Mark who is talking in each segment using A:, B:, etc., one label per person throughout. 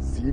A: 時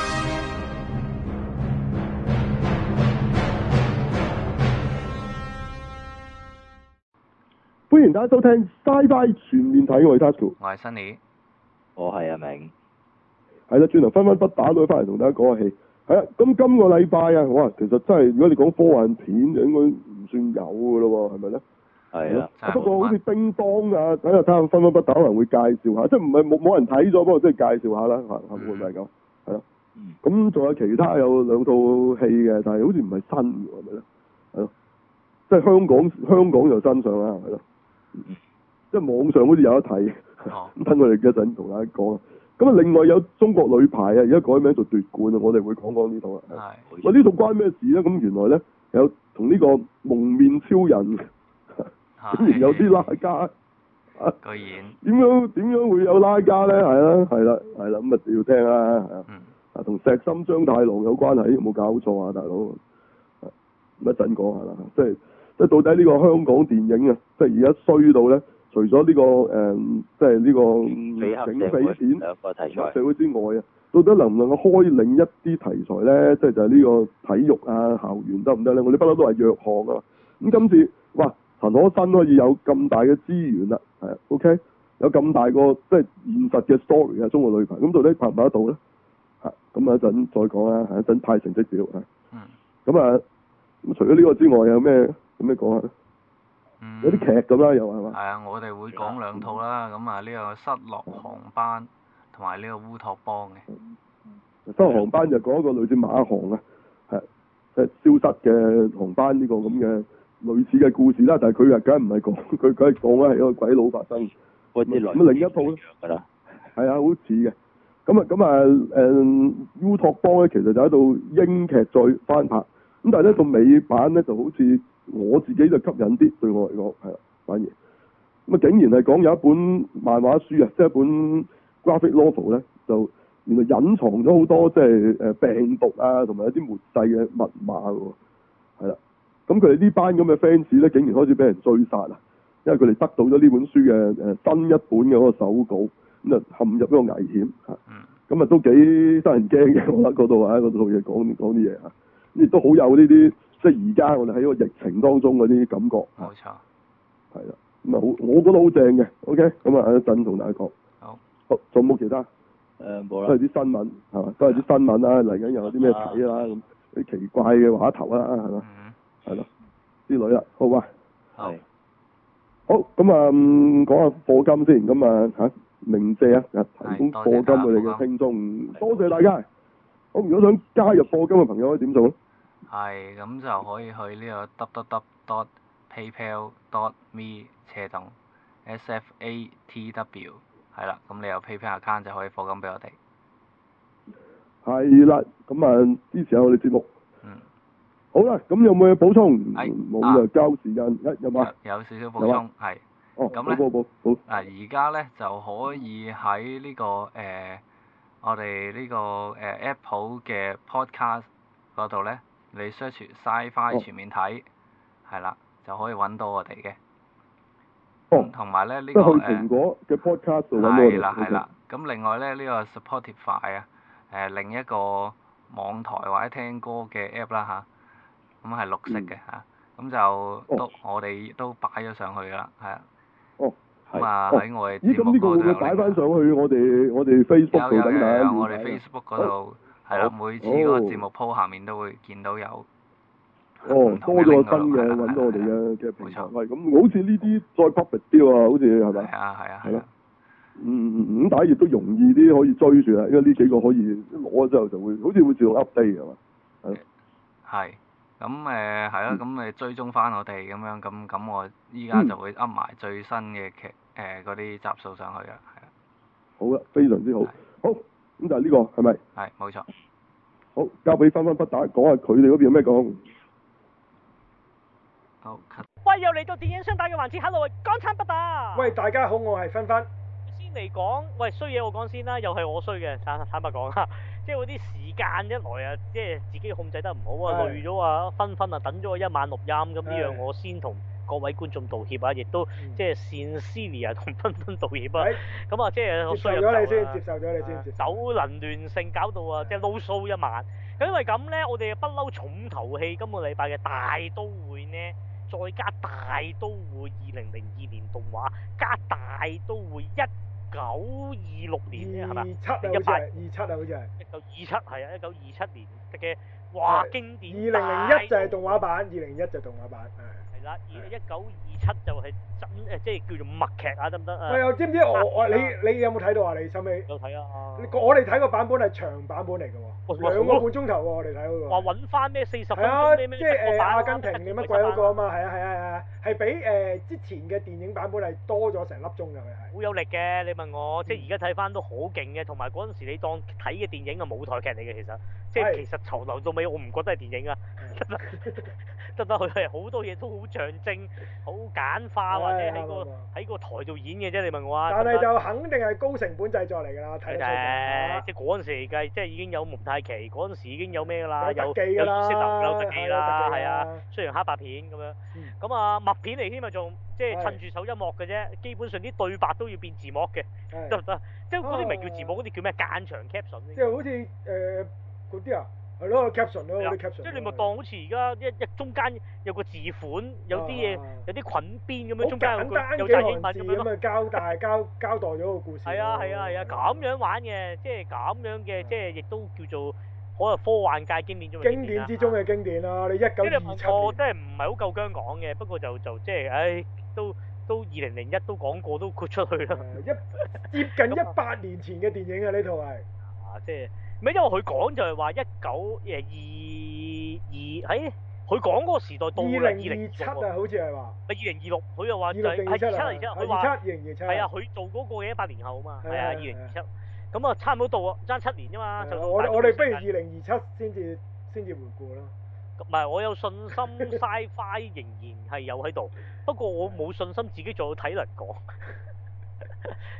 A: 歡迎大家收聽 Sci-Fi 全面睇，我係 Tasuku。
B: 我係 Sunny，
C: 我哦係阿啊明，
A: 係啦，轉頭分分不打女翻嚟同大家講下戲。係啦，咁今個禮拜啊，哇，其實真係如果你講科幻片，就應該唔算有噶咯喎，係咪咧？
C: 係啊，
B: 真係
A: 不過好
B: 好
A: 似叮當啊，睇下睇下分分不打可能會介紹下，即係唔係冇冇人睇咗，不過即係介紹下啦，嚇會唔會係咁？係咯
C: 嗯。
A: 咁仲有其他有兩套戲嘅，但係好似唔係新嘅，係咪咧？係咯，即係香港香港就新上啦，係咪咯？即係網上好似有得睇，
B: 哦
A: 咁等我哋一陣同大家講啊。咁啊，另外有中國女排啊，而家改名做奪冠啊，我哋會講講呢套啊。
B: 係
A: 喂，呢套關咩事咧？咁原來咧有同呢個蒙面超人，
B: 啊
A: 竟然有啲拉加。
B: 係居然
A: 點樣點樣會有拉加咧？係啦，係啦，係啦，咁啊要聽啦，係啊
B: 嗯
A: 啊同石心張太郎有關係，有冇搞錯啊，大佬？啊咁一陣講下啦，即係即係到底呢個香港電影啊，即係而家衰到咧，除咗呢、個誒、即係呢
C: 匪
A: 個
C: 黑
A: 警
C: 社
A: 匪
C: 會
A: 片、
C: 兩個題材
A: 黑，社會之外啊，到底能唔能夠開另一啲題材咧？即係就係呢個體育啊、校園得唔得咧？我哋不嬲都係弱項啊。咁今次哇，陳可辛可以有咁大嘅資源啦，係啊 OK，有咁大個即係現實嘅 story 啊，中國女排咁到底拍唔拍得到咧？嚇，咁啊一陣再講啦，嚇一陣派成績表啊。
B: 嗯
A: 咁啊，咁除咗呢個之外，有咩有咩講下咧？啊
B: 嗯
A: 有啲劇咁啦，又係
B: 係
A: 嘛？
B: 啊，我哋會講兩套啦，咁啊呢個失落航班同埋呢個烏托邦嘅，
A: 收航班就講一個類似馬航啊，係即係消失嘅航班呢個咁嘅類似嘅故事啦。但係佢啊，梗係唔係講，佢梗係講咧係一個鬼佬發生，
C: 嗰啲類
A: 咁另一套咧
C: 㗎啦，
A: 係啊，好似嘅。咁啊，咁啊，誒烏托邦咧，其實就喺度英劇再翻拍，咁但係咧個美版咧就好似我自己就吸引啲，對我嚟講係啦，反而咁啊，竟然係講有一本漫畫書啊，即係一本 graphic novel 咧，就原來隱藏咗好多即係誒病毒啊，同埋一啲末世嘅密碼喎，係啦。咁佢哋呢班咁嘅 fans 咧，竟然開始俾人追殺啊！因為佢哋得到咗呢本書嘅誒、新一本嘅嗰個手稿，咁就陷入一個危險嚇。
B: 嗯
A: 咁啊都幾得人驚嘅，我覺得嗰度啊，嗰套嘢講講啲嘢嚇，亦都好有呢啲即係而家我哋喺個疫情當中嗰啲感覺，啊
B: 冇錯，
A: 係啦。咁啊好，我覺得好正嘅。OK，咁啊一陣同大家講。
B: 好
A: 好，仲有冇其他？
C: 誒冇
A: 都
C: 啦
A: 係，啲新聞係嘛？都係啲新聞啦，嚟緊又有啲咩睇啦咁，啲奇怪嘅話頭啦，係嘛？
B: 嗯
A: 係咯，之類啦，好嘛？
B: 好
C: 係
A: 好咁啊，嗯講下課金先，咁啊嚇，明謝啊，啊提供課金我哋嘅聽眾，多謝大家。好，如果想加入課金嘅朋友可以點做咧？
B: 係咁就可以去呢個 w w paypal dot me 斜洞 s f a t w 係啦，咁你有 PayPal account 就可以課金俾我哋，
A: 係啦，咁啊支持下我哋節目。
B: 嗯
A: 好啦，咁有冇嘢補充？
B: 係啊
A: 冇就交時間，一有嘛？
B: 有有少少
A: 有
B: 補
A: 啊
B: 充係。
A: 哦，
B: 咁
A: 好
B: 呢
A: 好好好，
B: 嗱，啊而家咧就可以喺呢、個誒、我哋呢、個誒、Apple 嘅 Podcast 嗰度咧，你 search Sci-Fi
A: 哦
B: 全面睇，係啦、就可以揾到我哋嘅。
A: 哦
B: 同埋咧呢、
A: 即
B: 個
A: 係去
B: 誒
A: 蘋果嘅 podcast 度揾到我
B: 係
A: 哋。
B: 啦係啦，咁另外咧呢、呢個 Spotify 啊，誒、另一個網台或者聽歌嘅 app 啦吓，咁係綠色嘅
A: 嗯
B: 嚇，咁、就都、我哋都擺咗上去㗎啦，係啊，
A: 哦
B: 咁啊
A: 哦
B: 喺我哋
A: 咦，
B: 節
A: 咁
B: 目
A: 呢個會
B: 嗰
A: 唔
B: 度
A: 會
B: 有
A: 擺
B: link
A: 翻
B: 啊
A: 上去我哋我哋 Facebook
B: 有
A: 度
B: 有
A: 等大
B: 有
A: 家
B: 有，我
A: 了解
B: 哋
A: 啊
B: Facebook 嗰度係啦，每次嗰個節目鋪下面都會見到有
A: 哦
B: 唔，
A: 多
B: 同
A: 咗
B: 嘅 link
A: 個新嘅
B: 嗰度
A: 揾到我哋嘅嘅平
B: 冇
A: 台，
B: 錯
A: 喂，咁好似呢啲再 public 啲喎，好似係
B: 係
A: 咪？
B: 啊係啊
A: 係
B: 係
A: 咯
B: 啊，
A: 嗯嗯嗯，咁大家亦都容易啲可以追住啦，啊因為呢幾個可以一攞咗之後就會，好似會自動 update 係嘛？
B: 係咁誒係啦，咁你追蹤翻我哋咁樣，咁咁我依家
A: 嗯
B: 就會 up 埋最新嘅劇誒嗰啲集數上去啊啦，
A: 好啦，非常之好
B: 係，
A: 好，咁就係呢個係咪？
B: 係啊，係冇錯。
A: 好，交俾分分不打講下佢哋嗰邊有咩講。
B: 好 cut
D: 喂，又嚟到電影雙打嘅環節，hello，港產不打。
E: 喂，大家好，我係芬芬。
D: 先嚟講，喂衰嘢我講先啦，又係我衰嘅，坦坦白講啦， 即係嗰啲時間一來啊，即係自己控制得唔好啊，
E: 係
D: 累咗啊，紛紛啊，等咗我一晚錄音咁呢樣，
E: 係
D: 我先同各位觀眾道歉啊，亦都即係善 Celia 同芬芬道歉啊
E: 係，
D: 咁啊即係我
E: 接受
D: 衰入頭
E: 咗你先，
D: 啦
E: 接受咗你
D: 啊
E: 先，接受。
D: 酒能亂性搞到啊，即係撈騷一晚。咁因為咁咧，我哋不嬲重頭戲，今個禮拜嘅大都會呢，再加大都會二零零二年動畫，加大都會一九二六
E: 二
D: 年
E: 七
D: 咧，係
E: 啊，好
D: 咪？
E: 似
D: 一八
E: 係二七啊，好似係。
D: 一九二七係啊，一九二七年嘅哇
E: 係
D: 經典
E: 二零零一就
D: 大都
E: 係動
D: 會
E: 畫版，二零一就動畫版。係
D: 係啦，二一九二七就係真誒，即係叫做默劇啊，得唔得啊？
E: 喂，又知唔知我我你
D: 八點
E: 你有冇睇到啊？你收尾，
D: 有睇啊！
E: 你我哋睇個版本係長版本嚟嘅
D: 喂
E: 喎，
D: 喂
E: 兩個
D: 好
E: 半鐘頭喎，我哋睇嗰個
D: 話。揾翻咩四十分
E: 係啊，
D: 鐘咩
E: 即
D: 咩
E: 係
D: 德國
E: 誒
D: 版啊
E: 阿根廷嘅乜鬼嗰個啊嘛，係啊係啊係啊，係比誒之前嘅電影版本係多咗成粒鐘㗎，佢係。
D: 好有力嘅，你問
E: 嗯
D: 我，即係而家睇翻都好勁嘅，同埋嗰陣時你當睇嘅電影係舞台劇嚟嘅，其實即係
E: 係嗯
D: 其實從頭到尾我唔覺得係電影啊， 得唔得？佢係好多嘢都好象徵、好簡化或者喺
E: 係
D: 個
E: 啱
D: 喺個台度演嘅啫，你問我啊。
E: 但係
D: 得唔
E: 就肯定係高成本製作嚟㗎啦，睇
D: 得
E: 得出㗎啊
D: 誒，。即係嗰陣時嚟計，即係已經有蒙太奇，嗰陣時已經有咩㗎啦，有
E: 有
D: 有
E: 特技㗎啦
D: 色流有特技啦，
E: 係有特技㗎
D: 係啊
E: 啦，
D: 雖然黑白片咁樣
E: 嗯，
D: 咁啊默片嚟添啊，仲即係
E: 係
D: 趁住首音樂嘅啫，基本上啲對白都要變字幕嘅。
E: 係哦
D: 得唔得？即係嗰啲唔係叫字幕，嗰啲叫咩間場 caption
E: 即係好似誒嗰啲啊，係咯 caption 咯，嗰啲 caption
D: 即
E: 咯。
D: 係你咪當好似而家一一中間有個字款，有啲嘢
E: 啊
D: 有啲捆邊咁
E: 好
D: 樣，中間有
E: 簡單
D: 個有
E: 幾
D: 大英
E: 行
D: 文
E: 字
D: 咁樣
E: 咁
D: 咯。
E: 啊，交代 交交代咗個故事咯。
D: 係啊係啊係啊，
E: 哦
D: 咁樣玩嘅，即係咁樣嘅，即係亦都叫做可能科幻界經典中嘅
E: 嗯經典之中
D: 嘅。
E: 嘅經典啦，你一
D: 即係你
E: 九
D: 問我
E: 二
D: 真係唔係好夠姜講嘅，不過就就即係唉，都都二零零一都講過，都豁出去啦。
E: 七年，一接近一百年前嘅電影啊，呢套係。
D: 啊，即係唔係因為佢講就係話一九誒二二喺佢講嗰個時代到啦，
E: 二
D: 二
E: 零
D: 零
E: 二七啊，好似係話。
D: 咪二零二六，佢又話
E: 二
D: 就
E: 六
D: 係
E: 定
D: 係
E: 二七啊？
D: 二七嚟啫，佢話
E: 二七，二零二七。
D: 係啊，，佢做嗰個嘅一百年後啊嘛，
E: 係
D: 係啊，
E: 啊
D: 二零二七，咁啊差唔多到啊，爭七年啫嘛，就到
E: 我
D: 大
E: 哋
D: 都
E: 我哋
D: 會
E: 不如
D: 時
E: 二
D: 間
E: 零二七先至先至回顧啦。
D: 唔係，我有信心 sci-fi 仍然係有喺度，不過我冇信心自己仲有體能講，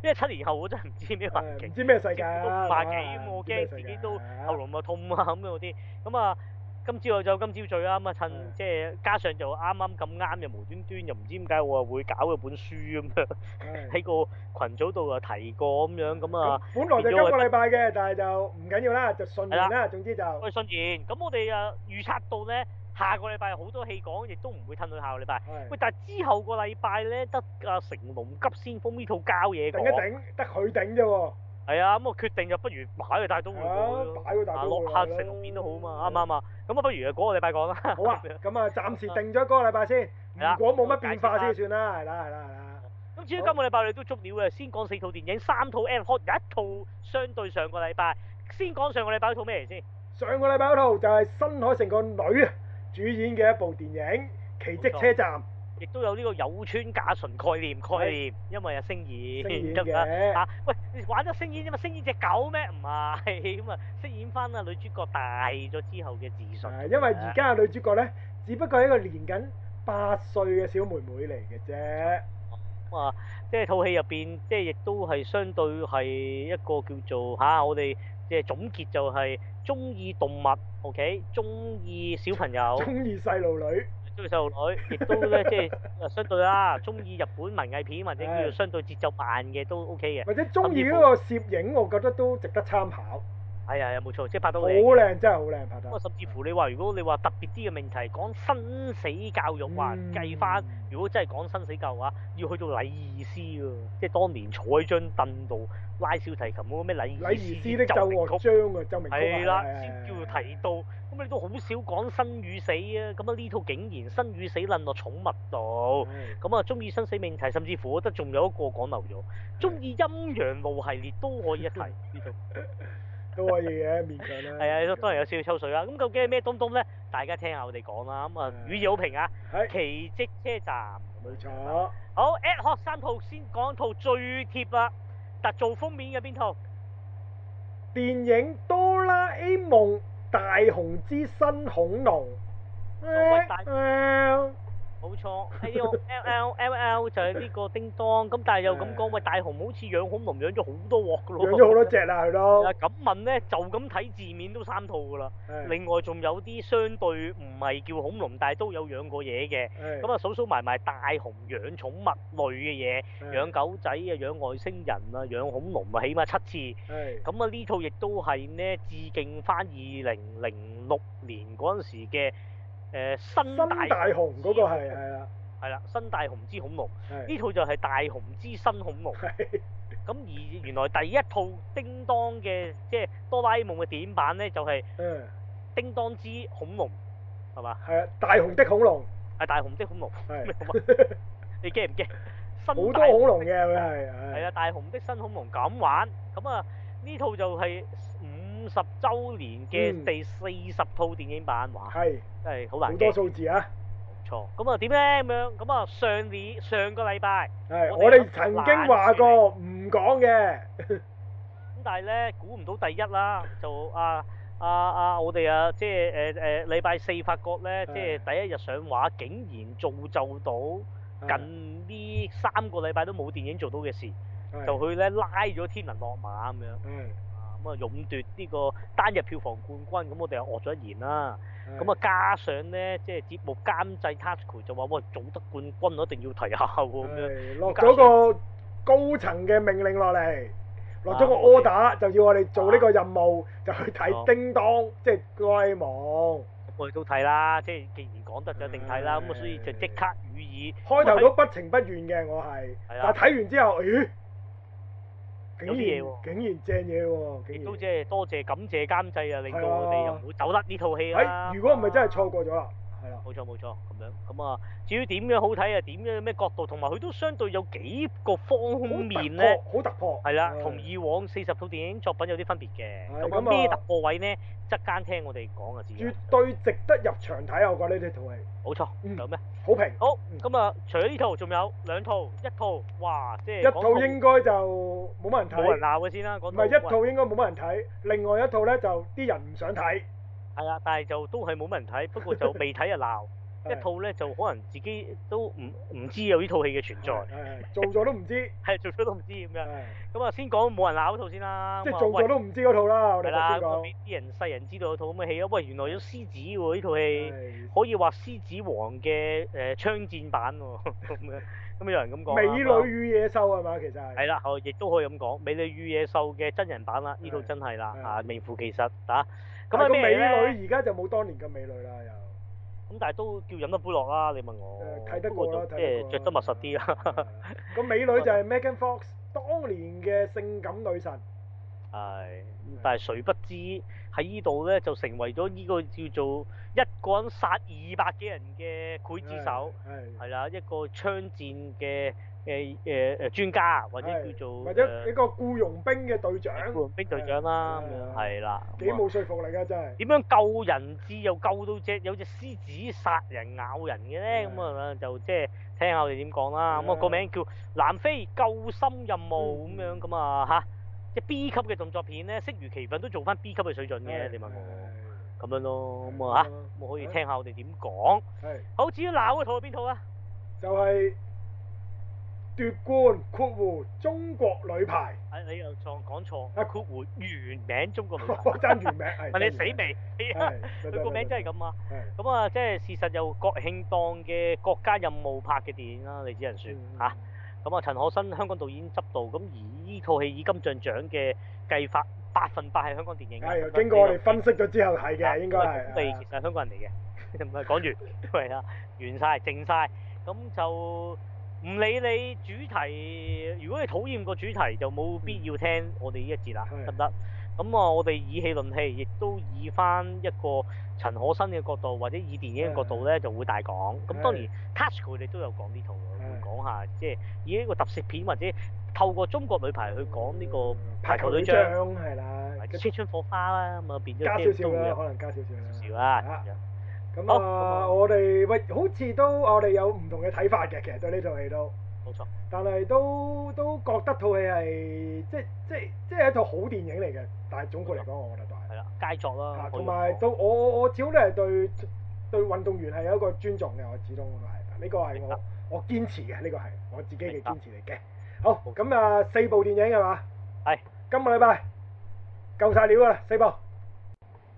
D: 因為七年後我真係唔知咩環
E: 誒
D: 境
E: 啊唔。知咩世界
D: 都
E: 啊？
D: 五廿幾，我
E: 唔知咩
D: 驚
E: 世
D: 自
E: 界
D: 己都
E: 啊
D: 喉嚨啊痛啊咁樣嗰啲。咁啊，今朝有酒今朝醉啦，咁啊趁
E: 嗯
D: 即係加上就啱啱咁啱又無端端又唔知點解我啊會搞咗本書咁樣
E: 係
D: 喺個群組度啊提過咁樣咁啊。，
E: 本來就今個禮拜嘅，但係就唔緊要啦，就順延
D: 係
E: 啦。總之就係
D: 喂，信然，咁我哋啊預測到咧下個禮拜好多戲講，亦都唔會褪去下個禮拜。喂，但係之後個禮拜咧得啊成龍急先鋒呢套交嘢
E: 頂一
D: 講，
E: 頂，得佢頂啫喎。
D: 係啊，咁我決定就不如買去大都會過去咯
E: 啊，擺個大
D: 啊
E: 刀
D: 落
E: 落
D: 下
E: 去啦
D: 成龍片都好啊嘛，啱唔啱啊？咁啊，不如啊嗰個禮拜講啦。
E: 好啊，咁啊，暫時定咗嗰個禮拜先。
D: 係啊啦
E: 如果冇乜變化先算啦，係啦，係啦，係啦。
D: 咁至於今個禮拜我哋都足料嘅，先講四套電影，三套 a d hot，有一套相對上個禮拜。先講上個禮拜嗰套咩嚟先？
E: 上個禮拜嗰套就係新海誠個女啊主演嘅一部電影《奇蹟車站
D: 亦都有呢個有村架純概念概念，因為啊星》
E: 飾
D: 演
E: 演
D: 得唔得
E: 嘅。
D: 啊？喂，你玩咗星演啫嘛？星演只狗咩？唔係咁啊， 飾演翻啊女主角大咗之後嘅自信。
E: 係啊因為而家嘅女主角咧，只不過係一個年僅八歲嘅小妹妹嚟嘅啫。
D: 咁啊，即係套戲入邊，即係亦都係相對係一個叫做吓、我哋即係總結就係中意動物，OK，中意小朋友，
E: 中意細路女。
D: 中意細路女，亦都咧即 係呃相對啦，中意日本文藝片或者叫做
E: 係
D: 相對節奏慢嘅都 OK 嘅。
E: 或者中意嗰個攝影，我覺得都值得參考。
D: 係啊，係啊，冇錯，即係拍到
E: 好
D: 你。咁
E: 靚，真係好靚拍
D: 啊，
E: 得。
D: 甚至乎你話如果你話特別啲嘅命題，講生死教育話
E: 嗯
D: 計翻。如果真係講生死教嘅啊話，要去到禮儀師喎，即係當年坐喺張凳度拉小提琴嗰個咩禮
E: 禮儀師的奏
D: 奏鳴曲
E: 樂章啊，奏鳴曲
D: 係啦，
E: 係
D: 先叫
E: 係
D: 提到。咁你都好少講生與死啊，咁啊呢套竟然生與死論落寵物度。
E: 係
D: 咁啊，中意生死命題，甚至乎我覺得仲有一個講漏咗，中意陰陽路系列都可以一提 呢套。
E: 都可以嘅，勉 強啦。
D: 係啊，當然有少少抽水啦。咁究竟係咩東東咧？大家聽下我哋講啦。咁啊，語言好評啊，
E: 係
D: 奇蹟車站。
E: 冇錯。
D: 好，at hot 三套先講套最貼啦，但做封面嘅邊套？
E: 電影《哆啦 A 夢大雄之新恐龍》。
D: 所謂大
E: 喵
D: 冇呢個 L L L L 就係呢個叮當，咁但係又咁講，喂大雄好似養恐龍養咗好多鑊噶咯喎。
E: 養咗好多 隻啦，佢都
D: 嗱。咁問咧，就咁睇字面都三套噶啦。
E: 係
D: 另外仲有啲相對唔係叫恐龍，但係都有養過嘢嘅。
E: 係
D: 咁啊，數數埋埋大雄養寵物類嘅嘢，
E: 係
D: 養狗仔啊，養外星人啊，養恐龍啊，起碼七次。
E: 係
D: 咁啊，呢套亦都係呢致敬翻二零零六年嗰陣時嘅誒、呃新
E: 新大雄嗰個係
D: 係
E: 係啦，
D: 係啦，新大雄之恐龍呢
E: 係
D: 套就係大雄之新恐龍。
E: 係
D: 咁而原來第一套叮當嘅即係哆啦 A 夢嘅典版咧，就係、
E: 嗯
D: 叮當之恐龍係嘛？
E: 係啊，大雄的恐龍
D: 係啊大雄的恐龍，
E: 係
D: 咩話 你驚唔驚？
E: 好
D: 新
E: 多
D: 大
E: 恐龍嘅佢係
D: 係
E: 係
D: 啊，大雄的新恐龍咁玩，咁啊呢套就係五十週年嘅
E: 嗯
D: 第四十套電影版，哇！
E: 係
D: 真係好
E: 好
D: 難記，
E: 多
D: 冇
E: 數字啊！
D: 錯。咁啊點咧咁樣？咁啊上年上個禮拜
E: 係
D: 我
E: 我
D: 哋
E: 哋曾經話過唔講嘅，
D: 咁，但係咧估唔到第一啦，就啊啊啊我哋啊即係誒誒禮拜四發覺咧，即係第一日上畫竟然造就到。近呢三個禮拜都冇電影做到嘅事，
E: 係
D: 就去咧拉咗天能落馬咁樣，
E: 係
D: 啊咁啊勇奪呢個單日票房冠軍，咁我哋又惡咗一言啦。
E: 係
D: 咁啊加上咧，即係節目監製 Tasco 就話：喂，早得冠軍我一定要提下喎咁樣。
E: 係落咗個高層嘅命令落嚟，落咗個 order 就要我哋做呢個任務，就去睇叮當，即係哆啦 A 夢。
D: 我哋都睇啦，即係既然講得就一定睇啦，咁啊所以就即刻予以
E: 開頭都不情不願嘅，我係，
D: 係
E: 但
D: 啊
E: 係睇完之後，咦，竟
D: 有啲嘢喎
E: 然竟然正嘢喎，
D: 亦
E: 竟
D: 都
E: 然
D: 即。係多謝感謝監製啊，令到我哋又唔會走甩呢套戲啦。
E: 誒，哎如果唔係真係錯過咗啦，係啦，
D: 冇錯冇錯，咁樣咁啊，至於點樣好睇啊，點樣咩角度，同埋佢都相對有幾個方面咧，
E: 好突破，好啊突破，
D: 係啦，
E: 係
D: 同以往四十套電影作品有啲分別嘅。
E: 嗯係
D: 咁啊
E: 咁啊
D: 咩突破位咧，側間聽我哋講啊，自己
E: 絕對值得入場睇，啊我覺得呢套戲
D: 冇錯，
E: 嗯
D: 有咩？
E: 好評，
D: 好
E: 嗯，
D: 咁啊，除咗呢套，仲有兩套，一套哇，即係
E: 一
D: 講
E: 套應該就冇乜人
D: 冇人
E: 睇，
D: 鬧嘅先啦，講
E: 唔係一套應該冇乜人睇，另外一套咧就啲人唔想睇，
D: 係啦，但係就都係冇乜人睇，不過就未睇就鬧。
E: 係
D: 一套咧就可能自己都唔唔知有呢套戲嘅存在，
E: 係係做咗都 唔知，
D: 係做咗都唔知咁樣。
E: 係
D: 咁啊，先講冇人鬧嗰套先啦。
E: 即係
D: 咁啊
E: 做
D: 喂
E: 咗都唔知嗰套啦，我
D: 係
E: 哋
D: 啦，
E: 頭
D: 咁啊
E: 先
D: 俾啲人世人知道有套咁嘅戲啊！喂，原來有獅子喎呢套戲，
E: 講，
D: 可以話獅子王嘅誒、呃、槍戰版喎、 咁樣咁有人咁講啦
E: 美女與野獸係嘛，其實係
D: 係，啦，係亦都可以咁講，美女與野獸嘅真人版啦，呢套
E: 係
D: 真係啦
E: 係
D: 啊，名副其實啊。咁
E: 但係
D: 啊
E: 個
D: 咩
E: 美
D: 咧？
E: 女而家就冇當年嘅美女啦，又
D: 咁但係都叫飲得杯落啦，你問我
E: 誒。睇得過啦
D: 不過就
E: 睇
D: 即
E: 得過
D: 係
E: 啦
D: 着得密實啲啦。
E: 個美女就係 Megan Fox 當年嘅性感女神。
D: 係，
E: 嗯
D: 但係誰不知喺呢度咧就成為咗呢個叫做一個人殺二百幾人嘅劊子手。
E: 係
D: 係啦，一個槍戰嘅誒誒誒專家或者
E: 係
D: 叫做
E: 或者一個僱傭兵嘅隊長，
D: 誒兵隊長啦咁樣，
E: 係
D: 係啦。
E: 幾
D: 咁啊
E: 冇說服力啊！真係
D: 點樣救人質又救到隻有隻獅子殺人咬人嘅咧？
E: 係
D: 咁啊就即係聽下我哋點講啦。咁啊
E: 係
D: 個名叫《南非救心任務》咁
E: 嗯
D: 樣咁啊嚇，即係 B 級嘅動作片咧，適如其分都做翻 B 級嘅水準
E: Dạ.
D: 嘅。你問我咁
E: 我
D: 樣
E: Dạ.
D: 咯，咁啊嚇，咁啊可以聽下我哋點講。
E: 係
D: 好，至於鬧嗰套係邊套啊？
E: 就係奪冠括弧中國女排，
D: 啊！你又錯講錯，
E: 啊
D: 括弧原名中國 女排。
E: 我爭原名係
D: 問你死未？
E: 係
D: 佢個
E: dạ,
D: 名真係咁啊！
E: 係
D: 咁啊，即係事實有國慶檔嘅國家任務拍嘅電影啦，你只能算
E: 嗯
D: 嚇。咁啊，陳可辛香港導演執導，咁而呢套戲以金像獎嘅計法，百分百係香港電影。啊
E: 係啊經過我哋分析咗之後係啊嘅，應該
D: 我哋啊其
E: 係
D: 實係香港人嚟嘅， 唔係講完，係 啦，完晒，靜晒，咁就唔理你主題。如果你討厭個主題，就冇必要聽我哋呢一節啦，
E: 嗯係
D: 得唔得？咁啊，我哋以戲論戲，亦都以翻一個陳可辛嘅角度，或者以電影嘅角
E: 嗯
D: 度咧，就會大講。咁
E: 係
D: 當然 Touch 佢哋都有講呢套嘅，會
E: 係
D: 講下即係以一個特攝片或者透過中國女排去講呢個
E: 嗯排球女將係啦，
D: 青春火花啦，咁啊變咗
E: 加
D: 即
E: 少
D: 係
E: 少
D: 都會
E: 啦，
D: 有
E: 可能加少少啦，
D: 少少啦咁
E: 啊
D: 樣。
E: 咁
D: 好咁啊
E: 啊，我哋喂，好似都我哋有唔同嘅睇法嘅，其實對呢套戲都，
D: 冇錯，
E: 但係都都覺得套戲係即即即係一套好電影嚟嘅，但係總括嚟講，我覺得都係
D: 係啦，佳作啦
E: 啊，
D: 可以
E: 同埋
D: 咁講
E: 到我我我始終都係對對運動員係有一個尊重嘅，我始終都係呢個係
D: 明
E: 我
D: 白
E: 我堅持嘅，呢個係我自己嘅
D: 明白
E: 堅持嚟嘅。好，咁啊四部電影係嘛？
D: 係。
E: 今個禮拜夠晒料㗎啦，四部。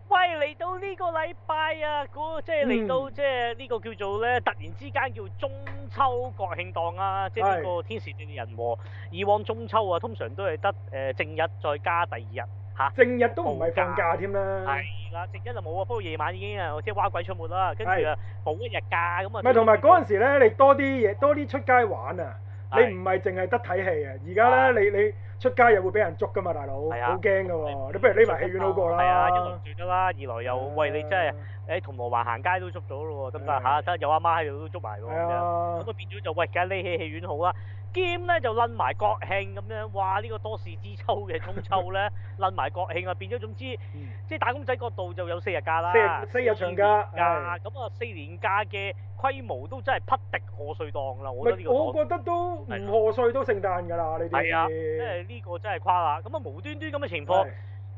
D: 喂，嚟到呢個禮拜啊，嗰即係嚟到
E: 嗯
D: 即係呢個叫做咧，突然之間叫中秋國慶檔啊，即係呢個天時地利人和。以往中秋啊，通常都係得呃誒正日再加第二日嚇。
E: 正日都唔係放假添啦。
D: 係啦，正日就冇啊，不過夜晚已經啊，即係蛙鬼出沒啦，跟住啊冇一日假咁啊。
E: 咪同埋嗰陣時咧，你多啲嘢，多啲出街玩啊！你
D: 係
E: 唔係淨係得睇戲啊！而家咧，你你出街又會俾人捉㗎嘛，大佬，好
D: 係啊
E: 驚㗎喎！哦你不如匿埋戲院好過啦。嗯
D: 係啊，一來唔住得啦，二來又喂你真係誒銅鑼灣行街都捉咗咯喎，得唔得嚇？得有阿媽喺度都捉埋喎。
E: 係
D: 咁樣
E: 啊
D: 咁，啊變咗就喂，梗係匿喺戲院好啦。兼咧就撚埋國慶咁樣，哇！呢、個多事之秋嘅中秋 咧，撚埋國慶啊，變咗總之
E: 嗯
D: 即係打工仔嗰度就有四日假啦，
E: 四日四日長假
D: 四年假咁啊四年假嘅規模都真係匹敵賀歲檔啦，我覺得呢
E: 咪
D: 個檔
E: 我覺得都唔賀歲都聖誕㗎啦，呢啲
D: 係啊，即係呢個真係誇啦。咁啊無端端咁嘅情況，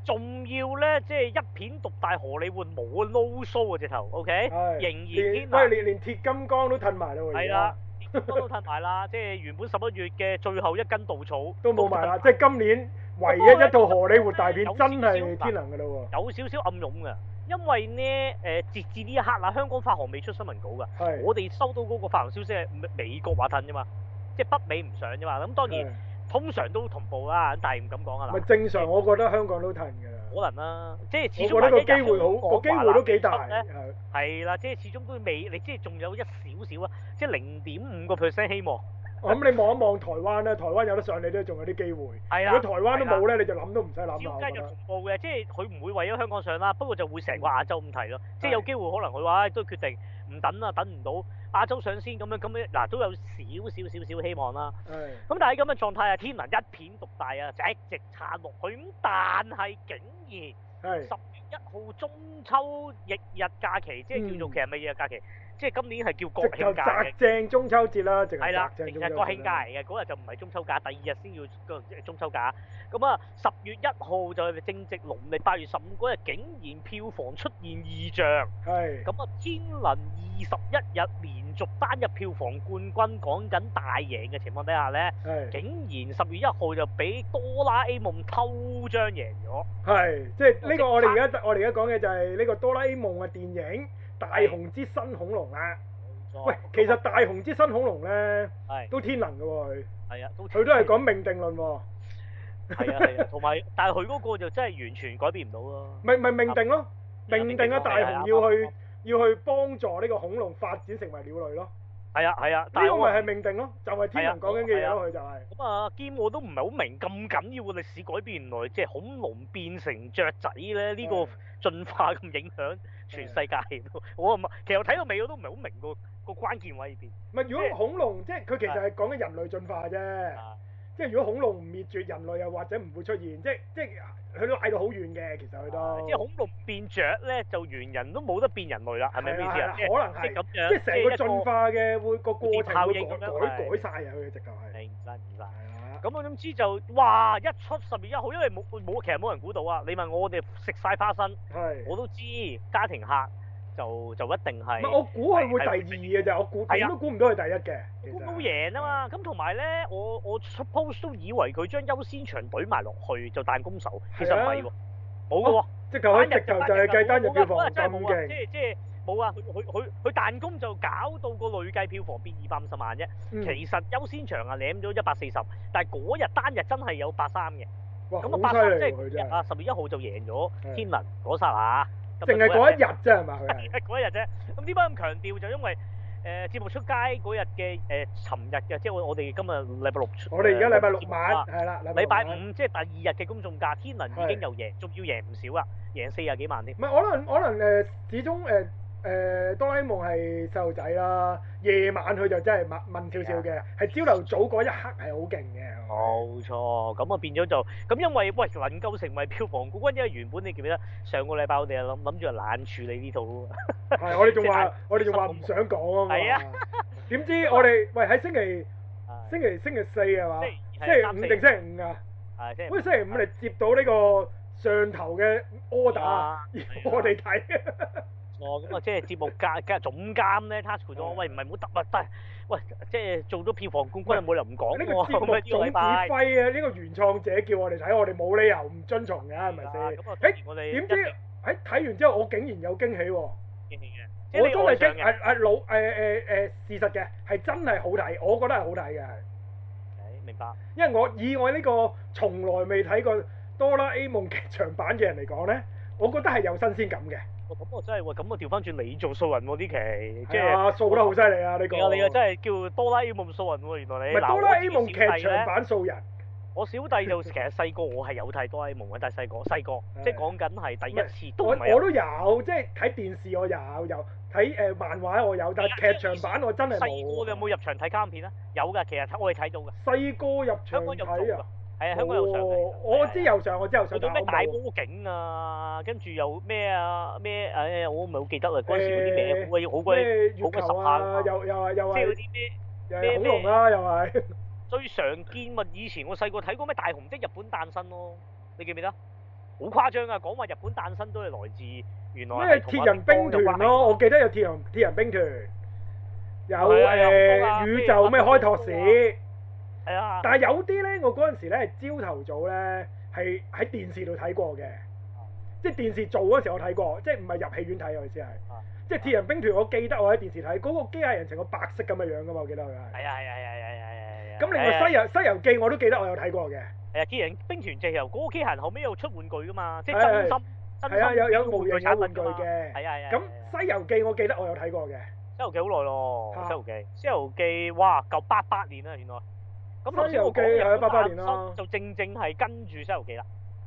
D: 仲要咧即係一片獨大荷里活冇 low show 啊直頭，OK，仍
E: 係
D: 然
E: 連
D: 天
E: 喂連連鐵金剛都褪埋啦喎，而
D: 係
E: 家
D: 啦，都都褪埋啦， 即係原本十一月嘅最後一根稻草
E: 都冇埋啦，
D: 褪
E: 即係今年唯一一套荷里活大片真係天能㗎啦喎，
D: 有少少暗湧㗎，因為呢誒截至呢一刻啦，香港發行未出新聞稿㗎，
E: 係
D: 我哋收到嗰個發行消息係美美國話褪啫嘛，即係北美唔上啫嘛，咁當然通常都同步啦，但係唔敢講㗎
E: 咪
D: 啦，
E: 正常？我覺得香港都褪㗎啦。
D: 可能啦，即係始
E: 我
D: 終
E: 覺得個機
D: 萬一
E: 會
D: 日香
E: 好，
D: 港
E: 個機會都
D: 話
E: 幾大。
D: 嗱美國
E: 係
D: 呢係啦，即係始終都未，你即係仲有一少少啊，即係零點五個 percent 希望，
E: 我諗你望一望台灣咧，台灣有得上你都仲有啲機會。
D: 係
E: 如
D: 啦，
E: 果台灣都
D: 係啦
E: 冇咧，你就諗都唔使諗啦。
D: 照
E: 啊我
D: 計
E: 覺
D: 就
E: 得
D: 同步嘅，即係佢唔會為咗香港上啦，不過就會
E: 嗯
D: 成個亞洲咁睇咯。即係有機會可能佢話唉都決定唔等啦，等唔到亞洲上先咁樣咁樣嗱，都有少少少少希望啦。
E: 係
D: 咁但係咁嘅狀態啊，天文一片獨大啊，就一直撐落去。咁但係竟然
E: 係
D: 十月一號中秋翌日假期，即係叫做
E: 嗯
D: 其實咪翌日假期，即係今年係叫國
E: 直頭
D: 慶假嘅
E: 擲。正中秋節啦，直頭
D: 係啦
E: 擲，
D: 其
E: 正中秋
D: 實
E: 節。
D: 國慶假嚟嘅，嗰日就唔係中秋假，第二日先要個中秋假。咁啊，十月一號就正值農曆八月十五嗰日，竟然票房出現異象。
E: 係。
D: 咁啊，天能二十一日連續單日票房冠軍，講緊大贏嘅情況底下呢，
E: 係
D: 竟然十月一號就俾哆啦 A 夢偷張贏咗。
E: 係，哦即係呢個我哋而家我哋而家講嘅就係呢個哆啦 A 夢啊嘅電影《大雄之新恐龍》啦。喂，其實《大雄之新恐龍》咧
D: 係
E: 都天能嘅喎，
D: 係啊，都
E: 佢佢都係講命定論喎，
D: 係啊係啊，同埋但係佢嗰個就真係完全改變唔到咯。
E: 咪咪命定咯，
D: 係啊
E: 命定啊！大雄要去要去幫助呢個恐龍發展成為鳥類咯，
D: 係啊係啊，但
E: 呢個
D: 係我
E: 咪係命定咯，就係天能講緊嘅嘢咯，佢就係。
D: 咁啊，兼我都唔係好明咁緊要嘅歷史改變，原來即係恐龍變成雀仔咧，呢、
E: 嗯
D: 個進化咁影響全世界。 我啊唔，其實我睇到尾我都唔係好明個個關鍵位喺邊。
E: 唔係，如果恐龍即係佢其實係講緊人類進化啫。
D: 啊
E: 即係如果恐龍唔滅絕，人類又或者唔會出現，即係即係佢都嗌到好遠嘅，其實佢
D: 啊
E: 都
D: 即係恐龍變雀咧，就猿人都冇得變人類啦，係咪咩意思
E: 係啦
D: 啊？即係
E: 可能
D: 即
E: 係
D: 係咁
E: 即
D: 樣，
E: 係成個
D: 一
E: 進化嘅會個過程
D: 效
E: 會
D: 應
E: 改
D: 咁樣
E: 改
D: 係
E: 改晒啊！佢嘅直頭係。
D: 明白明白。
E: 係啊
D: 咁我總之就哇一出十月一號，因為冇冇其實冇人估到啊！你問我，我哋食晒花生，
E: 係。啊
D: 我都知家庭客就就一定
E: 唔
D: 係
E: 係。我估佢會第二嘅咋，我估
D: 係
E: 點
D: 啊
E: 都估唔到佢第一嘅。其
D: 估
E: 實
D: 冇贏啊嘛，咁同埋咧，我我 suppose 都以為佢將優先場隊埋落去就彈弓手，其實唔係
E: 係
D: 喎，冇嘅喎，
E: 直頭佢
D: 單日
E: 直頭就係計單日票
D: 冇啊嗰
E: 房
D: 日真係
E: 咁
D: 冇啊，即
E: 勁，
D: 係即係冇啊，佢佢佢佢彈弓就搞到個累計票房變二百五十萬啫，
E: 嗯
D: 其實優先場啊舐咗一百四十，但係嗰日單日真係有八三嘅，
E: 哇
D: 咁啊
E: 好
D: 八
E: 犀
D: 三即
E: 利喎佢
D: 係啊
E: 真係，
D: 十月一號就贏咗
E: 係
D: 天能嗰剎那，咁就啊
E: 淨係
D: 嗰
E: 嗰一
D: 日
E: 日啫係嘛佢係。
D: 嗰一日啫。咁點解咁強調就因為誒節目出街嗰日嘅誒，尋日嘅，即係我我哋今日禮拜六出，
E: 我哋而家禮拜六
D: 啊
E: 晚係啦，
D: 禮
E: 禮
D: 拜
E: 拜六晚
D: 五即係第二日嘅公眾假，天能已經
E: 係
D: 又贏，仲要贏唔少啊，贏四廿幾萬添
E: 唔。係，可能可能誒、呃始終誒誒哆啦 A 夢係細路仔啦，夜晚佢就真係問問少少嘅，係朝頭早嗰一刻係好勁嘅。
D: 冇錯，咁啊變咗就咁，因為喂能夠成為票房冠軍，因為原本你記唔記得上個禮拜我哋諗諗住係懶處理呢套啊喎，
E: 係，我哋仲
D: 即係
E: 話我哋仲話唔想講啊嘛。
D: 係啊。
E: 點知我哋喂喺星期星期星期四係嘛？
D: 即
E: 星期五定星期五啊？
D: 係即
E: 好似星期五嚟接到呢個上頭嘅 order，
D: 啊
E: 而我哋睇。
D: 錯，咁啊，即係節目 監監總監咧 task 咗，
E: 嗯
D: 喂，唔係冇得啊，得，喂，即係做咗票房冠軍，冇理由唔講
E: 呢個
D: 喎，
E: 節
D: 咁
E: 目
D: 啊，呢
E: 總
D: 個
E: 指
D: 禮拜，
E: 揮啊，呢個原創者叫我哋睇，我哋冇理由唔遵從㗎，係咪先？
D: 咁啊，
E: 誒
D: 我哋
E: 點知喺睇完之後，我竟然有驚喜喎！
D: 一定嘅，即
E: 我
D: 係
E: 真
D: 呢個上嘅，
E: 係驚係係老誒誒誒事實嘅，係真係好睇，我覺得係好睇嘅，係
D: 誒明白，哦
E: 因為我以我呢個從來未睇過哆啦 A 夢劇場版嘅人嚟講咧，我覺得係有新鮮感嘅，
D: 我咁我真係喂，咁我調翻轉你做素人喎呢期，即
E: 係
D: 係
E: 啊，掃得好犀利啊！呢個
D: 你啊你啊真係叫哆啦 A 夢素人喎，原來
E: 唔
D: 你
E: 係
D: 嗱
E: 哆啦
D: 我
E: A
D: 自己
E: 夢
D: 小
E: 劇
D: 弟
E: 場
D: 咧
E: 版掃人，
D: 我小弟就其 實細個我係有睇哆啦 A 夢嘅，但係細個細個
E: 係
D: 即係講緊係第一次都唔
E: 我
D: 啊係
E: 我都有，即係睇電視我有，有睇誒漫畫我有，但
D: 哎
E: 係劇場版我真係
D: 細個你有
E: 冇。啊
D: 冇入場睇卡通片啊？有㗎，其實睇我哋睇到㗎，
E: 細個入場
D: 香港有做
E: 睇
D: 㗎
E: 啊！，
D: 係啊，香港有上嚟㗎
E: 哦。我知
D: 係啊。
E: 有上，我知有上，
D: 去到
E: 但係
D: 咩
E: 我
D: 大
E: 冇。
D: 魔警啊，跟住又咩啊咩誒，我唔係好記得啦。嗰陣時嗰啲咩好鬼好
E: 咩
D: 鬼，
E: 月球啊？又又係又
D: 即係嗰
E: 係
D: 啲咩
E: 又係
D: 咩
E: 恐龍啦，又係。
D: 最常見咪以前我細個睇過咩大雄的日本誕生咯，你記唔記得？好誇張啊！講話日本誕生都係來自原來
E: 咩
D: 係同
E: 鐵
D: 阿
E: 人兵
D: 有關
E: 團
D: 係
E: 咯，我記得有鐵人鐵人兵團，有
D: 係啊有好多
E: 誒
D: 啊
E: 宇宙咩開拓史，
D: 係啊，
E: 但係有啲咧，我嗰陣時咧係朝頭早咧係喺電視度睇過嘅，即係電視做嗰時我睇過，即係唔係入戲院睇我意思係
D: 啊，
E: 即係鐵人兵團我記得我喺電視睇，嗰個機械人成個白色咁嘅樣噶嘛，我記得佢係。
D: 係啊係啊係啊係啊係啊。
E: 咁另外西遊西遊記我都記得我有睇過嘅，
D: 係啊，機器人兵團就由嗰個機械人後尾又出玩具㗎嘛，即係
E: 係
D: 真心真心
E: 係啊有有
D: 啲
E: 模型有
D: 產
E: 玩具
D: 品㗎嘛
E: 嘅
D: 係啊係啊。
E: 咁
D: 係啊
E: 西遊記我記得我有睇過嘅。
D: 《西遊記》好耐咯，
E: 嚇
D: 《西遊記》《西遊記》哇，九八八年啦，原來。咁頭先我講
E: 西遊記
D: 嘅
E: 係88年啦
D: 就正正係跟住《西遊記》啦，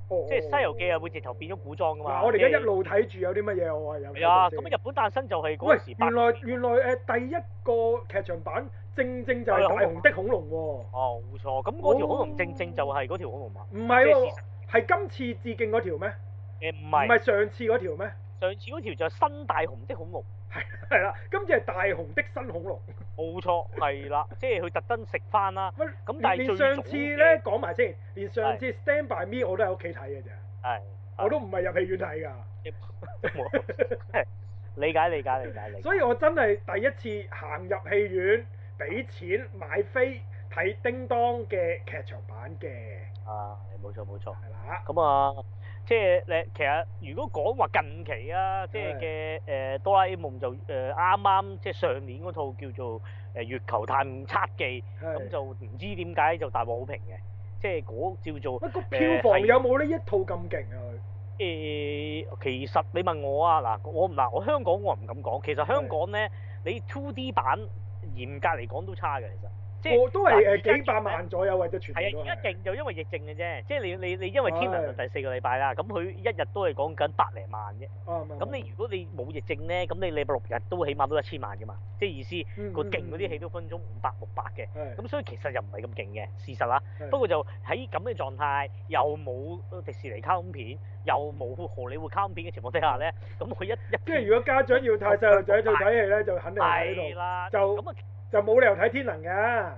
E: 哦
D: 即係《西遊記》啊，會直頭變咗古裝噶嘛。
E: 嗱，哦我哋而
D: 即
E: 家
D: 係
E: 一。路睇住有啲乜嘢，我係有睇過先。
D: 係啊，咁日本誕生就係嗰
E: 喂
D: 陣，時八
E: 原來原來呃誒第一個劇場版正正就係大
D: 啊
E: 雄的恐龍喎，唔
D: 哦，冇錯，咁嗰條恐龍正正就係嗰條恐龍嘛。
E: 係
D: 即係
E: 喎
D: 事，
E: 係今次致敬嗰條咩？
D: 誒唔
E: 唔
D: 係，
E: 係上次嗰條咩？
D: 上次嗰條就係新大雄的恐龍，
E: 係啦，今次係大雄的新恐龍。
D: 冇錯，係啦，即係佢特登食翻啦。
E: 喂，
D: 咁
E: 連
D: 但係最
E: 連上
D: 早
E: 次
D: 嘅
E: 咧講埋先，連上次 Stand by Me 我都喺屋企睇嘅啫，
D: 係。
E: 我都唔係入戲院睇
D: 冇
E: 㗎，
D: 理解理解理解理解。
E: 所以我真係第一次行入戲院，俾錢買飛睇叮當嘅劇場版嘅，
D: 啊，冇錯冇錯。
E: 係啦。
D: 咁啊，即係誒，其實如果講話近期啊，即係嘅呃誒哆啦 A 夢就誒呃啱啱即係上年嗰套叫做誒月球探測記，咁
E: 係
D: 就唔知點解就大獲好評嘅，即係嗰叫做
E: 喂，個票
D: 呃
E: 房有冇呢一套咁勁啊？佢
D: 誒，其實你問我啊，嗱，我唔嗱，我香港我唔敢講，其實香港咧，你 two D 版嚴格嚟講都差嘅，其實即係
E: 我哦都
D: 嗱
E: 係
D: 而家
E: 誒幾百萬左右或者全部
D: 係
E: 都
D: 啊，而家
E: 係。
D: 勁就因為疫症嘅啫，即係你你你因為天能就
E: 係
D: 第四個禮拜啦，咁佢一日都係講緊百零萬啫。咁
E: 咁
D: 你如果你冇疫症咧，咁你禮拜六日都起碼都一千萬噶嘛，即係意思
E: 嗯
D: 個勁嗰啲戲都分鐘五百六百嘅，
E: 係
D: 咁所以其實又唔係咁勁嘅事實啦。
E: 係
D: 不過就喺咁嘅狀態，又冇呃迪士尼卡通片，又冇呃荷里活卡通片嘅情況底下咧，咁佢一一
E: 即係如果家長要帶細路仔去睇戲咧，就肯定係睇
D: 係
E: 呢
D: 啦，
E: 就
D: 咁啊
E: 度，就冇理由睇天能㗎，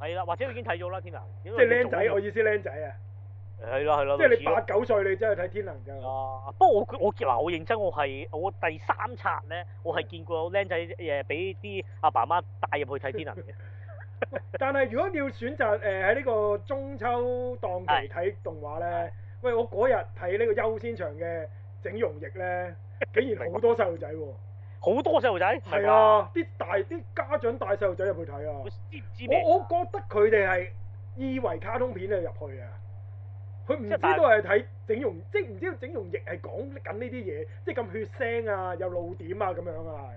D: 係啦，或者已經睇咗啦，天啊，即
E: 即係僆仔，我意思僆仔啊，
D: 係啦係啦，
E: 即係
D: 類
E: 你
D: 似咯
E: 八九歲你真係睇天能就
D: 啊！不過我我嗱，我認真，我係我第三刷咧，我係見過有僆仔誒俾啲阿爸媽帶入去睇天能啊嘅。
E: 但係如果你要選擇誒喺呢個中秋檔期睇動畫咧
D: 係，
E: 喂，我嗰日睇呢個優先場嘅整容液 咧，竟然好多細路仔喎，
D: 好多細路仔，唔
E: 係
D: 㗎，
E: 啊，啲大啲家長帶細路仔入去睇啊。
D: 佢知唔知咩？
E: 我我覺得佢哋係以為卡通片就入去啊，佢唔
D: 即
E: 知
D: 係
E: 道
D: 但
E: 係睇整容，即係唔知道整容亦係講緊呢啲嘢，即係咁血腥啊，有露點啊咁樣啊，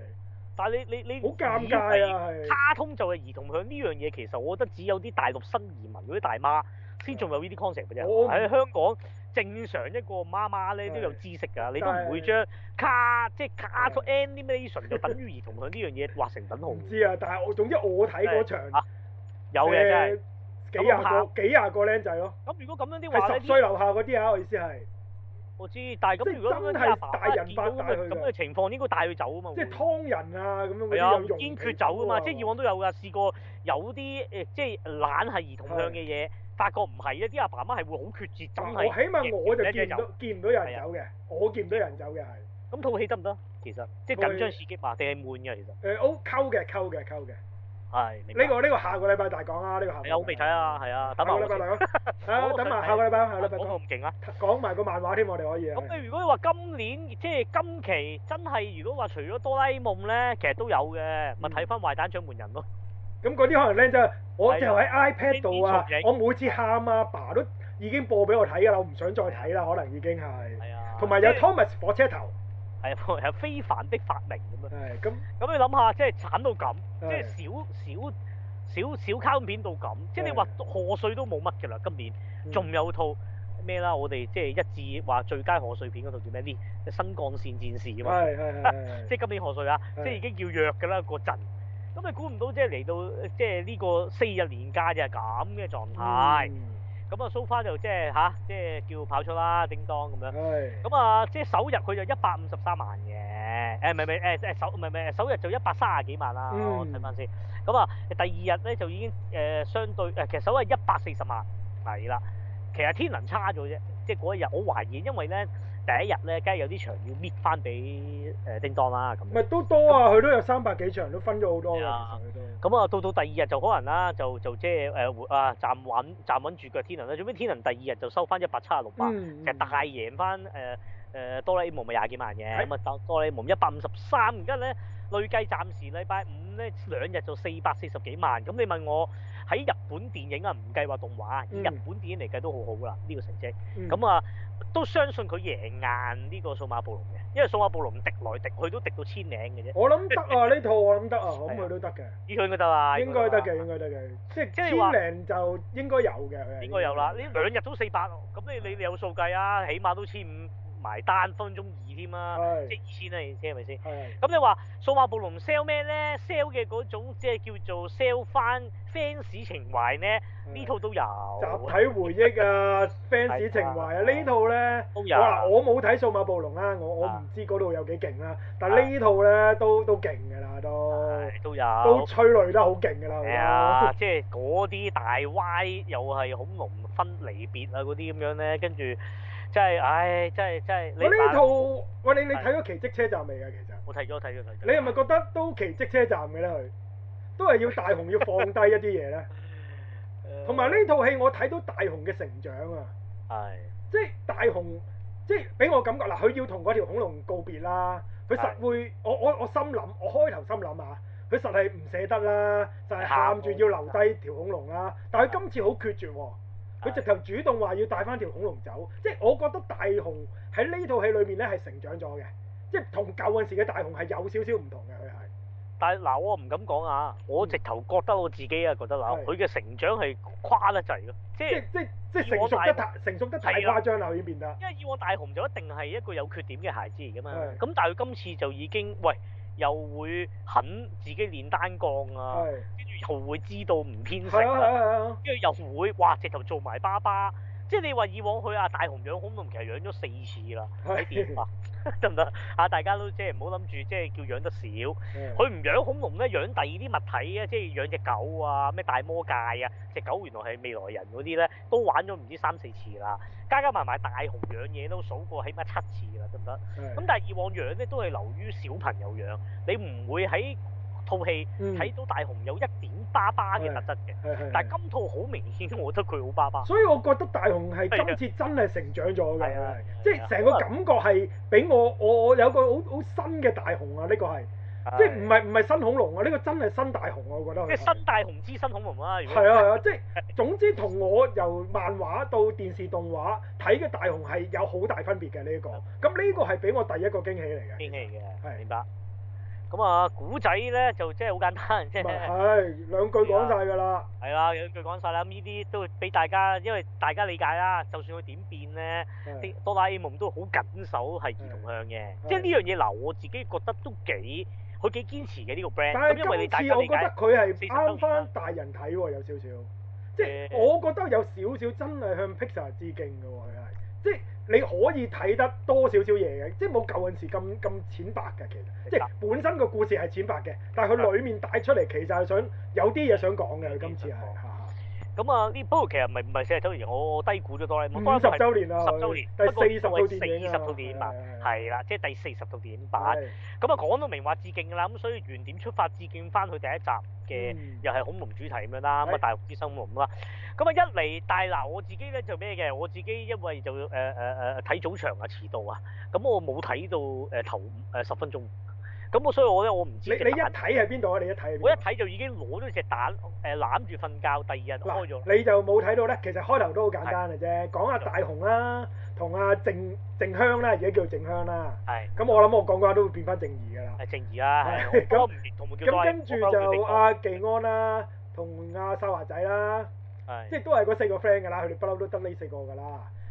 D: 但係你你你
E: 係好尷尬！啊，係
D: 卡通就係兒童向呢樣嘢，其實我覺得只有啲大陸新移民嗰啲大媽先仲有呢啲 concept 嘅啫。
E: 我
D: 喺香港正常一個媽媽咧
E: 係
D: 都有知識㗎，你都
E: 但係
D: 唔會將卡即係卡通 animation 就等於兒童向呢樣嘢畫成等號
E: 唔。知啊，但係我總之我睇嗰場
D: 啊有嘅真係。
E: 誒幾廿
D: 咁我
E: 個幾廿個僆仔咯，
D: 咁如果咁樣啲話
E: 係
D: 咧，
E: 十
D: 啲
E: 歲樓下嗰啲啊，我意思係，
D: 我知，但係
E: 即
D: 咁
E: 係
D: 如果咁樣
E: 真
D: 啲
E: 係
D: 阿爸
E: 大人
D: 見
E: 發
D: 到
E: 大
D: 咁
E: 佢
D: 嘅
E: 㗎
D: 咁嘅情況，應該帶佢走啊嘛。
E: 即係
D: 會
E: 劏人啊咁樣嗰
D: 係啊，
E: 啲有用
D: 堅決走噶嘛，即係以往
E: 都
D: 都有噶，試過有啲誒，即係懶係兒童向嘅嘢，發覺唔係一啲阿爸媽係會好決絕，真
E: 嗯我起
D: 係
E: 碼我就見唔
D: 一隻啊
E: 到見唔到有人走嘅，我見唔到有人走嘅係。
D: 咁套戲得唔得？其實即係緊張刺激嘛，定係悶嘅其實
E: 誒，好溝嘅，溝嘅，溝嘅。
D: 係明白
E: 呢個呢個下個禮拜大講啊，呢個下個禮拜。
D: 係啊，我未睇啊，係啊，
E: 下
D: 等
E: 個
D: 埋我
E: 禮拜
D: 先
E: 大講。啊，等埋下個禮拜，下個禮拜
D: 講我
E: 講
D: 咁勁啊！
E: 講埋個漫畫添，我哋可以啊。
D: 咁你如果你話今年即係今期真係，如果話除咗哆啦 A 夢咧，其實都有嘅，咪睇
E: 嗯
D: 翻壞蛋掌門人咯。
E: 咁嗰啲可能僆仔，我
D: 係啊
E: 就喺 iPad 度啊
D: 呢啲重影，
E: 我每次喊啊，爸都已經播俾我睇㗎啦，我唔想再睇啦，可能已經係。
D: 係啊，
E: 同埋有
D: 即係
E: Thomas 火車頭，
D: 係啊，係啊非凡的發明咁樣。
E: 係咁
D: 咁你諗下，即係慘到咁，即係
E: 係
D: 少少少少卡通片到咁，即係你話賀歲都冇乜㗎啦。今年
E: 嗯
D: 仲有套咩啦？我哋即係一致話最佳賀歲片嗰套叫咩？呢新幹線戰士啊嘛。
E: 係 係係
D: 即係今年賀歲啊，即
E: 係
D: 係已經要弱㗎啦個陣。咁你估唔到即係嚟到即係呢個四日連假就係咁嘅狀態。
E: 嗯
D: 咁啊，蘇花就即係吓，即係叫跑出啦，叮當咁樣。
E: 係
D: 咁啊，即係首日佢就一百五十三萬嘅，誒唔係唔係誒誒首唔係唔係首日就一百三十幾萬啦，
E: 嗯
D: 我睇翻先。咁啊，第二日咧就已經誒、呃相對誒、呃其實首日一百四十萬，係啦。其實天能差咗啫，即係嗰一日我懷疑，因為咧第一日咧，梗係有啲場要搣翻俾誒叮當啦咁樣。
E: 咪都多啊，佢都有三百幾場，都分咗好多
D: 係啊
E: 㗎，其實佢都。
D: 咁啊，到到第二日就可能啦，就就即係誒啊站穩站穩住腳天能啦，最尾天能第二日就收翻一百七十六萬。
E: 嗯，
D: 其實大贏呃翻誒誒哆啦 A 夢咪廿幾萬嘅，咁啊哆哆啦 A 夢一百五十三，而家咧累計暫時禮拜五咧兩日就四百四十幾萬，咁你問我喺日本電影啊，唔計話動畫，以日
E: 嗯
D: 本電影嚟計都好好啦，呢、個成績，
E: 嗯
D: 咁啊都相信佢贏硬呢個數碼暴龍嘅，因為數碼暴龍滴來滴去都滴到千領嘅啫，
E: 我諗得啊，呢套我諗得啊，咁
D: 係啊
E: 佢都得嘅，
D: 呢個應該得啦，
E: 應該得
D: 啦
E: 嘅，應該得嘅，即係
D: 即係你話
E: 千零就應該有嘅，佢係
D: 應該有啦。呢兩日都四百，咁你你你有數計啊？起碼都千五埋單，分分鐘二添啦，
E: 係
D: 即係二千啦，你知係咪先？
E: 係
D: 咁你話數碼暴龍 sell 咩咧？sell 嘅嗰種即係叫做 sell 翻 fans 情懷咧，呢套都有，
E: 嗯集體回 憶啊，fans 情懷啊，呢套咧。
D: 都有。
E: 嗱，我冇睇數碼暴龍啦，我我
D: 啊
E: 唔知嗰度有幾勁啦，啊但呢套咧都都勁㗎啦，都
D: 係都有。
E: 都催淚得好勁㗎啦，
D: 係啊，即係嗰啲大 Y 又係恐龍分離別啊嗰啲咁樣咧，跟住真係，唉，真係真係你
E: 我呢
D: 嗱
E: 套，喂你你睇咗《奇蹟車站》未啊？其實
D: 我睇咗睇咗睇咗。
E: 你係咪覺得都奇蹟車站嘅咧？佢都係要大雄要放低一啲 嘢咧，
D: 誒
E: 同埋呢套戲我睇到大雄嘅成長啊，
D: 係
E: 即係大雄即係俾我感覺嗱，佢要同嗰條恐龍告別啦，佢實會我我我心諗，我開頭心諗啊，佢實係唔捨得啦，就係喊住要留低條恐龍啦，但係佢今次好決絕喎。佢直頭主動話要帶翻條恐龍走，即係我覺得大雄喺呢套戲裏面咧係成長咗嘅，即係同舊陣時嘅大雄係有少少唔同嘅，佢係。
D: 但係嗱，我唔敢講啊，我直頭覺得我自己啊覺得嗱，
E: 係
D: 佢嘅成長係誇得滯咯，即
E: 即
D: 係。
E: 即即成熟得太成熟得
D: 啊
E: 太誇張啦，已經變得。
D: 因為以往大雄就一定係一個有缺點嘅孩子嚟噶嘛，
E: 係
D: 咁但係佢今次就已經喂又會肯自己練單槓啊，
E: 係
D: 跟住又會知道唔偏食
E: 係啊係
D: 啊，
E: 啊係啊！
D: 跟住又會哇直頭做埋爸爸，即係你話以往佢啊大雄養恐龍其實養咗四次啦，喺電
E: 係
D: 話得唔得啊？大家都即係唔好諗住即係叫養得少，佢唔養恐龍咧，養第二啲物體啊，即係養只狗啊，咩大魔界啊，只狗原來係未來人嗰啲咧，都玩咗唔知三四次啦，加加埋埋大雄養嘢都數過起碼七次啦，得唔得？咁但係以往養咧都係流於小朋友養，你唔會喺套戲睇到大雄有一點巴巴嘅特質嘅。
E: 嗯係
D: 但係今套好明顯，我覺得佢好巴巴。
E: 所以我覺得大雄係今次真係成長咗
D: 啊係啊
E: 嘅，即係成個感覺係俾我我我有個好好新嘅大雄啊！呢個係即係唔係唔係新恐龍啊？呢個真係新大雄啊！我覺得
D: 即
E: 佢
D: 係新大雄之新恐龍啦？如果
E: 係啊係啊，即係總之同我由漫畫到電視動畫睇嘅大雄係有好大分別嘅呢一個，咁呢個係俾我第一個驚喜嚟嘅。
D: 天氣嘅，
E: 係
D: 明白。咁啊，古仔咧就即係好簡單，即
E: 咪
D: 係。
E: 係啊兩句講晒 㗎啦，
D: 係啦，有句講晒啦，咁呢啲都俾大家，因為大家理解啦。就算佢點變咧，
E: 係
D: 啲哆啦 A 夢都好緊守係兒童向嘅，
E: 嗯
D: 即係呢樣嘢嗱，我自己覺得都幾，佢幾堅持嘅呢個
E: 但
D: brand。咁因為你
E: 係
D: 大
E: 今
D: 家
E: 次我
D: 理
E: 覺得
D: 解，
E: 佢係
D: 40周
E: 啱
D: 年啦
E: 翻大人睇喎，有少少，即係
D: 啊誒
E: 我覺得有少少真係向 Pixar 致敬㗎喎，佢係即係你可以睇得多少少嘢嘅，即係冇舊陣時咁咁淺白嘅，其實即係本身個故事係淺白嘅，但係佢裡面帶出嚟其實係想有啲嘢想講嘅，佢今次係。
D: 咁啊，呢不過其實唔係唔係四十周年，我低估咗哆啦 A 夢。哆啦 A 夢係
E: 五十週年啦，啊
D: 十週年，
E: 第
D: 不過
E: 40
D: 就係
E: 套電影啊，
D: 40套電影版，
E: 係，係，係。
D: 係啦，即係第四十套電影版。
E: 係，
D: 咁啊講到明話致敬啦，咁所以原點出發致敬翻佢第一集嘅。
E: 嗯，
D: 又係恐龍主題咁樣啦，咁啊
E: 係
D: 大陸之生恐龍啦，咁啊一嚟，但係嗱我自己咧就咩嘅，我自己因為就呃誒誒誒睇早場啊遲到啊，咁我冇睇到誒頭呃誒十分鐘，咁我所以我咧我唔知
E: 你-
D: 隻蛋，
E: 你一睇係邊度啊？你一睇係邊度啊？
D: 我一睇就已經攞咗隻蛋誒攬住瞓覺，第二日
E: 嗱，
D: 開咗啦，
E: 你就冇睇到咧，其實開頭都好簡單嘅啫，講下大雄啦，同阿靜-靜香啦，而家叫靜香啦。咁我諗我講嘅
D: 係係
E: 話都會變返正義㗎啦。
D: 正義 啦，係
E: 係
D: 我我唔認同叫
E: 咁
D: 多
E: 跟住就啊阿技安啦，同阿沙華仔啦，
D: 係
E: 即係都係嗰四個 friend 㗎啦，佢哋不嬲都得呢四個㗎啦。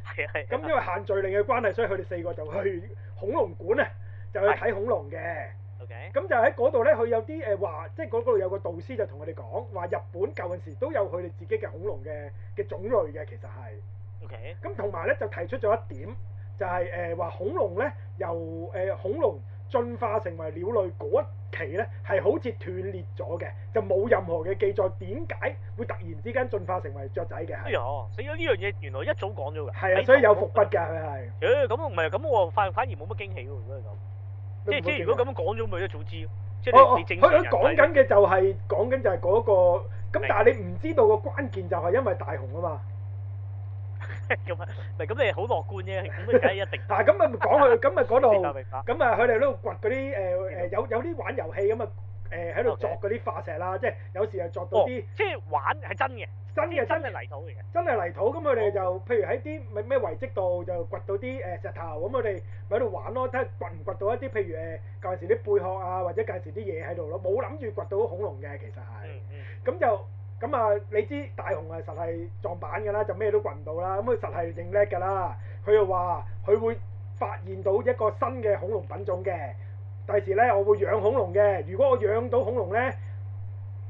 D: 係係
E: 咁因為限聚令嘅關係，所以佢哋四個就去恐龍館啊，就去睇恐龍嘅。
D: OK
E: 咁就喺嗰度咧，佢有啲誒話，即係嗰度有個導師就同佢哋講話，日本舊陣時都有佢哋自己嘅恐龍嘅嘅種類嘅，其實係。
D: OK
E: 咁同埋咧就提出咗一點，就係誒話恐龍咧由誒、呃恐龍進化成為鳥類嗰一期咧係好似斷裂咗嘅，就冇任何嘅記載點解會突然之間進化成為雀仔嘅。
D: 哎
E: 係
D: 呀死咗呢樣嘢原來一早講咗㗎，
E: 係啊，
D: 喺
E: 所以有
D: 頭
E: 伏筆㗎，佢
D: 誒
E: 係。
D: 咁唔係咁我反反而冇乜驚喜喎，如果係咁。即係即係如果咁樣講咗，咪一早知咯。即
E: 哦，
D: 係
E: 哦
D: 你你
E: 佢
D: 正常人
E: 佢講緊嘅就係講緊就係嗰、個。咁
D: 明
E: 但係你唔知道個關鍵就係因為大雄啊嘛，
D: 咁啊，唔係咁你好樂觀啫，咁你梗係 一定
E: 嗱咁咪講佢，咁咪嗰
D: 明白
E: 度，
D: 明白。
E: 咁啊佢哋喺度掘嗰啲誒誒有有啲玩遊戲咁啊誒喺度
D: OK
E: 作嗰啲化石啦，即係有時又作到
D: 哦，
E: 啲
D: 即係玩係真嘅，
E: 真嘅
D: 真
E: 真
D: 係泥哦土嚟嘅。
E: 真係泥土，咁佢哋就譬如喺啲咩咩遺跡度就掘到啲誒石頭，咁佢哋咪喺度玩咯，睇下掘唔掘到一啲譬如誒舊陣時啲貝殼啊，或者舊陣時啲嘢喺度咯，冇諗住掘到恐龍嘅其實係，
D: 嗯嗯，
E: 咁就咁啊，你知大雄啊實係撞板㗎啦，就咩都掘唔到啦，咁佢實係認叻㗎啦，佢又話佢會發現到一個新嘅恐龍品種嘅，第時咧我會養恐龍嘅，如果我養到恐龍咧。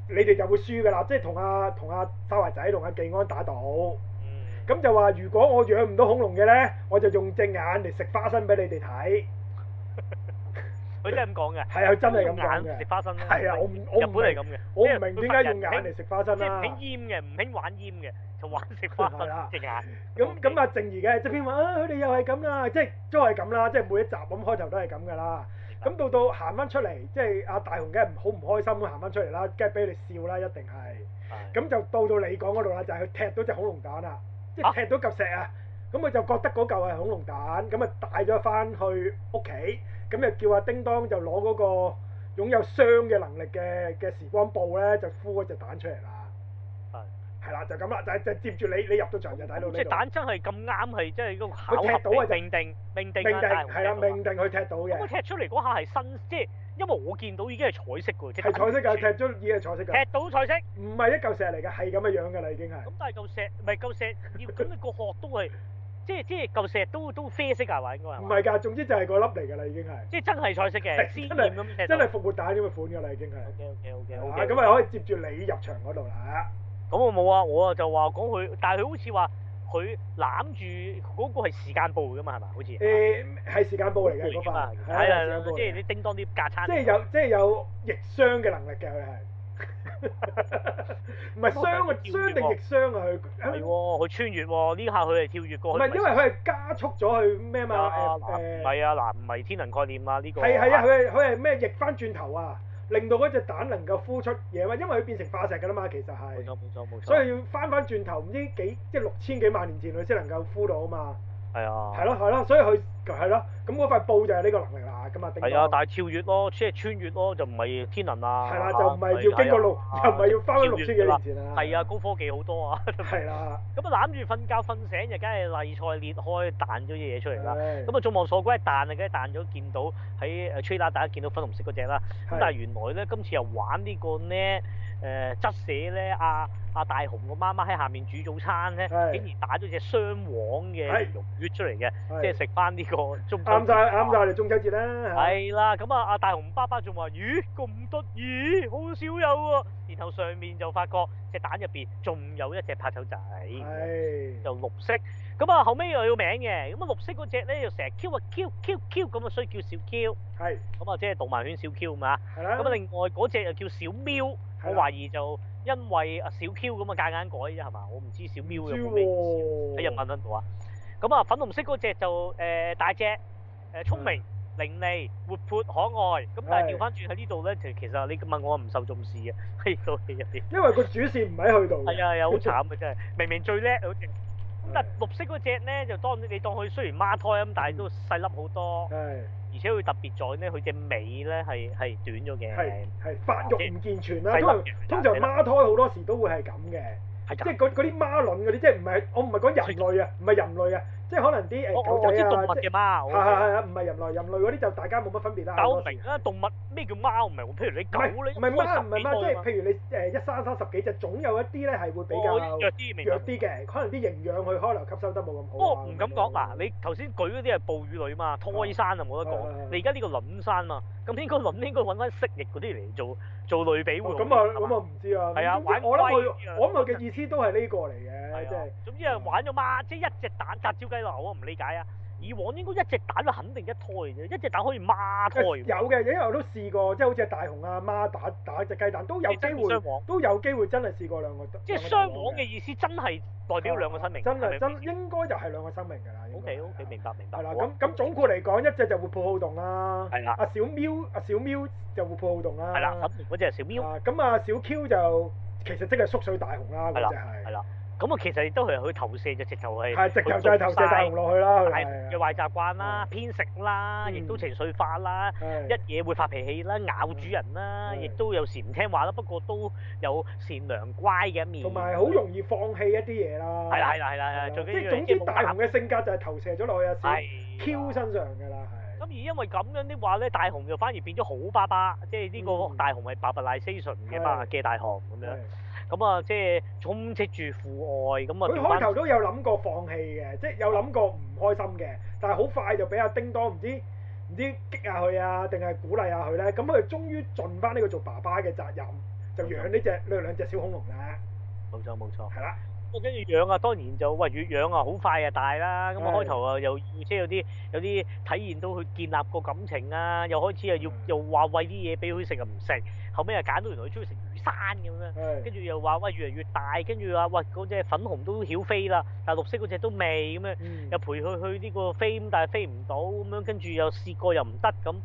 E: 你哋就會輸㗎啦，即係同阿同阿沙華仔同阿技安打賭。
D: 嗯
E: 咁就話如果我養唔到恐龍嘅呢，我就用隻眼嚟食花生俾你哋睇。
D: 佢真係咁講嘅，
E: 係啊，佢真係咁講
D: 用眼食
E: 嘅。
D: 花生啦。
E: 係啊，我唔
D: 嗯
E: 我
D: 日
E: 唔
D: 本係
E: 明，
D: 咁嘅，
E: 我唔
D: 因為
E: 明
D: 佢
E: 點
D: 發
E: 解
D: 人
E: 用眼嚟食花生啊
D: 即係
E: 啦
D: 唔。興閹嘅，唔興玩閹嘅，就玩食花
E: 係啦
D: 生隻眼。
E: 咁咁啊，正義嘅即係話啊，佢哋又係咁啦，即係都係咁啦，即係每一集咁開頭都係咁噶啦。咁到到行翻出嚟，即係阿大雄梗係唔好唔開心咁行翻出嚟啦，梗係俾你笑啦，一定係。
D: 咁
E: 咁就到到你講嗰度啦，就係佢踢到隻恐龍蛋啦，即係踢到嚿石啊。咁佢就覺得嗰嚿係恐龍蛋，咁啊帶咗翻去屋企，咁就叫阿叮當就攞嗰個擁有雙嘅能力嘅嘅時光布咧，就孵嗰隻蛋出嚟啦。係。係啦，就咁啦，就係就係接住你，你入到場就睇到呢度。
D: 即係蛋真係咁啱係即係嗰個巧
E: 佢踢到
D: 合
E: 啊就
D: 命定命定
E: 命定
D: 啊大雄
E: 係啦，
D: 踢到啊
E: 命定佢踢到
D: 咁佢
E: 嘅，
D: 踢出嚟嗰下係新，即係因為我見到已經係彩色嘅，即
E: 係彩色㗎，踢咗已經係彩色㗎，
D: 踢到彩色。
E: 唔係一嚿石嚟㗎，係咁嘅樣㗎啦，已經係。
D: 咁但係嚿石唔係嚿石，要咁你個殼都係，即係即係嚿石都都啡色㗎係嘛？應該係
E: 唔
D: 嘛
E: 係㗎，總之就係個粒嚟㗎啦，已經係，
D: 即係真係彩色嘅，
E: 係
D: 鮮
E: 真係
D: 豔咁踢到
E: 真係。復活蛋咁嘅款㗎啦，已經係。
D: OK OK OK
E: 啊
D: OK。
E: 咁咪可以接住你入場嗰度啦。
D: 咁我冇啊，我啊就話講佢，但係佢好似話佢攬住嗰個係時間部㗎嘛係嘛？好似啊係嘛
E: 誒係時間報嚟嘅嗰
D: 㗎嘛
E: 塊，
D: 係
E: 係啊時
D: 啊
E: 間，報
D: 即係
E: 嚟
D: 你
E: 嘅，
D: 叮當啲架撐。
E: 即係有即係有逆商嘅能力嘅佢 係，唔係商啊商定逆商啊
D: 係喎，
E: 佢，
D: 哎佢穿越喎，呢下佢係跳越
E: 唔
D: 過去。
E: 係因為佢係加速咗佢咩
D: 啊
E: 嘛
D: 嗱唔
E: 誒誒，
D: 係啊，嗱唔係天能概念啊呢個。
E: 係係啊，佢係佢係咩逆翻轉頭啊，令到嗰隻蛋能夠孵出嘢嘛，因為佢變成化石㗎啦嘛其實
D: 冇
E: 係，
D: 錯冇錯冇錯。
E: 所以要翻翻轉頭唔知幾即係六千幾萬年前佢先能夠孵到啊嘛，
D: 係啊。
E: 係咯係咯，所以佢係咯，咁嗰塊布就係呢個能力啦，咁啊叮
D: 係啊，
E: 當。
D: 但係跳越咯，即係穿越咯，就唔係天能啊。
E: 係啦，就唔係要經過六，又唔係要翻去六千幾年前啊。
D: 係啊，，高科技好多啊。
E: 係啦，
D: 咁啊攬住瞓覺瞓醒就梗係例菜裂開彈咗啲嘢出嚟啦。
E: 咁
D: 咁啊眾望所歸一彈啊，梗係彈咗見到喺誒吹啦，大家見到粉紅色嗰只啦。咁但係原來咧，今次又玩呢個咧誒側寫咧，阿阿大雄個媽媽喺下面煮早餐咧，
E: 係
D: 竟然打咗隻雙黃嘅
E: 係
D: 龍血出嚟嘅，
E: 係
D: 即係食翻呢個中秋節
E: 啱晒，啱晒，我哋中秋節啦。係
D: 係啦，咁啊，阿大雄爸爸仲話：咦，咁得意，好少有喎、然後上面就發覺隻蛋入邊仲有一隻拍手仔，
E: 係
D: 就綠色。咁啊，後尾又有名嘅，咁啊綠色嗰只咧又成日 Q 啊 Q Q Q 咁啊，所以叫小 Q。
E: 係
D: 咁啊，即係動漫圈小 Q 嘛。
E: 係啦。
D: 咁啊，另外嗰只又叫小喵，
E: 係
D: 我
E: 啦
D: 懷疑就因為啊小 Q 咁啊夾硬改啫係嘛？我唔知小喵有冇咩意思。喺日文
E: 喎，
D: 嗰度啊。咁啊，粉紅色嗰只就誒、呃大隻、誒、聰明、伶俐、活潑、可愛。咁但係
E: 係
D: 調翻轉喺呢度咧，其其實你問我我唔受重視嘅喺呢套戲入邊。
E: 因為個主線唔喺佢度嘅。
D: 係啊，係啊，好慘嘅真係，明明最叻嗰只。咁但係綠色嗰只咧，就當你當佢雖然孖胎咁，但係都細粒好多，
E: 係
D: 而且佢特別在咧，佢隻尾咧係係短咗嘅，
E: 係係發育唔健全啦，
D: 細
E: 通
D: 粒
E: 常
D: 嘅
E: 通常孖胎好多時都會係咁嘅，
D: 係
E: 即係
D: 㗎。
E: 嗰嗰啲孖卵嗰啲，即係唔係我唔係講人類啊，唔係人類啊，即係可能啲
D: 我
E: 誒
D: 我
E: 狗仔
D: 哦我知動
E: 啊
D: 物，
E: 即
D: 嘅
E: 係
D: 貓，
E: 係
D: 我
E: 係係啊，唔係人類，人類嗰啲就大家冇乜分別啦。
D: 但
E: 好
D: 我
E: 多時
D: 明啊，動物咩叫貓唔明喎，譬如你
E: 唔係
D: 狗咧，
E: 唔係
D: 應該
E: 孖唔
D: 十
E: 係
D: 幾個
E: 孖，
D: 㗎
E: 即係
D: 嘛
E: 譬如你誒一生生十幾隻，總有一啲咧係會比較
D: 我弱啲明白
E: 弱啲嘅，可能啲營養佢可能吸收得冇咁
D: 不
E: 好
D: 過
E: 啊。
D: 唔敢講嗱，你頭先舉嗰啲係哺乳類嘛，胎山就啊冇得講
E: 係係係。
D: 你而家呢個卵山嘛，咁應該卵應該揾翻蜥蜴嗰啲嚟做做類比
E: 哦
D: 會好
E: 咁
D: 啲。
E: 啊，
D: 係
E: 咁
D: 嘛
E: 啊唔知啊。
D: 係啊
E: 總之
D: 玩
E: 我諗
D: 龜
E: 佢
D: 啊
E: 我諗佢嘅意思都係呢個嚟嘅，即
D: 係啊
E: 係。，嗯
D: 總之係玩咗嘛，即係一隻蛋擲蕉雞柳，我唔理解啊。以往應該一隻蛋都肯定一胎嘅啫，一隻蛋可以孖胎
E: 有
D: 㗎。
E: 嘅，因為我都試過，即係好似大雄啊媽打 à, 打只雞蛋，都有機
D: 真係
E: 會
D: 雙黃，
E: 都有機會真係試過兩個。
D: 即係雙黃嘅意思，真係代表兩個生命。
E: 啊真係
D: 係咪
E: 真應該就係兩個生命㗎啦。
D: O K O K，明白明白。
E: 係啦，
D: 好啊
E: 咁咁總括嚟講，一隻就活潑好動啦。
D: 係啦
E: 阿小喵，阿小喵就活潑好動啦。
D: 係啦，咁嗰只係小喵。
E: 啊，咁啊小 Q 就其實即係縮水大雄啦，
D: 係啦
E: 嗰只係。
D: 係啦咁啊，其實亦都係佢投射就直頭係
E: 係直頭就係投射大雄落去啦，佢
D: 大嘅
E: 係。
D: 壞習慣啦，偏食啦，
E: 嗯
D: 亦都情緒化啦，
E: 係
D: 一嘢會發脾氣啦，咬主人啦，
E: 嗯
D: 亦都有時唔聽話啦，不過都有善良乖嘅一面。
E: 同埋好容易放棄一啲嘢啦。
D: 係啦係啦係啦係啦，最
E: 即
D: 緊
E: 係
D: 要即係
E: 總之
D: 冇
E: 大
D: 打
E: 雄嘅性格就係投射咗落去啊小
D: 係
E: Q 身上㗎啦，
D: 咁
E: 係。
D: 而因為咁樣的話咧，大雄就反而變咗好爸爸，即係呢個
E: 嗯
D: 大雄係 Babalization 嘅嘛
E: 係
D: 嘅大雄咁樣。
E: 係
D: 咁啊，即係充斥住父愛，咁啊
E: 佢
D: 調翻
E: 開頭都有諗過放棄嘅，即係有諗過唔開心嘅，但係好快就俾阿叮當唔知唔知激下佢啊，定係鼓勵下佢咧，咁佢終於盡翻呢個做爸爸嘅責任，就養呢只兩兩隻小恐龍啦，
D: 冇錯冇錯。
E: 係啦，
D: 咁跟住養啊，當然就喂越養啊，好快啊大啦。咁啊
E: 係
D: 開頭啊又要即係有啲有啲體現到佢建立個感情啊，又開始又要
E: 嗯
D: 又話喂啲嘢俾佢食又唔食，後尾又揀到原來佢中意食魚生咁樣。
E: 係
D: 跟住又話喂越嚟越大，跟住話喂嗰只粉紅都曉飛啦，但係綠色嗰只都未咁樣，
E: 嗯
D: 又陪佢去呢個飛，咁但係飛唔到咁樣，跟住又試過又唔得咁，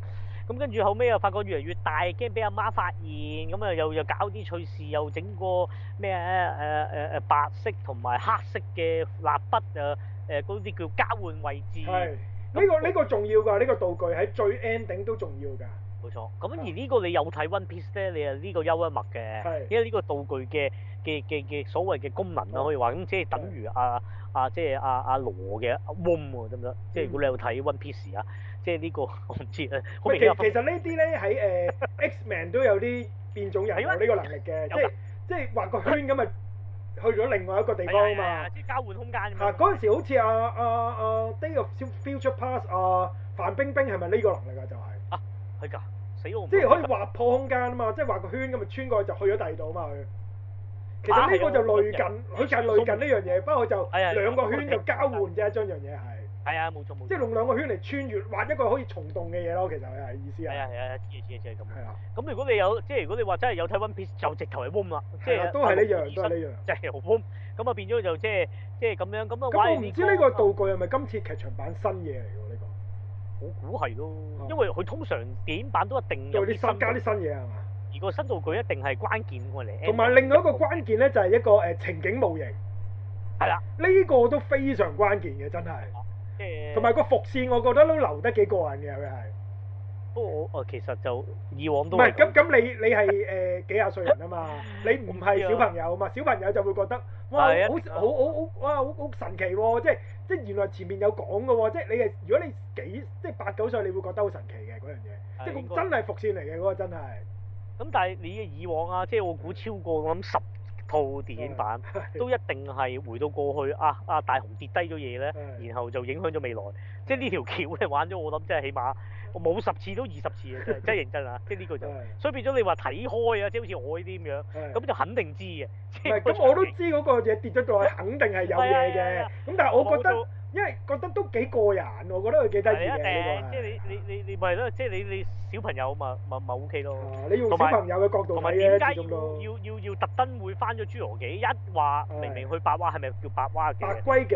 D: 咁跟住後尾又發覺越嚟越大，驚俾阿媽發現，咁啊又又搞啲趣事，又整個咩誒誒誒白色同埋黑色嘅蠟筆誒誒嗰啲叫交換位置，
E: 係呢個呢個重要㗎，呢個道具喺最 ending 都重要㗎，
D: 冇錯。咁
E: 啊
D: 而呢個你有睇 One Piece 咧，你啊呢個優一默嘅
E: 係，
D: 因為呢個道具嘅嘅嘅嘅所謂嘅功能啦，
E: 嗯
D: 可以話咁即係等於啊啊即係啊啊羅嘅 One 喎，得唔得？即係如
E: 嗯
D: 果你有睇 One Piece 啊，即係呢個 我唔知啊，好明
E: 喂其
D: 顯有
E: 其實呢啲 咧喺誒 X-Men 都有啲變種人有呢個能力嘅，即係即係畫個圈咁啊，去咗另外一個地方啊
D: 係
E: 嘛
D: 啊。即係交換空間咁
E: 啊！
D: 樣。
E: 嗰陣時好似啊啊啊 Day of Future Past 啊范冰冰係咪呢個能力啊？就
D: 哦
E: 係、
D: 係㗎，死我唔
E: 即係可以
D: 記得
E: 劃破空間啊嘛，即係畫個圈咁啊，穿過去就去咗第二度啊嘛佢。
D: 啊係
E: 其實呢
D: 啊
E: 個就類近，
D: 我
E: 佢
D: 記得
E: 就係類近呢樣嘢，不過佢就
D: 係啊
E: 兩個圈就交換
D: 我
E: 啫，將樣嘢係，
D: 係啊，冇錯冇錯。
E: 即係用兩個圈嚟穿越，畫一個可以蟲洞嘅嘢咯。其實係意思
D: 係啊
E: 係，
D: 係啊，知啊知啊知啊咁。
E: 係啊，
D: 咁如果你有即係如果你話真係有睇 One Piece 就直頭係 One 啦，即
E: 係啦啊
D: 係，
E: 都係呢
D: 阿羅
E: 樣，
D: 醫
E: 都
D: 生
E: 係呢樣。
D: 即係 One，咁啊變咗就即係即係咁樣咁啊。
E: 咁我唔知呢個道具係咪今次劇場版新嘢嚟㗎喎？呢
D: 我估係咯
E: 啊，
D: 因為佢通常電影版都一定
E: 個
D: 有
E: 有啲
D: 啲
E: 新
D: 新
E: 加啲
D: 嘅，
E: 新嘢係嘛？
D: 而個新道具一定係關鍵過嚟。
E: 同埋另外一個關鍵咧，就係一個誒情景模型。
D: 係啦，
E: 呢個都非常關鍵嘅，真係。
D: 即係
E: 同埋個伏線，我覺得都留得幾過癮嘅，佢係。
D: 不過我哦我其實就以往
E: 唔
D: 都
E: 係咁咁，你你係誒幾廿歲人 啊嘛，你唔係小朋友啊嘛，小朋友就會覺得哇
D: 係啊
E: 好好好好哇好好神奇喎，即係即係原來前面有講嘅喎，即係你係如果你幾即係八九歲，你會覺得好神奇嘅嗰樣嘢，
D: 係
E: 即係
D: 應該
E: 個真係伏線嚟嘅嗰個真係。
D: 咁，但係你嘅以往啊，即係我估超過我諗十套電影
E: 啊
D: 版。都一定係回到過去啊啊！大雄跌低咗嘢咧，
E: 係
D: 然後就影響咗未來。即係呢條橋咧玩咗，我諗真係起碼我冇十次都二十次啊！真係 真係認真啊！即係呢個就，
E: 係
D: 所以變咗你話睇開啊，即係好似我呢啲咁樣，
E: 係
D: 咁就肯定知嘅。即啊
E: 唔係咁我都知嗰個嘢跌咗落去，肯定係有嘢嘅。咁但係我覺得。因為覺得都幾過癮，我覺得佢幾得意嘅呢個
D: 即係
E: 係。
D: 你你你你咪咯，即係你你小朋友咪咪咪 OK 咯。
E: 啊你用小
D: 同埋
E: 朋友嘅角度
D: 同埋
E: 睇
D: 點
E: 嘅，
D: 解
E: 始
D: 要
E: 終都
D: 要要要特登會翻咗侏羅紀？一話
E: 係
D: 明明去白蛙係咪叫白蛙嘅？
E: 白龜幾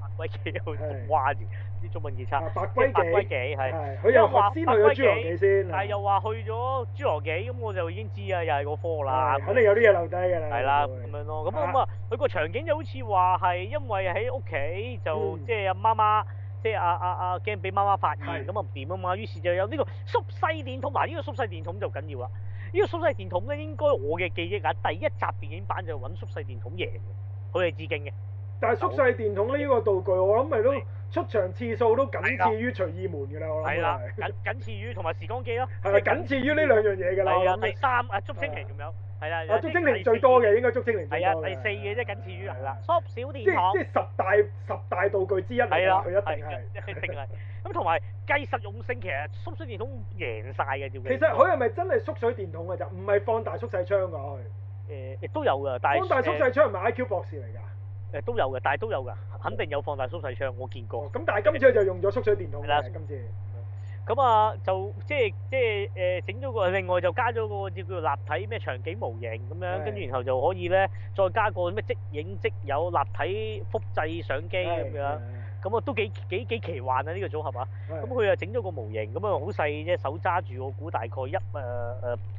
D: 白龜記去
E: 係
D: 讀蛙字，啲中文字差。
E: 啊，白
D: 即係白
E: 龜
D: 龜
E: 幾
D: 記係。
E: 係佢又
D: 因為話
E: 學先去咗
D: 白
E: 侏羅紀先，
D: 但係又話去咗侏羅紀，咁我就已經知啊，又係嗰科啦。
E: 係肯定有啲嘢留低㗎啦。
D: 係啦，
E: 會
D: 咁樣咯。咁
E: 啊
D: 咁啊，佢個場景就好似話係因為喺屋企就
E: 嗯
D: 即係阿媽媽，即係阿阿阿驚俾媽媽發現，
E: 係
D: 咁啊唔掂啊嘛，於是就有呢個縮細電筒。嗱，呢個縮細電筒就緊要啦。呢個縮細電筒咧，應該我嘅記憶啊，第一集電影版就揾縮細電筒贏嘅，佢係致敬嘅。
E: 但係縮細電筒呢個道具，我諗咪都出場次數都僅次於隨意門㗎啦，我諗
D: 係啦
E: 哦啊係，
D: 僅僅次於同埋時光機咯，
E: 係啦，僅次於呢兩樣嘢㗎啦。
D: 係啊，
E: 我諗
D: 第三啊，竹蜻蜓仲有，係啦，
E: 啊，竹精靈最多嘅應該竹精靈最
D: 係啊，
E: 多
D: 第
E: 嘅。
D: 四嘅啫，僅次於係啦
E: 係，
D: 縮小
E: 即
D: 電筒
E: 係即。係十大十大道具之一嚟
D: 係
E: 㗎
D: 啦，
E: 啊佢一定係。
D: 一定係。咁同埋計實用性，其實縮水電筒贏晒嘅，照計
E: 其實佢係咪真係縮水電筒㗎咋？唔係放大縮細槍㗎佢。
D: 誒亦都有㗎，但係
E: 放大縮
D: 誒
E: 細槍唔係 IQ 博士嚟㗎。
D: 誒都有嘅，但係都有㗎，肯定有放大縮細槍，我見過
E: 哦。咁但係今次佢就用咗縮水電筒
D: 係啦
E: 嘅今次。
D: 咁啊，就即係即係誒整咗個，另外就加咗個叫叫立體咩場景模型咁樣，
E: 係
D: 跟住然後就可以咧再加個咩即影即有立體複製相機咁樣，咁啊都幾幾幾奇幻啊呢個組合啊！
E: 係。
D: 咁佢又整咗個模型，咁啊好細啫，手揸住我估大概一誒誒、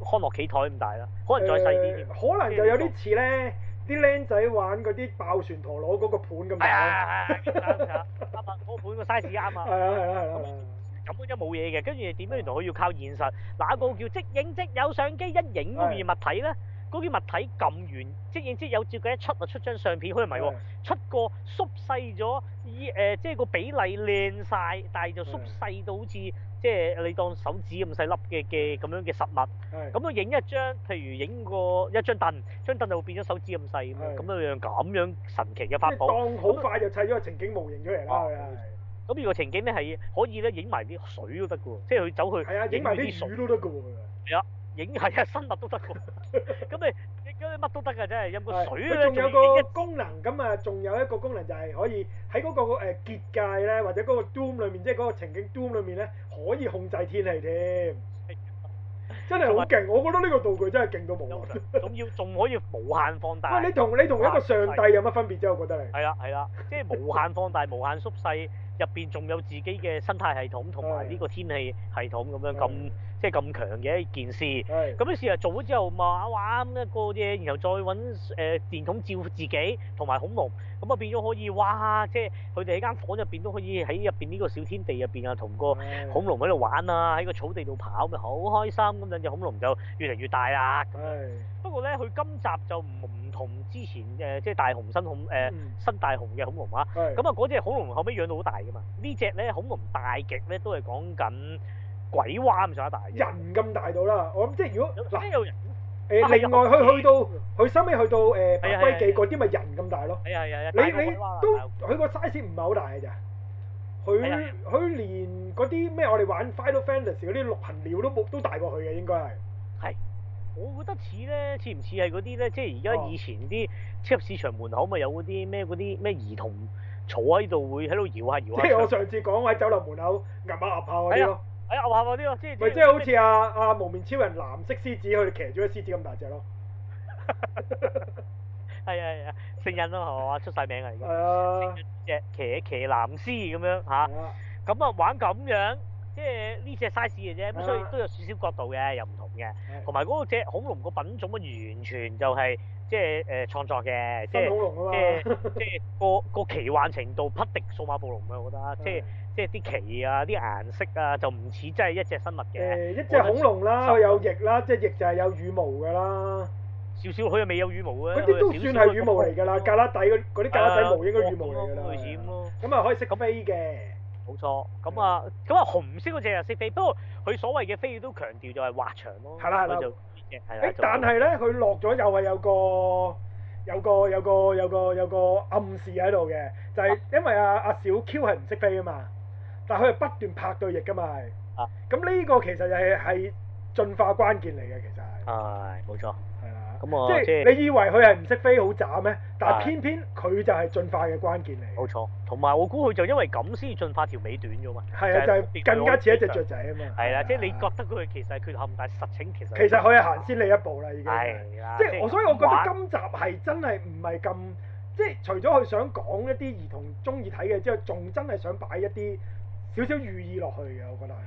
D: 康樂棋台咁大啦，可能再細啲添。
E: 誒可能就有啲似咧，啲僆仔玩嗰啲爆旋陀螺嗰個盤咁
D: 係
E: 大。
D: 啊係啊係啊啱啊啱啊，我盤個 size 啱
E: 係
D: 啊。
E: 啊係啊係啊。
D: 咁樣冇嘢嘅，跟住點樣？原來佢要靠現實，嗱個叫即影即有相機一影嗰件物體咧，嗰件物體撳完即影即有照佢一出啊就出張相片，佢唔係喎，出個縮細咗，以誒、即係個比例靚晒，但係就縮細到好似即係你當手指咁細粒嘅嘅咁樣嘅實物。
E: 係。
D: 咁佢影一張，譬如影個一張凳，張凳就會變咗手指咁細咁樣，
E: 係
D: 咁樣樣咁樣神奇嘅法
E: 即係
D: 寶。
E: 當好快就砌咗個情景模型出嚟
D: 哦
E: 啦，佢係
D: 咁呢個情景咧係可以咧影埋啲水都得嘅喎，即係佢走去
E: 係啊，影埋
D: 佢
E: 啲
D: 水，
E: 魚都得嘅喎，
D: 影係啊生物都得嘅 喎。咁你你嗰啲乜都得㗎，真係有
E: 佢係
D: 個水
E: 佢
D: 咧，
E: 仲有
D: 影
E: 個
D: 一
E: 功能咁啊，仲有一個功能就係可以喺嗰個誒結界咧，或者嗰個 Doom 裏面，即係嗰個情景 Doom 裏面咧，可以控制天氣添，真係好勁！我覺得呢個道具真係勁到無
D: 有
E: 論。
D: 仲要仲可以無限放大。
E: 喂，你同你同一個上帝有乜分別啫？我覺得你。
D: 係啦係啦，即係無限放大、無限縮細，入邊仲有自己嘅生態系統同埋呢個天氣系統咁樣咁即係咁強嘅一件事。
E: 係。
D: 咁於是啊做咗之後嘛玩一個嘢，然後再揾誒、呃、電筒照自己同埋恐龍，咁啊變咗可以哇！即係佢哋喺間房入邊都可以喺入邊呢個小天地入邊啊，同個
E: 係
D: 恐龍喺度玩啊，喺個草地度跑，咪好開心咁兩隻恐龍就越嚟越大啦。
E: 係。
D: 不過咧，佢今集就唔唔同之前誒、呃即係大雄新恐誒、呃
E: 嗯
D: 新大雄嘅恐龍啊。
E: 係。
D: 咁啊，嗰只恐龍後尾養到好大噶嘛。呢只咧恐龍大極咧都係講緊鬼蛙咁上下大嘅。
E: 人咁大到啦，我諗即係如果
D: 有
E: 嗱
D: 真有人
E: 誒，另外佢去到佢收尾去到誒白
D: 係啊
E: 龜
D: 係
E: 記
D: 啊
E: 嗰啲咪人咁大咯。
D: 係啊係啊，
E: 你
D: 大過
E: 你
D: 鬼娃啦
E: 都
D: 大過
E: 佢個 size 唔係好大嘅咋，
D: 係
E: 佢
D: 啊
E: 佢連嗰啲咩我哋玩 Final Fantasy 嗰啲陸行鳥都冇都大過佢嘅應該係，
D: 我覺得似咧，似唔似係嗰啲咧？即係而家
E: 哦
D: 以前啲超級市場門口咪有嗰啲咩嗰啲咩兒童坐喺度會喺度搖下搖下
E: 即係
D: 唱。
E: 我上次講喺酒樓門口吟下吟下嗰啲咯，
D: 啊係啊，牛下嗰啲咯，即係
E: 咪即係好似阿阿無面超人藍色獅子佢騎住個獅子咁大隻咯，
D: 係啊係啊，聖人咯係嘛，出晒名啊而
E: 係
D: 家。
E: 啊
D: 聖，人隻騎騎藍獅咁樣嚇。
E: 係啊
D: 咁啊玩咁樣，即係呢只 size 嘅啫，咁所以
E: 啊
D: 都有少少角度嘅，又唔同嘅。
E: 係
D: 同埋嗰只恐龍個品種啊，完全就係、即係誒、呃、創作嘅，即
E: 新
D: 係
E: 恐龍啊
D: 即
E: 嘛
D: 係，即係個個奇幻程度匹敵數碼暴龍啊嘅，我覺得
E: 嗯
D: 即係即係啲旗啊、啲顏色啊，就唔似真係一隻生物嘅，
E: 誒一隻恐龍啦，佢有翼啦，即係翼就係有羽毛㗎啦，
D: 少少佢又未有羽毛嘅，
E: 嗰啲都
D: 佢有
E: 算
D: 少少
E: 係羽毛嚟㗎啦，格拉底嗰嗰啲格拉底毛應該羽毛嚟
D: 係
E: 㗎
D: 啊類似啊咁
E: 啦，
D: 咯。
E: 咁啊可以識飛嘅，
D: 冇錯，咁啊，咁啊紅色嗰只又識飛，不過佢所謂嘅飛都強調就係滑翔咯，
E: 係啦係啦
D: 佢就係啊啦
E: 誒，但係咧，佢落咗又係有個有個有個有個有個暗示喺度嘅，就係、因為阿、啊、阿、小 Q 係唔識飛啊嘛，但係佢係不斷拍對翼噶嘛係
D: 啊，
E: 咁呢個其實係係進化關鍵嚟嘅，其實係
D: 係冇錯，
E: 係啦，
D: 啊咁
E: 即
D: 啊，即係啊
E: 係你以為佢係唔識飛好渣咩？
D: 係
E: 但係偏偏佢就係進化嘅關鍵嚟。
D: 冇錯。同埋我估佢就因為咁先進化條尾短咗嘛。
E: 係啊，就係、更加似一隻雀仔啊嘛。
D: 係啦，即係你
E: 啊
D: 覺得佢其實係缺陷，但係實情其實
E: 其實佢係行先你一步啦，已經係。
D: 係啦，
E: 啊即係我，所以我覺
D: 玩
E: 得今集係真係唔係咁，即係除咗佢想講一啲兒童中意睇嘅之外，仲真係想擺一啲少少寓意落去嘅，我覺得係，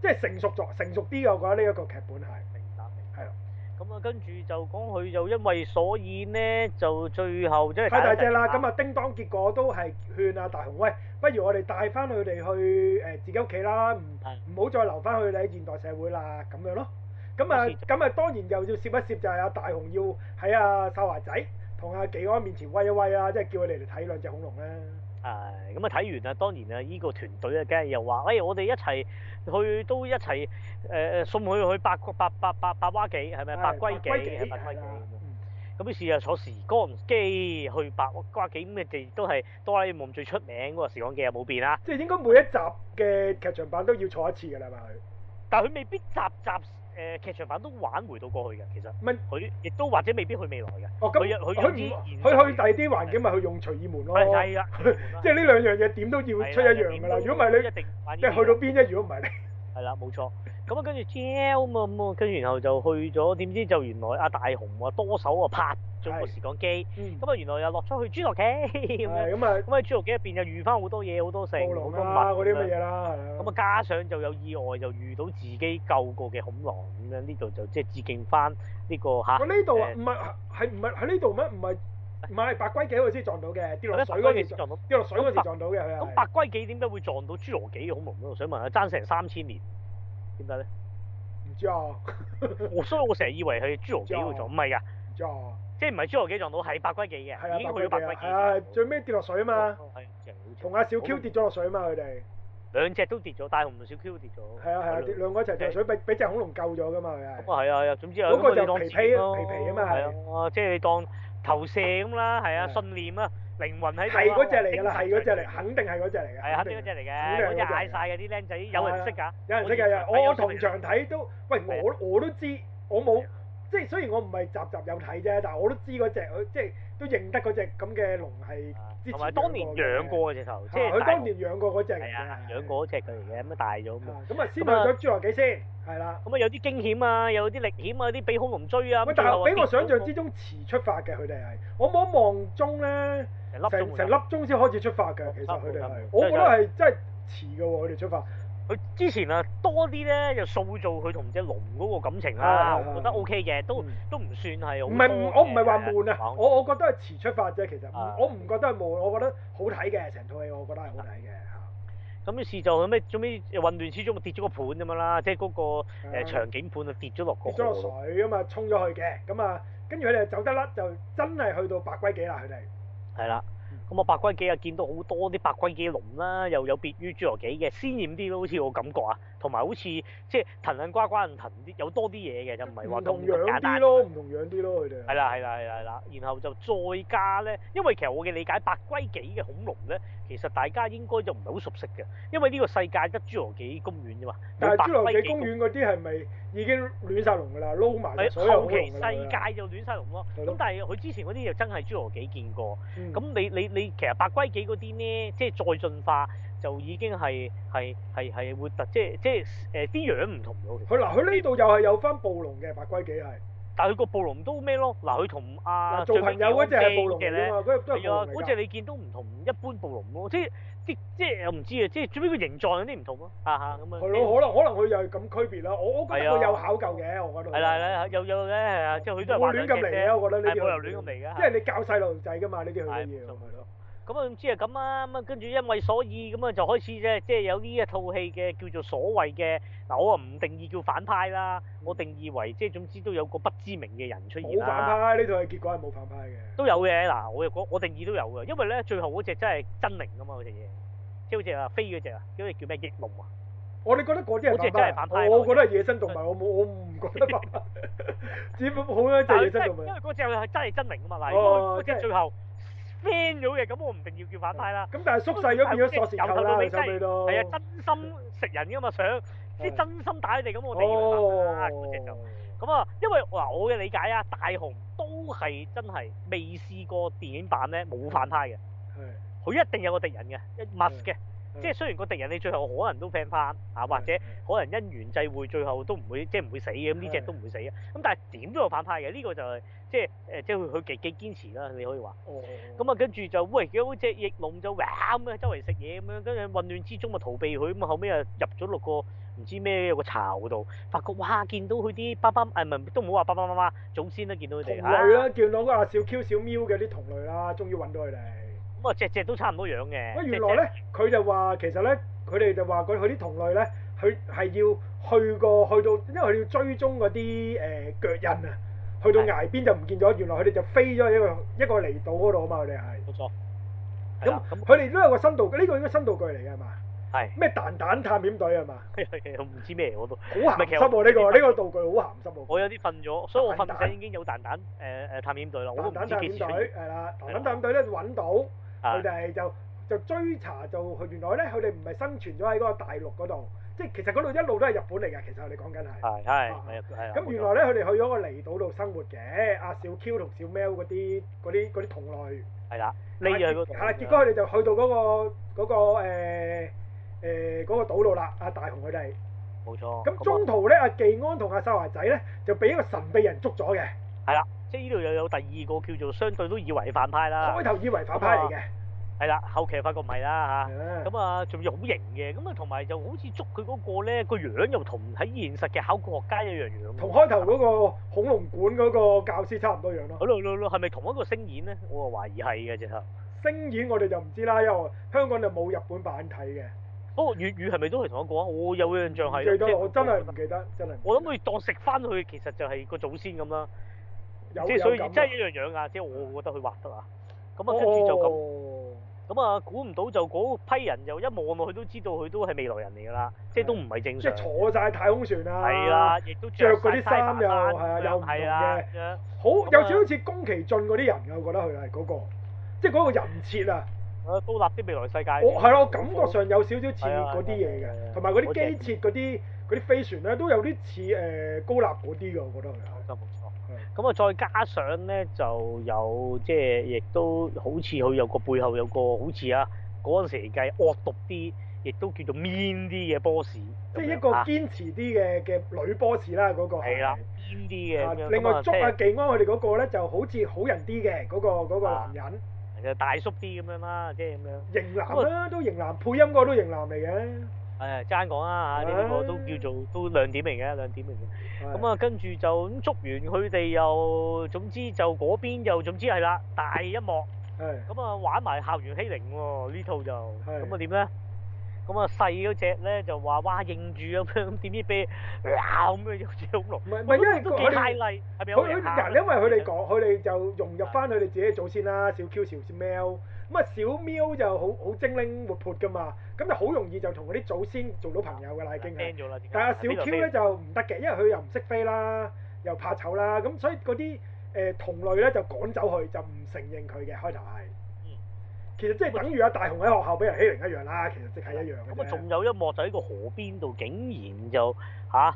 E: 即係成熟咗、成熟啲嘅，我覺得呢一個劇本係
D: 明白明白
E: 係啦，
D: 咁啊，跟住就講佢就因為所以呢，就最後即係
E: 太大隻啦。咁啊，叮當結果都係勸啊大雄喂，不如我哋帶翻佢哋去誒、呃自己屋企啦，唔
D: 係
E: 唔好再留翻佢哋喺現代社會啦，咁樣咯。咁啊
D: 好似就
E: 咁啊，當然又要攝一攝就係阿大雄要喺阿秀華仔同阿技安面前威一威啦，即係叫佢哋嚟睇兩隻恐龍啦。
D: 係咁啊，睇完啦，當然啊，依個團隊啊，梗係又話，哎，我哋一齊去都一齊誒誒送佢去白白白白白蛙記係咪？白龜記
E: 龜
D: 係白龜
E: 係
D: 記
E: 啦
D: 咁樣。
E: 嗯
D: 咁於啊是就坐時光機去白瓜幾咁嘅地，都係哆啦 A 夢最出名嗰個時光機啊，冇變啦。
E: 即係應該每一集嘅劇場版都要坐一次㗎啦係嘛佢，
D: 但係佢未必集集誒、呃、劇場版都玩回到過去嘅，其實
E: 咪
D: 佢亦都或者未必去未來嘅。
E: 哦咁
D: 佢有
E: 佢
D: 佢有啲
E: 唔
D: 現
E: 佢去第二啲環境咪去用隨意門咯，
D: 係係啦，
E: 哦即係呢兩樣嘢點都要出一樣㗎啦。如果唔係你
D: 一定玩
E: 你
D: 啊呢
E: 去
D: 啲
E: 到邊啫？如果唔係你
D: 係啦，冇錯。咁啊，跟住 gel 咁啊咁啊，跟住然後就去咗，點知就原來阿大雄啊多手啊拍咗個
E: 係
D: 時光機，
E: 嗯
D: 咁啊原來又落咗去侏羅紀咁樣，
E: 係咁啊
D: 咁喺侏羅紀入邊又遇翻好多嘢，好多成，
E: 暴
D: 好多物
E: 龍啊嗰啲
D: 咁樣
E: 乜嘢啦，係啦
D: 咁啊，加上就有意外，就遇到自己救過嘅恐龍咁樣，呢度就即係致敬翻呢個嚇
E: 我。呢度啊
D: 誒
E: 唔係係唔係喺呢度咩？唔係唔係白龜幾嗰時撞到嘅，跌落
D: 咁
E: 水
D: 白
E: 嗰
D: 龜
E: 時
D: 記撞
E: 撞
D: 到，
E: 跌落水嗰時撞到嘅佢係
D: 咁白龜記點解會撞到侏羅紀嘅恐龍咧？我想問下，爭成三千年，點解咧？
E: 唔知啊，唔
D: 我所以我成日以為係侏羅紀會撞，唔係㗎，
E: 知啊，
D: 即係唔係侏羅紀撞到，係白龜記
E: 係啊
D: 嘅，已經去
E: 白
D: 咗白
E: 龜
D: 龜
E: 幾
D: 記
E: 係啊
D: 嘅。
E: 最尾跌落水啊嘛，
D: 係正哦好似
E: 同阿小 Q 跌咗落水啊嘛佢哋。
D: 兩隻都跌咗，大雄同小 Q 跌咗。
E: 係啊係啊，
D: 咁
E: 兩個一齊游水，俾俾只恐龍救咗噶嘛佢係。
D: 啊係啊係啊，總之啊，
E: 嗰個
D: 咁你
E: 就
D: 當
E: 皮皮
D: 自然咯
E: 皮皮啊嘛係
D: 係啊，即係你當投射咁啦，係啊，
E: 係
D: 信念啊，靈魂喺度啦。啊
E: 係嗰只嚟㗎啦，
D: 精神
E: 係嗰只
D: 上
E: 嚟，
D: 面
E: 肯定係嗰只嚟嘅。
D: 係肯定嗰只嚟
E: 肯定
D: 嘅，
E: 係
D: 嗰
E: 嗰
D: 只
E: 隻啊
D: 嗌晒嘅啲僆仔，有人識㗎，
E: 有人識嘅，
D: 我以前
E: 我我
D: 睇有
E: 同
D: 識啊
E: 場睇都，喂我我都知，我冇即係雖然我唔係集集有睇啫，但係我都知嗰只，佢即係都認得嗰只咁嘅龍係之前
D: 同埋當年養
E: 過嘅，
D: 過嘅隻頭，即
E: 係
D: 係
E: 佢當年養過嗰只嚟
D: 係啊
E: 嘅，
D: 養過嗰只佢嚟嘅，咁啊大咗咁啊，
E: 啊。咁啊，先去咗侏羅紀先，係啦。
D: 咁啊有啲驚險啊，有啲歷險啊，有啲俾恐龍追啊，
E: 喂
D: 咁，
E: 但
D: 最後
E: 係
D: 啊
E: 俾我想象之中遲出發嘅佢哋係，我望一望鐘咧。
D: 成粒
E: 成
D: 鐘哦
E: 成粒鐘先開始出發嘅，其實佢哋係，我覺得係真係遲嘅喎，佢哋出發。
D: 佢之前啊多啲咧，就塑造佢同只龍嗰個感情啦，
E: 係係係
D: 我覺得 OK 嘅，都
E: 啊嗯
D: 都唔算係好
E: 唔係
D: 多
E: 唔
D: 嘅
E: 我唔係話悶啊，我我覺得係遲出發啫，其實
D: 啊
E: 唔我唔覺得係悶，我覺得好睇嘅，成套戲我覺得係好睇嘅
D: 啊
E: 嚇。
D: 咁於是就咩，最尾呃混亂之中跌咗個盤咁樣啦，即係嗰個誒
E: 係啊
D: 場景盤啊跌咗落個
E: 跌咗
D: 河
E: 落水啊嘛，衝咗去嘅，咁啊，跟住佢哋就走得甩，就真係去到白龜幾啦，佢哋。
D: 係啦。咁啊，白龜記啊，見到好多啲白龜記龍啦，又有別於侏羅紀嘅鮮豔啲咯，好似我感覺啊，同埋好似即係騰騰瓜瓜騰啲，有多啲嘢嘅，就唔係話咁
E: 唔嗯同
D: 咁
E: 樣
D: 簡
E: 啲
D: 單。
E: 咯，唔同樣啲咯，佢哋。
D: 係啦，係啦，係啦，係啦。然後就再加咧，因為其實我嘅理解，白龜紀嘅恐龍咧，其實大家應該就唔係好熟悉嘅，因為呢個世界得侏羅紀公園啫嘛。
E: 但係
D: 冇白
E: 侏羅
D: 龜
E: 紀公園嗰啲係咪已經亂晒龍㗎啦，撈埋晒所
D: 係
E: 有
D: 後
E: 恐
D: 期
E: 龍
D: 世
E: 㗎啦佢哋
D: 界就亂晒龍咯。
E: 係
D: 咁
E: 咯
D: 但係佢之前嗰啲就真係侏羅紀見過。
E: 嗯
D: 咁你你你其實白龜紀嗰啲咧，即係再進化就已經係係係係會突，即係即係誒啲樣唔同咗。其實
E: 佢嗱，佢呢度又係有翻暴龍嘅白龜幾係。
D: 但係佢個暴龍都咩咯？嗱，佢同阿
E: 嗱，做朋友嗰隻係暴龍嚟㗎嘛，嗰隻都係
D: 係
E: 暴
D: 啊，
E: 龍嚟
D: 嗰
E: 㗎
D: 隻你見到唔同一般暴龍咯，即係即即係我唔知啊，即係最尾個形狀有啲唔同咯，啊嚇咁啊。
E: 係咯，可能可能佢又係咁區別啦。我我覺
D: 係
E: 得
D: 啊
E: 佢有考究嘅，我覺得。
D: 係啦係啦，有有嘅係啊，即係佢都係
E: 冇
D: 玩
E: 亂
D: 兩
E: 咁嚟嘅，我覺得呢
D: 係
E: 啲。
D: 冇理由亂咁嚟嘅。
E: 即係你教細路仔㗎嘛，呢啲佢
D: 係
E: 都
D: 冇錯
E: 要。
D: 冇錯咁啊，唔知係咁啊，咁啊，跟住因為所以咁啊，就開始啫，即係有呢一套戲嘅叫做所謂嘅嗱，我啊唔定義叫反派啦，我定義為即係總之都有個不知名嘅人出現
E: 冇嗯反
D: 啦，
E: 派，呢套係結果係冇反派嘅。
D: 都有嘅嗱，我又覺我定義都有嘅，因為咧最後嗰隻真係真靈啊嘛嗰隻嘢，即係好似啊飛嗰隻啊，嗰隻叫咩翼龍啊，
E: 我哋覺得嗰啲
D: 好似真
E: 係
D: 係
E: 反
D: 反
E: 派
D: 派
E: 啊，
D: 嚟
E: 我覺得係野生動物，我冇我唔覺得反派。只不過好多
D: 但係
E: 隻野
D: 真係
E: 生動物
D: 因。為嗰隻係真係真靈啊嘛，嗱，
E: 哦
D: 如果嗰
E: 即
D: 隻
E: 係
D: 最後 friend 咗嘅，咁我唔定義叫反派啦，
E: 咁但係縮細咗變咗鎖匙扣啦，
D: 由頭到尾
E: 收尾都。
D: 係哦啊，真心食人噶嘛想，即係真心打你哋咁，我定義為反派啦嗰隻就。
E: 哦。
D: 咁啊，因為嗱我嘅理解啊，大雄都係真係未試過電影版咧冇反派嘅，
E: 係
D: 佢一定有個敵人嘅，一 must 嘅。即係雖然個敵人你最後可能都 friend 翻啊，或者可能因緣際會最後都唔會即係唔會死嘅，咁呢只都唔會死嘅。咁但係點都有反派嘅，呢、個就係、即係誒，即係佢佢幾幾堅持啦，你可以話。
E: 哦，
D: 咁啊，跟住就喂，有隻翼龍就哇咁樣周圍食嘢咁樣，跟住混亂之中啊逃避佢，咁啊後尾啊入咗落個唔知咩個巢度，發覺哇見到佢啲爸爸誒唔係都唔好話爸爸媽媽祖先啦，見到佢
E: 同
D: 哋
E: 類
D: 啊
E: 啦，見到嗰阿小 Q 小喵嘅啲同類啦，終於揾到佢哋。
D: 咁啊隻隻都差唔多樣嘅。
E: 喂，
D: 隻
E: 原
D: 隻
E: 來咧，佢就話其實咧，佢哋就話佢佢啲同類咧，佢係要去過去到，因為佢要追蹤嗰啲誒腳印啊，去到
D: 係
E: 崖邊就唔見咗，原來佢哋就飛咗一個一個離島嗰度啊嘛，佢哋係。
D: 冇錯。係
E: 咁
D: 啦咁
E: 佢哋都有個新道具，呢、個應該新道具嚟嘅係嘛？
D: 係
E: 咩蛋蛋探險隊係啊嘛？
D: 我唔知咩我都。
E: 好鹹濕喎呢個呢個道具好鹹濕喎。
D: 我有啲瞓咗，所以我
E: 蛋
D: 瞓
E: 蛋
D: 醒已經有蛋蛋誒誒探險隊啦，我都
E: 蛋
D: 唔
E: 蛋
D: 知
E: 探
D: 幾
E: 險
D: 時出現
E: 隊係啦，蛋蛋探險隊咧揾到佢
D: 啊！
E: 哋就就追查就佢原來咧佢哋唔係生存咗喺嗰個大陸嗰度，即係其實嗰度一路都係日本嚟㗎，其實我哋講緊係。
D: 係係係係啊
E: 咁原來咧，佢哋去咗個離島度生活嘅，阿小 Q 同小喵嗰啲嗰啲嗰啲同類。
D: 係啦，呢樣嗰度
E: 係啦，結果佢哋就去到嗰個嗰個誒誒嗰個島度啦，阿大雄佢哋。
D: 冇錯。
E: 咁
D: 啊
E: 中途咧，阿技安同阿秀華仔咧就俾一個神秘人捉咗嘅，
D: 即係呢度又有第二個叫做相對都以為反派啦
E: 開，頭以為反派嚟嘅，
D: 係啦，後期發覺唔係啦嚇。
E: 咁
D: 咁啊，仲要好型嘅，咁啊，同埋就好似捉佢嗰個咧，個樣又同喺現實嘅考古學家一樣樣。
E: 同開頭嗰個恐龍館嗰個教師差唔多樣
D: 好
E: 咯。
D: 咯，好咯，係咪同一個聲演咧？我啊懷疑係嘅啫嚇。
E: 星演我哋就唔知啦，因為香港就冇日本版睇嘅，
D: 不過粵語係咪都係同一個啊？我有印象係。
E: 最多我真係唔記得，真係唔記得。
D: 我諗佢當食翻佢，其實就係個祖先咁啦，即
E: 有
D: 係所以
E: 有哦
D: 真
E: 咁
D: 係一樣樣啊！即係我覺得佢畫得啊，咁啊跟住就咁，
E: 咁。
D: 咁啊估唔到就嗰批人就一望落去都知道佢都係未來人嚟㗎啦，即係都唔係正
E: 即係
D: 常，
E: 坐晒太空船啊！
D: 係，啦，亦都
E: 着
D: 晒
E: 嗰啲
D: 大
E: 衫又
D: 白
E: 係啊又唔同
D: 係啦，
E: 嘅
D: 咁樣
E: 好有
D: 咁啊
E: 少少似宮崎駿嗰啲人嘅，我覺得佢係嗰個，即係嗰個人設啊！
D: 啊都立啲未來世界。
E: 我哦係咯，我感覺上有少少似嗰啲嘢
D: 係啊係啊係啊
E: 嘅，同埋嗰啲機設嗰啲嗰啲飛船咧，都有啲似誒呃高立嗰啲嘅，我覺
D: 冇
E: 得佢係。
D: 錯冇錯。咁啊，再加上咧就有即係亦都好似佢有個背後有個好似啊嗰陣時嚟計惡毒啲，亦都叫做 mean 啲嘅 boss 咁樣。
E: 即係一個
D: 啊
E: 堅持啲嘅嘅女 boss 啦，嗰個係
D: 係啦，堅啲嘅
E: 啊
D: 咁樣。
E: 另
D: 咁
E: 外
D: 啊
E: 捉
D: 即
E: 阿
D: 係啊
E: 技安佢哋嗰個咧，就好似好人啲嘅嗰個嗰個男人，
D: 就大叔啲咁樣啦，即係咁樣。
E: 型男
D: 咁啊
E: 啦，都型男，配音嗰個都型男嚟嘅。
D: 誒，爭講啦嚇，呢呢個都叫做都亮點嚟嘅，亮點嚟嘅。咁
E: 啊，
D: 啊，跟住就咁捉完佢哋又，總之就嗰邊又總之係啦，大一幕。
E: 係
D: 咁啊，玩埋校園欺凌喎，呢套就
E: 係
D: 咁啊點咧？咁啊細嗰只咧就話哇認住咁樣， 點知俾哇咁樣好似恐龍，
E: 唔係唔係，因為
D: 都幾
E: 佢
D: 太
E: 哋。
D: 麗，係咪有
E: 佢佢
D: 人
E: 嗱，因為佢哋講，佢哋就融入翻佢哋自己嘅祖先啦，小 Q、小喵。咁啊，小喵就好好精靈活潑噶嘛，咁就好容易就同嗰啲祖先做到朋友噶啦，已經係。啊
D: 驚咗啦，點解
E: 但係小 Q 咧，就唔得嘅，因為佢又唔識飛啦，又怕醜啦，咁所以嗰啲誒同類咧就趕走佢，就唔承認佢嘅開頭係。
D: 嗯
E: 其實即係等於阿大雄喺學校俾人欺凌一樣啦，其實即係一樣嘅
D: 咁啊
E: 啫。
D: 仲有一幕就喺個河邊度，竟然就嚇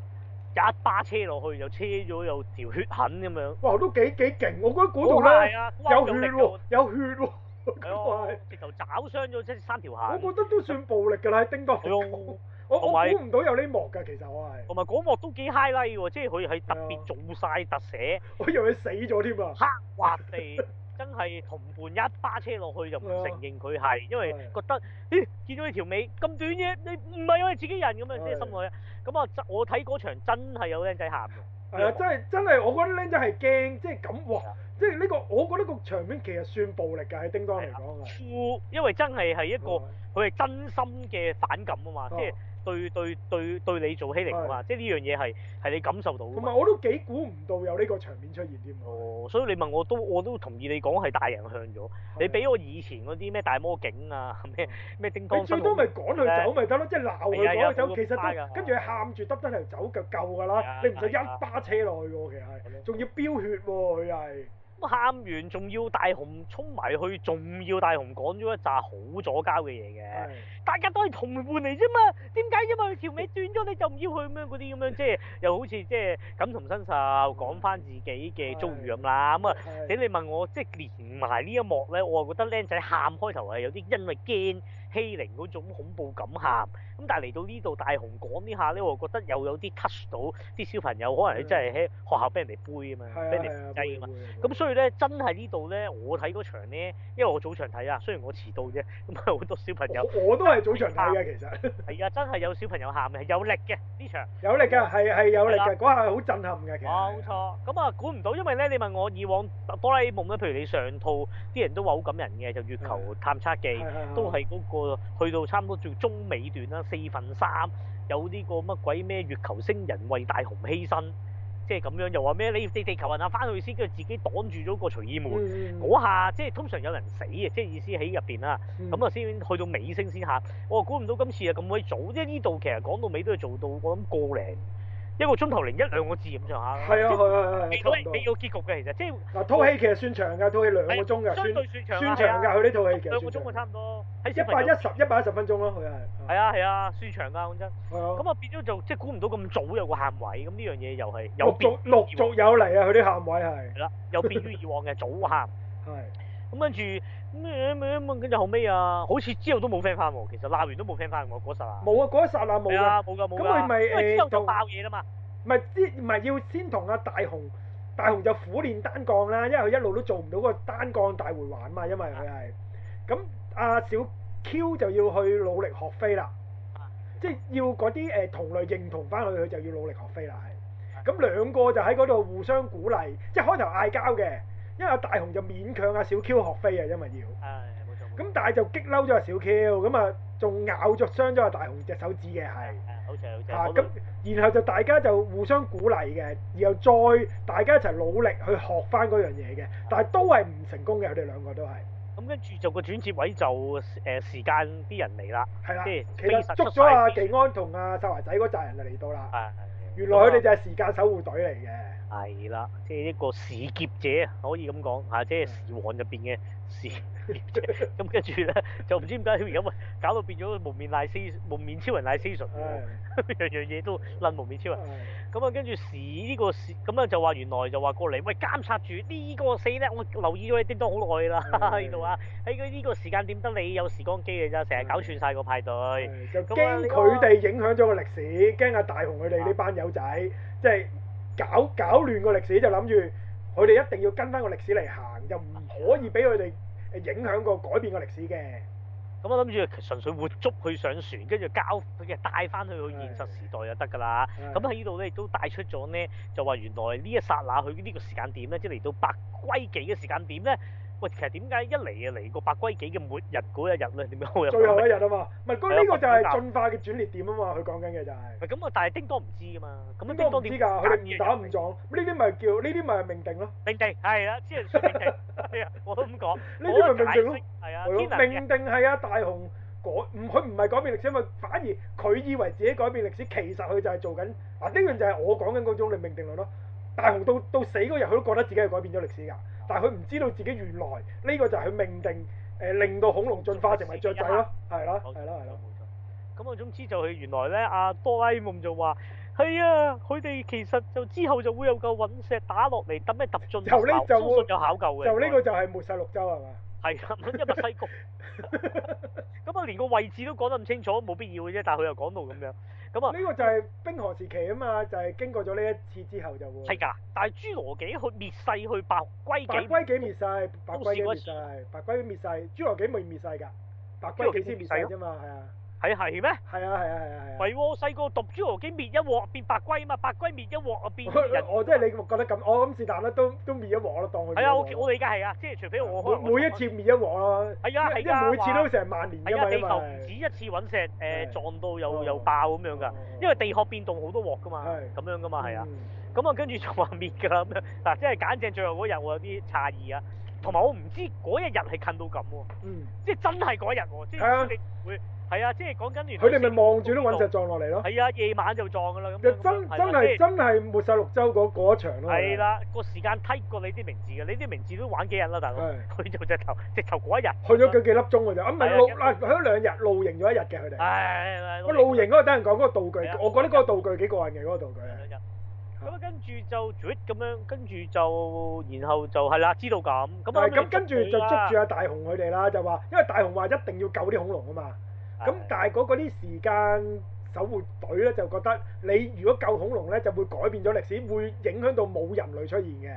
D: 一巴車落去，又車咗有條血痕咁樣。
E: 哇，都幾幾勁！我覺得嗰
D: 好
E: 度
D: 係
E: 咧
D: 啊，
E: 有血
D: 力
E: 喎，有血喎，
D: 係
E: 係
D: 啊。，直頭找傷咗即係三條
E: 我
D: 痕。
E: 覺得都算暴力㗎啦，喺叮當嚟
D: 係
E: 講
D: 咯。
E: 我
D: 同
E: 我
D: 埋
E: 估唔到有呢幕㗎，其實我係，
D: 同埋嗰幕都幾 highlight 喎，即係佢係特別
E: 係啊
D: 做晒特寫。
E: 我以為佢死咗添啊。
D: 黑滑地 真係同伴一巴車落去就唔承認佢係，啊因為覺得咦見到你條尾咁短嘅，你唔係我係自己人咁樣，即係心裏啊。咁啊，真我睇嗰場真係有僆仔喊嘅，
E: 係啊，真係真係，我覺得僆仔係驚，即係咁
D: 係
E: 哇
D: 啊！
E: 即係呢個，我覺得個場面其實算暴力㗎，喺叮當嚟講係。
D: 超因為真係啊係一個
E: 係
D: 佢係真心嘅反感啊嘛，即係
E: 啊
D: 對對對對你做欺凌啊啊嘛，即係呢樣嘢係係你感受到㗎嘛
E: 同埋。我都幾估唔到有呢個場面出現添喎。
D: 哦，所以你問我都我都同意你講係大人向咗，你俾我以前嗰啲咩大魔警啊 咩咩叮當
E: 你最多咪趕佢走咪得咯，即係鬧佢
D: 係啊有
E: 趕佢走，
D: 個
E: 其實
D: 巴
E: 都
D: 㗎
E: 跟住佢喊住耷低頭走就夠㗎
D: 係
E: 啦
D: 啊，
E: 你唔使一
D: 係啊
E: 巴車落去喎，其實
D: 係
E: 係，
D: 咯
E: 仲要飆血喎，佢係。
D: 咁喊完仲要大雄衝埋去，仲要大雄講咗一紮好左交嘅嘢 嘅。大家都係同伴嚟啫嘛，點解因為條尾斷咗你就唔要佢咁樣嗰啲咁樣，即係又好似即係感同身受，講翻自己嘅遭遇咁啦。咁啊，你你問我即係連埋呢一幕咧，我啊覺得僆仔喊開頭係有啲因為驚欺凌嗰種恐怖感喊，咁但係嚟到呢度大雄講呢下咧，我覺得又有啲 touch 到啲小朋友，可能佢真係喺學校俾人哋嗯背啊嘛，俾人哋擠啊嘛。咁所以咧，真係呢度咧，我睇嗰場咧，因為我早場睇啊，雖然我遲到啫，咁啊好多小朋 友。
E: 我我都係早場 睇嘅，其實
D: 係啊，真係有小朋友喊嘅，係有力嘅呢場。
E: 有力嘅，係係有力嘅，嗰下係好震撼嘅，其實。
D: 冇錯，咁啊估唔到，因為咧你問我以往哆啦 A 夢咧，譬如你上套啲人都話好感人嘅，就月球探測記
E: 係啊
D: 都係嗰、個去到差唔多最中尾段啦，四分三有呢個乜鬼咩月球星人為大雄犧牲，即係咁樣又話咩你地地球人啊翻去先，跟住自己擋住咗個隨意門
E: 嗯
D: 嗰、下，即係通常有人死嘅，即係意思喺入邊啦。咁啊先去到尾聲先喊，我估唔到今次啊咁鬼早，即係呢度其實講到尾都係做到我諗個零一個鐘頭零一兩個字咁上下啦。
E: 係啊
D: 即係
E: 係啊
D: 未
E: 係
D: 到
E: 啊，
D: 未到結局嘅其實，即係
E: 嗱啊套戲其實算長㗎，套戲兩個鐘㗎，
D: 相
E: 算
D: 對算長啊
E: 算長㗎，佢呢套戲其
D: 兩個
E: 實
D: 鐘啊
E: 算
D: 差唔多。喺小
E: 一
D: 朋
E: 百
D: 友
E: 一十一百一十分鐘咯，佢係
D: 係啊係啊，算長㗎講真。
E: 係啊，
D: 咁啊變咗就即係估唔到咁早有個喊位，咁呢樣嘢又係有
E: 陸
D: 別
E: 續陸續有嚟啊，佢啲喊位係
D: 係啦，有別於以往嘅早喊。
E: 係。
D: 咁跟住咁咁跟住後尾啊，好似之後都冇 friend 翻喎，其實鬧完都冇 friend 翻喎嗰陣啊。
E: 冇啊！嗰一剎那冇
D: 係
E: 啊！
D: 啊，冇㗎冇㗎。
E: 咁佢咪
D: 因為之後就
E: 誒就
D: 爆嘢啦嘛。
E: 唔係先，唔係要先同阿大雄，大雄就苦練單槓啦，因為佢一路都做唔到個單槓大回環嘛，因為佢係咁阿小 Q 就要去努力學飛啦，即係要嗰啲誒同類認同翻佢，佢就要努力學飛啦，係咁兩個就喺嗰度互相鼓勵，即係開頭嗌交嘅，因為阿大雄就勉強阿小 Q 學飛啊，因為要。
D: 唉，冇錯冇錯。
E: 咁但係就激嬲咗阿小 Q，咁啊仲咬著傷咗阿大雄隻手指嘅係。
D: 係好似係好似係
E: 啊，
D: 講
E: 咁
D: 到
E: 然後就大家就互相鼓勵嘅，然後再大家一齊努力去學翻嗰樣嘢嘅，但係都係唔成功嘅，佢哋兩個都係，
D: 咁跟住就個轉折位就誒、時間啲人嚟啦，
E: 係啦
D: 即係，
E: 其實捉咗阿技安同阿秀華仔嗰扎人就嚟到啦，
D: 係
E: 原來佢哋就係時間守護隊嚟嘅，
D: 啊係啦，即係一個時劫者啊，可以咁講嚇，即係時王入邊嘅時劫 者。咁跟住咧就唔知點解佢而家喂搞到變咗蒙面賴 C 蒙面超人賴 C 神喎，樣樣嘢都撚蒙面超人。
E: 唉，
D: 咁啊，跟住時呢個時，咁啊就話原來就話過嚟，喂監察住呢個死咧，我留意咗你叮當好耐啦
E: 嗯
D: 呢度啊，喺佢呢個時間點得你有時光機嘅咋，成日搞串晒個派對。
E: 就
D: 咁啊
E: 驚佢哋影響咗個歷史，驚阿大雄佢哋呢班友仔即係搞搞亂個歷史，就諗住佢哋一定要跟翻個歷史嚟行，就唔可以俾佢哋影響個改變個歷史嘅。
D: 咁我諗住純粹活捉佢上船，跟住交佢帶翻去佢現實時代就得㗎啦。咁喺呢度咧亦都帶出咗咧，就話原來呢一剎那佢呢個時間點咧，即係嚟到白龜紀嘅時間點咧，喂，其實點解一嚟就嚟個白龜紀嘅末日嗰一日咧？點解我又
E: 最後一
D: 日？
E: 日啊嘛，唔係
D: 係
E: 咁
D: 啊
E: 呢個就係
D: 瞓覺
E: 進化嘅轉捩點啊嘛，佢講緊嘅就係、
D: 喂咁啊，但係叮當唔知㗎嘛，咁啊
E: 咁
D: 叮
E: 都
D: 當
E: 唔知
D: 點啊
E: 㗎，佢哋誤打
D: 揀嘅
E: 誤撞，呢啲咪叫呢啲咪命定咯，
D: 命定係啦，天人算命定，係啊，我都咁講。
E: 呢啲咪
D: 我
E: 命
D: 解
E: 定咯
D: 釋，係啊，
E: 係
D: 天能
E: 咯，
D: 嘅
E: 命定係啊大雄改唔佢唔係改變歷史，咪反而佢以為自己改變歷史，其實佢就係做緊嗱呢樣就係我講緊嗰種嘅命定論咯。大雄到到死嗰日，佢都覺得自己係改變咗歷史㗎，但係佢唔知道自己原來呢個就係佢命定誒、令到恐龍進化成為雀仔
D: 啊
E: 咯，係啦，
D: 冇錯
E: 係啦，係啦。
D: 冇錯咁啊，總之就係原來咧，阿哆啦 A 夢就話係啊，佢哋其實就之後就會有嚿隕石打落嚟，揼一揼進
E: 就呢就
D: 相信有考究嘅。
E: 就呢個就係末世綠洲係嘛？
D: 係 啊，因墨西哥 咁啊，連個位置都講得咁清楚，冇必要嘅啫。但係佢又講到咁樣，咁啊
E: 呢個就係冰河時期啊嘛，就係、經過咗呢一次之後就會
D: 係㗎。但係侏羅紀去滅世去白龜
E: 白
D: 紀，
E: 龜幾滅晒，白龜幾
D: 都試
E: 滅
D: 過
E: 晒，白龜滅晒，侏羅紀未滅晒㗎，白龜幾先滅晒啫嘛，係啊，
D: 係係咩？
E: 係啊，係啊，係啊，係啊。。
D: 係喎，細個讀侏羅紀滅一鑊變白龜啊嘛，白龜滅一鑊啊變人
E: 我即係你覺得咁，我咁是但啦，都都滅一鑊啦，當佢滅一鑊啦。
D: 係啊，我我理解係啊，即係除非我可能
E: 每每一次滅一鑊啦，
D: 係啊係啊
E: 因為每次都成萬年
D: 係
E: 㗎
D: 啊，
E: 嘛，
D: 地
E: 因
D: 球唔止
E: 為
D: 一次隕石誒
E: 係
D: 撞到又
E: 哦
D: 又爆咁樣㗎
E: 哦哦，
D: 因為地殼變動好多鑊㗎嘛，
E: 係
D: 咁樣㗎嘛係啊，
E: 嗯
D: 咁啊跟住就話滅㗎啦咁樣嗱，即係簡正最後嗰日我有啲詫異啊，同埋我唔知嗰一日係近到咁喎，
E: 嗯，
D: 即係真係嗰一日喎，即
E: 係
D: 係
E: 啊
D: 你會係啊，即係講緊原來
E: 佢哋咪望住都隕石撞落嚟咯。
D: 係啊，夜晚就撞㗎啦咁
E: 就
D: 樣。
E: 真
D: 咁樣
E: 真
D: 係啊即
E: 係真係抹晒綠洲嗰嗰一場咯。
D: 係啦，個時間梯過你啲名字嘅，你啲名字都玩幾日啦，大佬
E: 係。
D: 佢就直頭直頭嗰一日。
E: 去咗佢幾粒鐘嘅啫，啊唔
D: 係
E: 係
D: 啊
E: 露嗱去咗兩日露營咗一日嘅佢哋。
D: 唉。
E: 個露營嗰個等人講嗰個道
D: 係
E: 具
D: 啊，
E: 我覺得嗰個道具幾過癮嘅嗰個道具。
D: 兩日。咁啊，跟住就啜咁樣，跟住就然後就係啦，知道咁咁啊
E: 係。咁跟住就捉住阿大雄佢哋啦，就話因為大雄話一定要救啲恐龍啊嘛。咁但係嗰嗰啲時間守護隊咧就覺得你如果救恐龍咧就會改變咗歷史，會影響到冇人類出現嘅。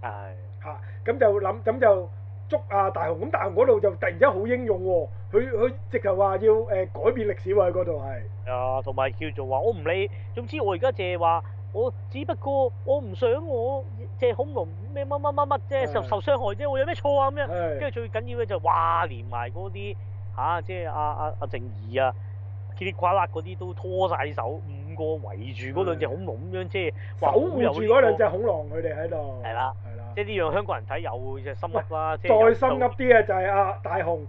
D: 係
E: 嚇，咁就諗咁就捉啊大雄，咁大雄嗰度就突然之間好英勇喎，佢佢直頭話要誒、呃改變歷史喎，喺嗰度係，
D: 啊，同埋叫做話我唔理，總之我而家淨係話。我只不過我唔想我隻恐龍咩乜乜乜乜
E: 嗯
D: 啫，受受傷害啫，我有咩錯啊咁樣？跟住
E: 係
D: 最緊要咧就哇，連埋嗰啲嚇，即係阿阿阿靜怡啊、噼里呱啦嗰啲都拖晒手，五個圍住嗰兩隻恐龍咁樣，即係
E: 嗯守
D: 哇好有
E: 護住
D: 呢
E: 嗰
D: 個
E: 兩隻恐龍佢哋喺度，
D: 係啦，
E: 係啦
D: 即，係呢樣香港人睇有隻心噏啦，即係有
E: 再深噏啲嘅就係啊大雄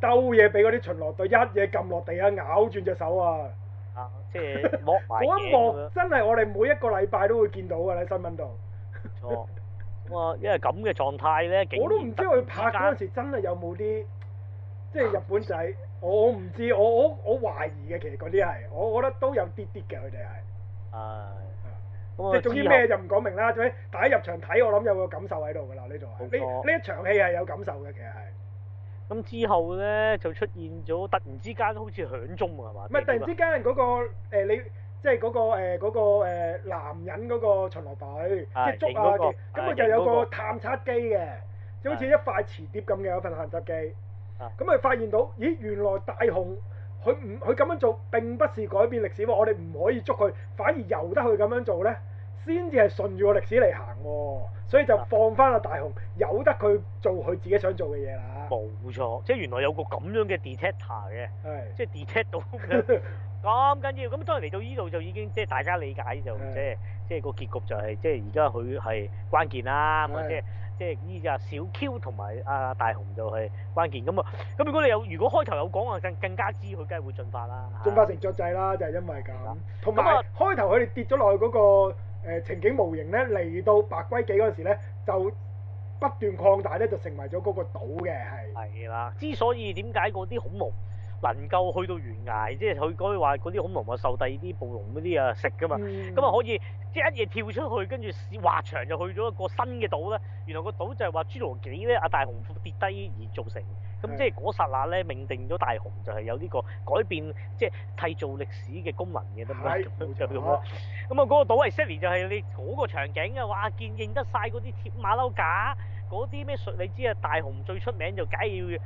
E: 兜嘢俾嗰啲巡邏隊一嘢撳落地啊，咬轉隻手啊，
D: 啊，即係剝埋
E: 嗰
D: 嘢
E: 一
D: 咁
E: 幕
D: 樣
E: 真係我哋每一個禮拜都會見到㗎啦喺新聞度，
D: 錯。哇！因為咁嘅狀態咧，竟
E: 我都唔知佢拍
D: 然
E: 嗰
D: 之間
E: 陣時真係有冇啲即係日本
D: 啊
E: 仔，我我唔知，我我我懷疑嘅，其實嗰啲係，我我覺得都有啲啲嘅，佢哋係，
D: 唉
E: 即
D: 咁啊，
E: 係總之
D: 之後
E: 咩就唔講明啦，總之大家入場睇，我諗有個感受喺度㗎啦，呢度
D: 冇
E: 係
D: 錯
E: 呢呢一場戲係有感受嘅，其實係，
D: 咁之後咧就出現咗突然之間好似響鐘啊，係嘛？
E: 唔係突然之間嗰個誒你。即係嗰個誒嗰個誒男人嗰個巡邏隊，即係捉啊嘅，咁佢就有個啊探測機嘅，就好似一塊磁碟咁嘅有份探測機。咁咪發現到，咦，原來大雄佢唔佢咁樣做並不是改變歷史喎，我哋唔可以捉佢，反而由得佢咁樣做呢，先至係順住個歷史嚟行喎，所以就放翻阿大雄，由得佢做佢自己想做嘅嘢啦，
D: 冇錯，即係原來有個咁樣嘅 detector 嘅。
E: 係
D: 即係 detect 到咁樣咁緊要。咁當然嚟到呢度就已經即係大家理解就
E: 係
D: 即係即係個結局就係、即係而家佢係關鍵啦。咁啊
E: 係
D: 即係即係呢只小 Q 同埋阿大雄就係關鍵咁啊。咁如果你有如果開頭有講啊，更更加知佢梗係會進化啦。
E: 進化成雀仔啦，就係因為咁，同埋
D: 咁啊
E: 開頭佢哋跌咗落去嗰個誒情景模型呢，嚟到白龜記嗰陣時呢，就不斷擴大呢，就成為咗嗰個島嘅係。
D: 係啦，之所以點解嗰啲恐龍能夠去到懸崖，即係佢講話嗰啲恐龍啊受第二啲暴龍嗰啲啊食噶嘛。
E: 咁
D: 咁啊可以即係一夜跳出去，跟住滑翔就去咗一個新嘅島咧。原來個島就係話侏羅紀咧，阿大雄跌低而造成。咁
E: 係
D: 即係嗰剎那咧，命定咗大雄就係有呢個改變，即係締造歷史嘅功能嘅，得唔得？
E: 係
D: 咁
E: 冇
D: 樣
E: 錯
D: 就咁咯。咁啊，嗰個島係 Sally 就係你嗰個場景啊，哇！見認得晒嗰啲鐵馬騮架，嗰啲咩水，你知啊，大雄最出名就梗係要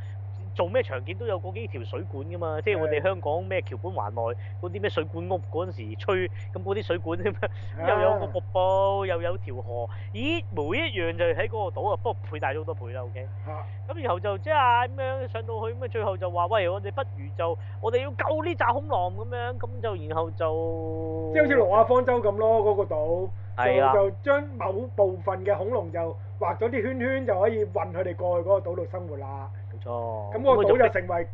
D: 做咩場景都有嗰幾條水管噶嘛，即係我哋
E: 係
D: 香港咩橋本環內嗰啲咩水管屋嗰陣時吹，咁嗰啲水管咁樣又
E: 啊
D: 有個瀑布，又有條河，咦，每一樣就喺嗰個島啊，不過倍大咗好多倍啦，OK。
E: 嚇
D: 咁然後就即係咁樣上到去，咁啊最後就話喂，我哋不如就我哋要救呢扎恐龍咁樣，咁就然後就
E: 即係好似羅亞方舟咁咯，嗰、個島
D: 係啦
E: 就就將某部分嘅恐龍就畫咗啲圈圈，就可以運佢哋過去嗰個島度生活啦。
D: 冇錯。啊
E: 咁、個
D: 佢
E: 島
D: 逼
E: 就成為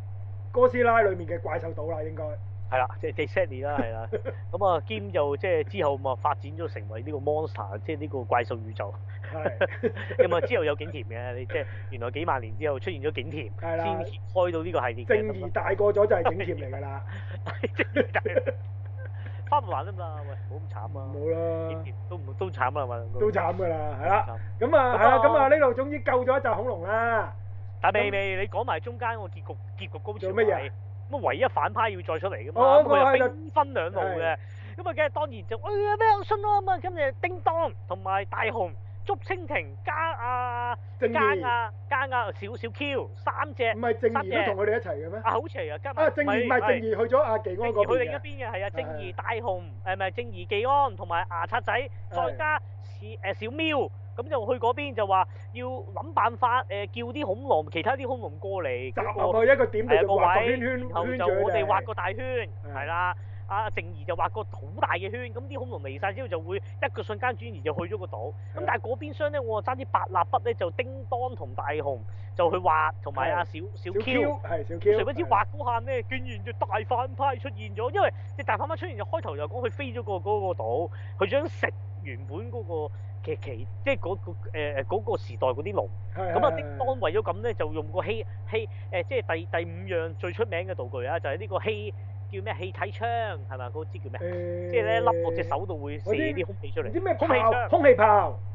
E: 哥斯拉裡面嘅怪獸島啦，應該
D: 係啦，即係 d e s e t y 啦，係啦。咁啊，兼就即係之後咪發展咗成為呢個 monster，即係呢個怪獸宇宙。
E: 係
D: 咁啊，之後有景甜嘅，你即係原來幾萬年之後出現咗景甜，
E: 係啦
D: 先開到呢個系列
E: 正
D: 嘅。啊
E: 義大個咗就係整貼嚟㗎啦，
D: 正義大 翻唔玩啊嘛，喂，唔好咁慘啊！
E: 冇
D: 景
E: 啦，
D: 甜都唔都慘啦，嘛，
E: 都慘㗎啦，係啦。
D: 慘。
E: 咁啊係啦，
D: 咁
E: 咁
D: 啊
E: 啊呢度終於救咗一隻恐龍啦，
D: 但未未，你講埋中間個結局，結局高潮
E: 做乜嘢
D: 係咁啊，唯一反派要再出嚟㗎嘛，咁啊
E: 哦嗰個係
D: 又
E: 啦
D: 兵分兩路嘅，咁啊梗係當然就哎呀咩我信咯咁啊，咁就叮當同埋大雄、竹蜻蜓加啊
E: 正
D: 加
E: 義
D: 啊加啊少少 Q 三隻
E: 唔係正
D: 三
E: 義
D: 隻
E: 都同佢哋一齊嘅咩？
D: 啊，好似係啊加埋
E: 啊正義唔係正義去咗阿技安
D: 正
E: 嗰
D: 義去
E: 邊
D: 另一
E: 嘅，
D: 邊嘅係啊，正義
E: 係
D: 大雄誒唔係正義技安同埋牙刷仔，再
E: 係
D: 加小誒小喵，咁就去嗰邊就話要諗辦法誒叫啲恐龍，其他啲恐龍過嚟
E: 集
D: 嗰個
E: 合去一個點
D: 係啊個
E: 度就畫個
D: 位，
E: 圈圈圈
D: 然後
E: 住
D: 就我哋
E: 佢
D: 畫
E: 哋
D: 個。大圈，
E: 係
D: 係啦，阿正義就畫個好大嘅圈，咁啲恐龍嚟晒之後就會一個瞬間轉移就去咗個島。咁但係嗰邊箱咧，我爭啲白蠟筆咧就叮當同大雄就去畫，同埋阿小小 Q。
E: 係，小 Q，
D: 誰不知畫嗰下咧，竟然就大反派出現咗，因為隻大反派出現就開頭就講佢飛咗過嗰個島，佢想食原本嗰、個其其即係嗰、個誒誒嗰個時代嗰啲龍。
E: 係，係，
D: 咁啊，
E: 係，
D: 叮當為咗咁咧，就用個希希誒，即係第第五樣最出名嘅道具啊，就係、呢個希叫咩氣體槍係咪？啊嗰支叫咩？
E: 誒，
D: 即係咧笠落隻手度會射
E: 嗰啲
D: 啲空氣出嚟，
E: 唔知咩
D: 空氣
E: 炮，
D: 槍
E: 空氣炮，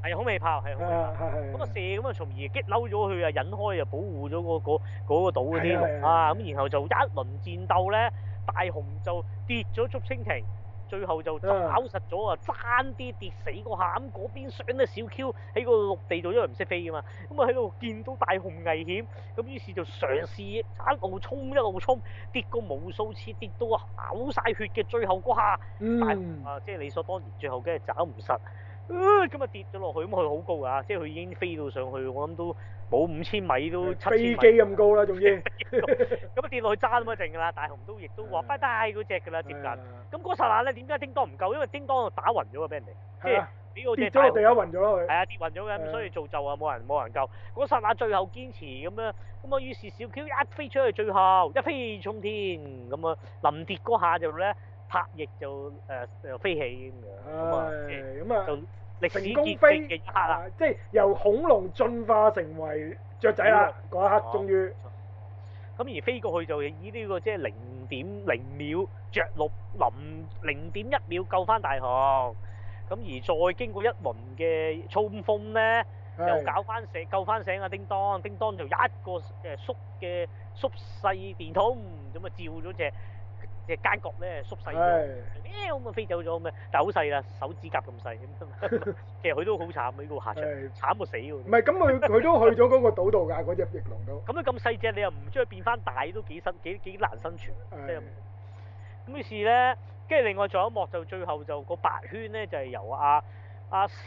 D: 係啊空氣炮，係空氣炮。
E: 係，係，係，
D: 咁啊射咁啊，從而激嬲咗佢啊，引開啊，保護咗嗰嗰嗰個島嗰啲
E: 係啊
D: 龍
E: 係啊
D: 啊，咁然後就一輪戰鬥咧，大雄就跌咗竹蜻蜓，最後就抓實咗啊，爭啲跌死嗰下，咁嗰邊上咧小 Q 喺個陸地度，因為唔識飛噶嘛，咁啊喺度見到大雄危險，咁於是就嘗試一路衝一路衝，跌過無數次，跌到嘔晒血嘅，最後嗰下。
E: 嗯，
D: 大啊，即係理所當然，最後梗係找唔實，啊咁啊跌咗落去，咁佢好高㗎，即係佢已經飛到上去，我諗都冇五千米都七千米，
E: 呃飛機咁高啦，仲要。
D: 咁啊跌落去爭咁啊剩㗎啦，大雄都亦都話
E: 係啊
D: 拜拜嗰只㗎啦，接近。咁嗰剎那咧，點解叮當唔夠？因為叮當打暈咗啊，俾人哋，即係俾嗰只大雄
E: 係啊，跌咗落地下暈咗啦，佢。
D: 係啊，跌暈咗嘅，咁所以造就啊，冇人冇人救。嗰剎那最後堅持咁樣，咁啊於是小 Q 一飛出去，最後一飛沖天，咁啊臨跌嗰下就咧拍翼就誒、就飛起咁樣，咁啊即係
E: 唉，咁啊，
D: 就歷史
E: 成
D: 結
E: 功
D: 晶
E: 飛
D: 嘅一刻啦。
E: 啊，即係由恐龍進化成為雀仔啦，
D: 嗯哦
E: 嗰一刻終於。
D: 咁而飛過去就以呢個即係零點零秒着陸臨零點一秒救翻大雄。咁而再經過一輪嘅衝鋒咧。又搞翻醒，救翻醒啊！叮當，叮當就一個誒縮嘅縮細電筒，咁啊照咗隻隻間角咧縮細咗，喵咁啊飛走咗咁啊，但係好細啦，手指甲咁細 咁。其實佢都好慘，啊呢個下場
E: 係，係。唔係，咁佢-
D: 慘過死喎。
E: 佢都去咗嗰個島度㗎，嗰隻翼龍
D: 咁
E: 都。
D: 你咁細隻，你又唔將佢變翻大，都幾生幾幾難生存。即係咁於是咧，跟住另外仲有一幕就最後就個白圈咧，就係、由阿、阿、小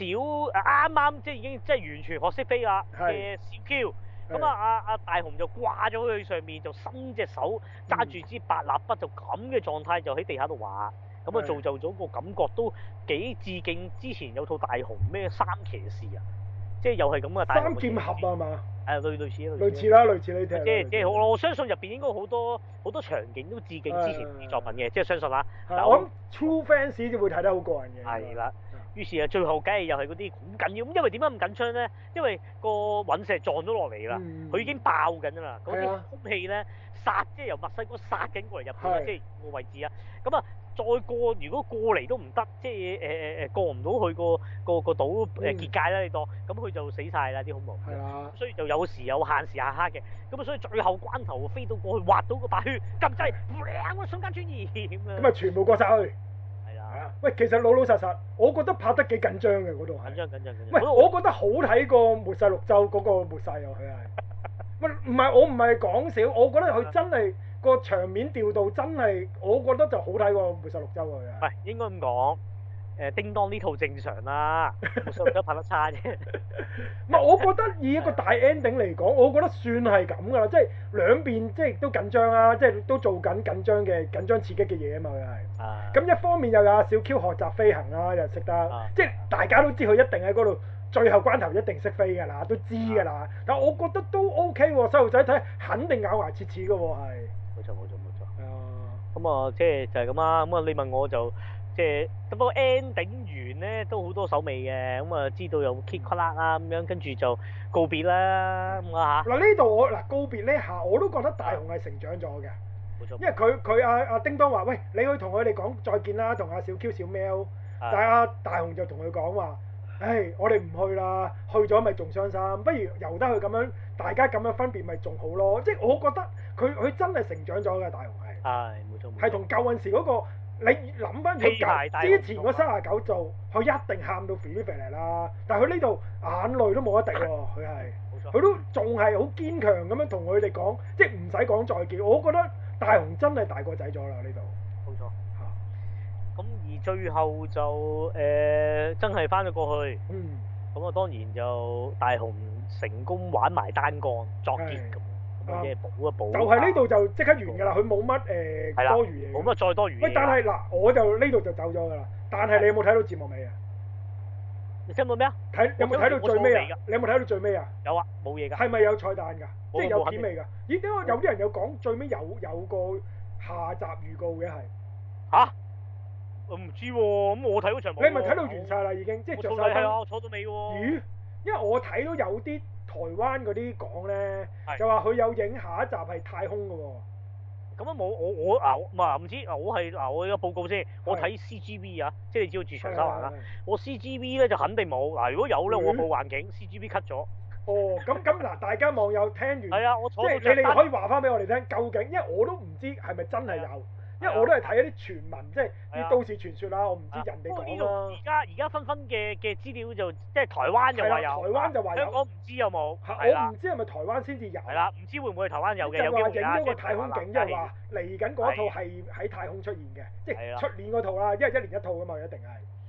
D: 啊啱啱即係已經即係完全學識飛啦嘅
E: 係
D: 小 Q。
E: 係
D: 咁啊，阿阿大雄就掛咗佢上面，就伸隻手揸
E: 嗯
D: 住支白蠟筆，就咁嘅狀態就喺地下度畫。咁啊，
E: 係
D: 造就咗個感覺都幾致敬之前有套大雄咩三騎士啊，即係又係咁嘅大雄嘅騎士，
E: 三劍俠啊嘛，類似啦，
D: 係類
E: 類似呢啲。
D: 類似啊即
E: 類似啦，啊
D: 係即係我我相信入邊應該好多好多場景都致敬之前啲作品嘅，即係相信啊啦。
E: 係，我諗true fans先會睇得好過癮嘅。
D: 係啦，
E: 嗯
D: 於是啊，最後梗係又係嗰啲好緊要，咁因為點解咁緊張咧？因為個隕石撞咗落嚟啦，
E: 嗯。
D: 佢已經爆緊啦，嗰
E: 係
D: 啲
E: 啊
D: 空氣咧殺，即係由墨西哥殺緊過嚟日本啦，
E: 係
D: 即係個位置啊。咁啊，再過如果過嚟都唔得，即係誒誒誒過唔到去個個個島誒
E: 嗯
D: 結界啦，你當咁佢就死晒啦啲恐龍。
E: 係啦，係。
D: 所以就有時有限時限刻嘅，咁啊所以最後關頭飛到過去劃到個白圈，撳掣，哇！我瞬間轉移咁樣，
E: 咁啊，全部過晒去。係啦。喂，其實老老實實，我覺得拍得幾緊張嘅，嗰度係。
D: 係啦，緊張緊張緊張。
E: 喂，
D: 好
E: 我覺得好睇過《末世綠洲》嗰個末世喎，佢係。喂，唔係我唔係講笑，我覺得佢真係個場面調度真係，我覺得就好睇過《末世綠洲》啊喎，
D: 唔係應該咁講，誒叮當呢套正常 啦，我想唔想拍得差啫？
E: 佢係。唔係，我覺得以一個大 ending 嚟講，我覺得算係咁噶啦，即係兩邊即係都緊張啦，即係都做緊緊張嘅緊張刺激嘅嘢啊嘛，佢係。
D: 啊，
E: 咁一方面又有阿小 Q 學習飛行啦，又識得，
D: 啊
E: 即係大家都知佢一定喺嗰度，最後關頭一定識飛㗎啦，都知㗎啦。但我覺得都 OK 喎，細路仔睇肯定咬牙切齒㗎喎，係。
D: 冇錯冇錯冇錯。
E: 係啊，
D: 咁啊，即係就係咁啦。咁啊，你問我就即係咁不過 ending 完咧都好多手尾嘅，咁啊知道有 kick 啦咁樣，跟住就告別啦
E: 嗯
D: 咁啊
E: 嗱呢度我嗱告別呢下，我都覺得大雄係成長咗嘅，
D: 嚇，冇錯。
E: 因為佢佢阿阿叮當話：喂，你去同佢哋講再見啦，同阿小 Q 小喵。但係
D: 啊
E: 阿大雄就同佢講話：，唉，我哋唔去啦，去咗咪仲傷心，不如由得佢咁樣，大家咁樣分別咪仲好咯。即係我覺得佢佢真係成長咗嘅，大雄係
D: 係冇錯冇錯。
E: 係同舊陣時嗰、個。你諗翻
D: 屁孩大
E: 佢
D: 雄
E: 之前嗰三廿九做，佢一定喊到肥肥嚟啦。但係佢呢度眼淚都冇一滴喎，佢係
D: 冇錯
E: 佢都仲係好堅強咁樣同佢哋講，即係唔使講再見。我覺得大雄真係大個仔咗啦呢度
D: 冇錯。
E: 嚇，
D: 咁而最後就誒、呃真係翻咗過去，
E: 嗯
D: 咁啊當然就大雄成功玩埋單槓作結咁，咁啊，即係補一補。
E: 就係呢度就即刻完㗎啦，佢冇乜
D: 哦係啦
E: 誒多餘嘢。
D: 冇乜啊再多餘嘢。
E: 喂，但係嗱，我就呢度就走咗㗎啦。但係你有冇睇到節目尾啊？
D: 你聽到咩啊？
E: 睇有冇睇到最尾啊？你有冇睇到最尾啊？
D: 有啊，冇嘢㗎。
E: 係咪有彩蛋㗎？即
D: 冇
E: 係有
D: 冇
E: 片尾㗎？咦？點解有啲人有講最尾有有個下集預告嘅係？
D: 哦嚇？我唔知喎，咁我睇嗰場冇
E: 你
D: 喎。
E: 咪睇到完晒啦已經，即係
D: 我
E: 着
D: 坐
E: 晒
D: 係啊，
E: 燈。
D: 我坐到尾喎。
E: 咦？因為我睇到有啲台灣嗰啲講咧
D: 係，
E: 就話佢有影下一集係太空㗎喎。
D: 咁啊冇我我啊唔啊唔知啊，我係嗱我有報告先，我睇 CGV 啊，即係你知道住長沙灣啊啦。
E: 係。啊
D: 我 CGV 咧就肯定冇嗱，如果有咧
E: 嗯
D: 我冇眼鏡 CGV cut 咗。
E: 哦，咁咁嗱，大家網友聽完。
D: 係啊，我
E: 即
D: 坐到
E: 係
D: 着
E: 你哋
D: 燈
E: 可以話翻俾我哋聽，究竟因為我都唔知係咪真係有，因為我都係睇一啲傳聞，即係
D: 啊係啊
E: 啲都市傳說啦，我唔
D: 啊
E: 知人哋
D: 不過呢
E: 講
D: 度而
E: 啦。
D: 家而家紛紛嘅嘅資料就即係台灣就
E: 係啦
D: 話有，
E: 台灣就話有
D: 香港唔知有冇，
E: 嚇
D: 係
E: 我
D: 啦
E: 唔知係咪台灣先至有，
D: 係啦，唔知會唔會係台灣有嘅，有
E: 就
D: 機
E: 話
D: 會
E: 影
D: 啦，
E: 咗
D: 即
E: 個
D: 係
E: 太空景，就話嚟緊嗰一套係喺太空出現嘅，即
D: 係
E: 係
D: 啦
E: 出年嗰套啦，因為一年一套噶嘛，一定係。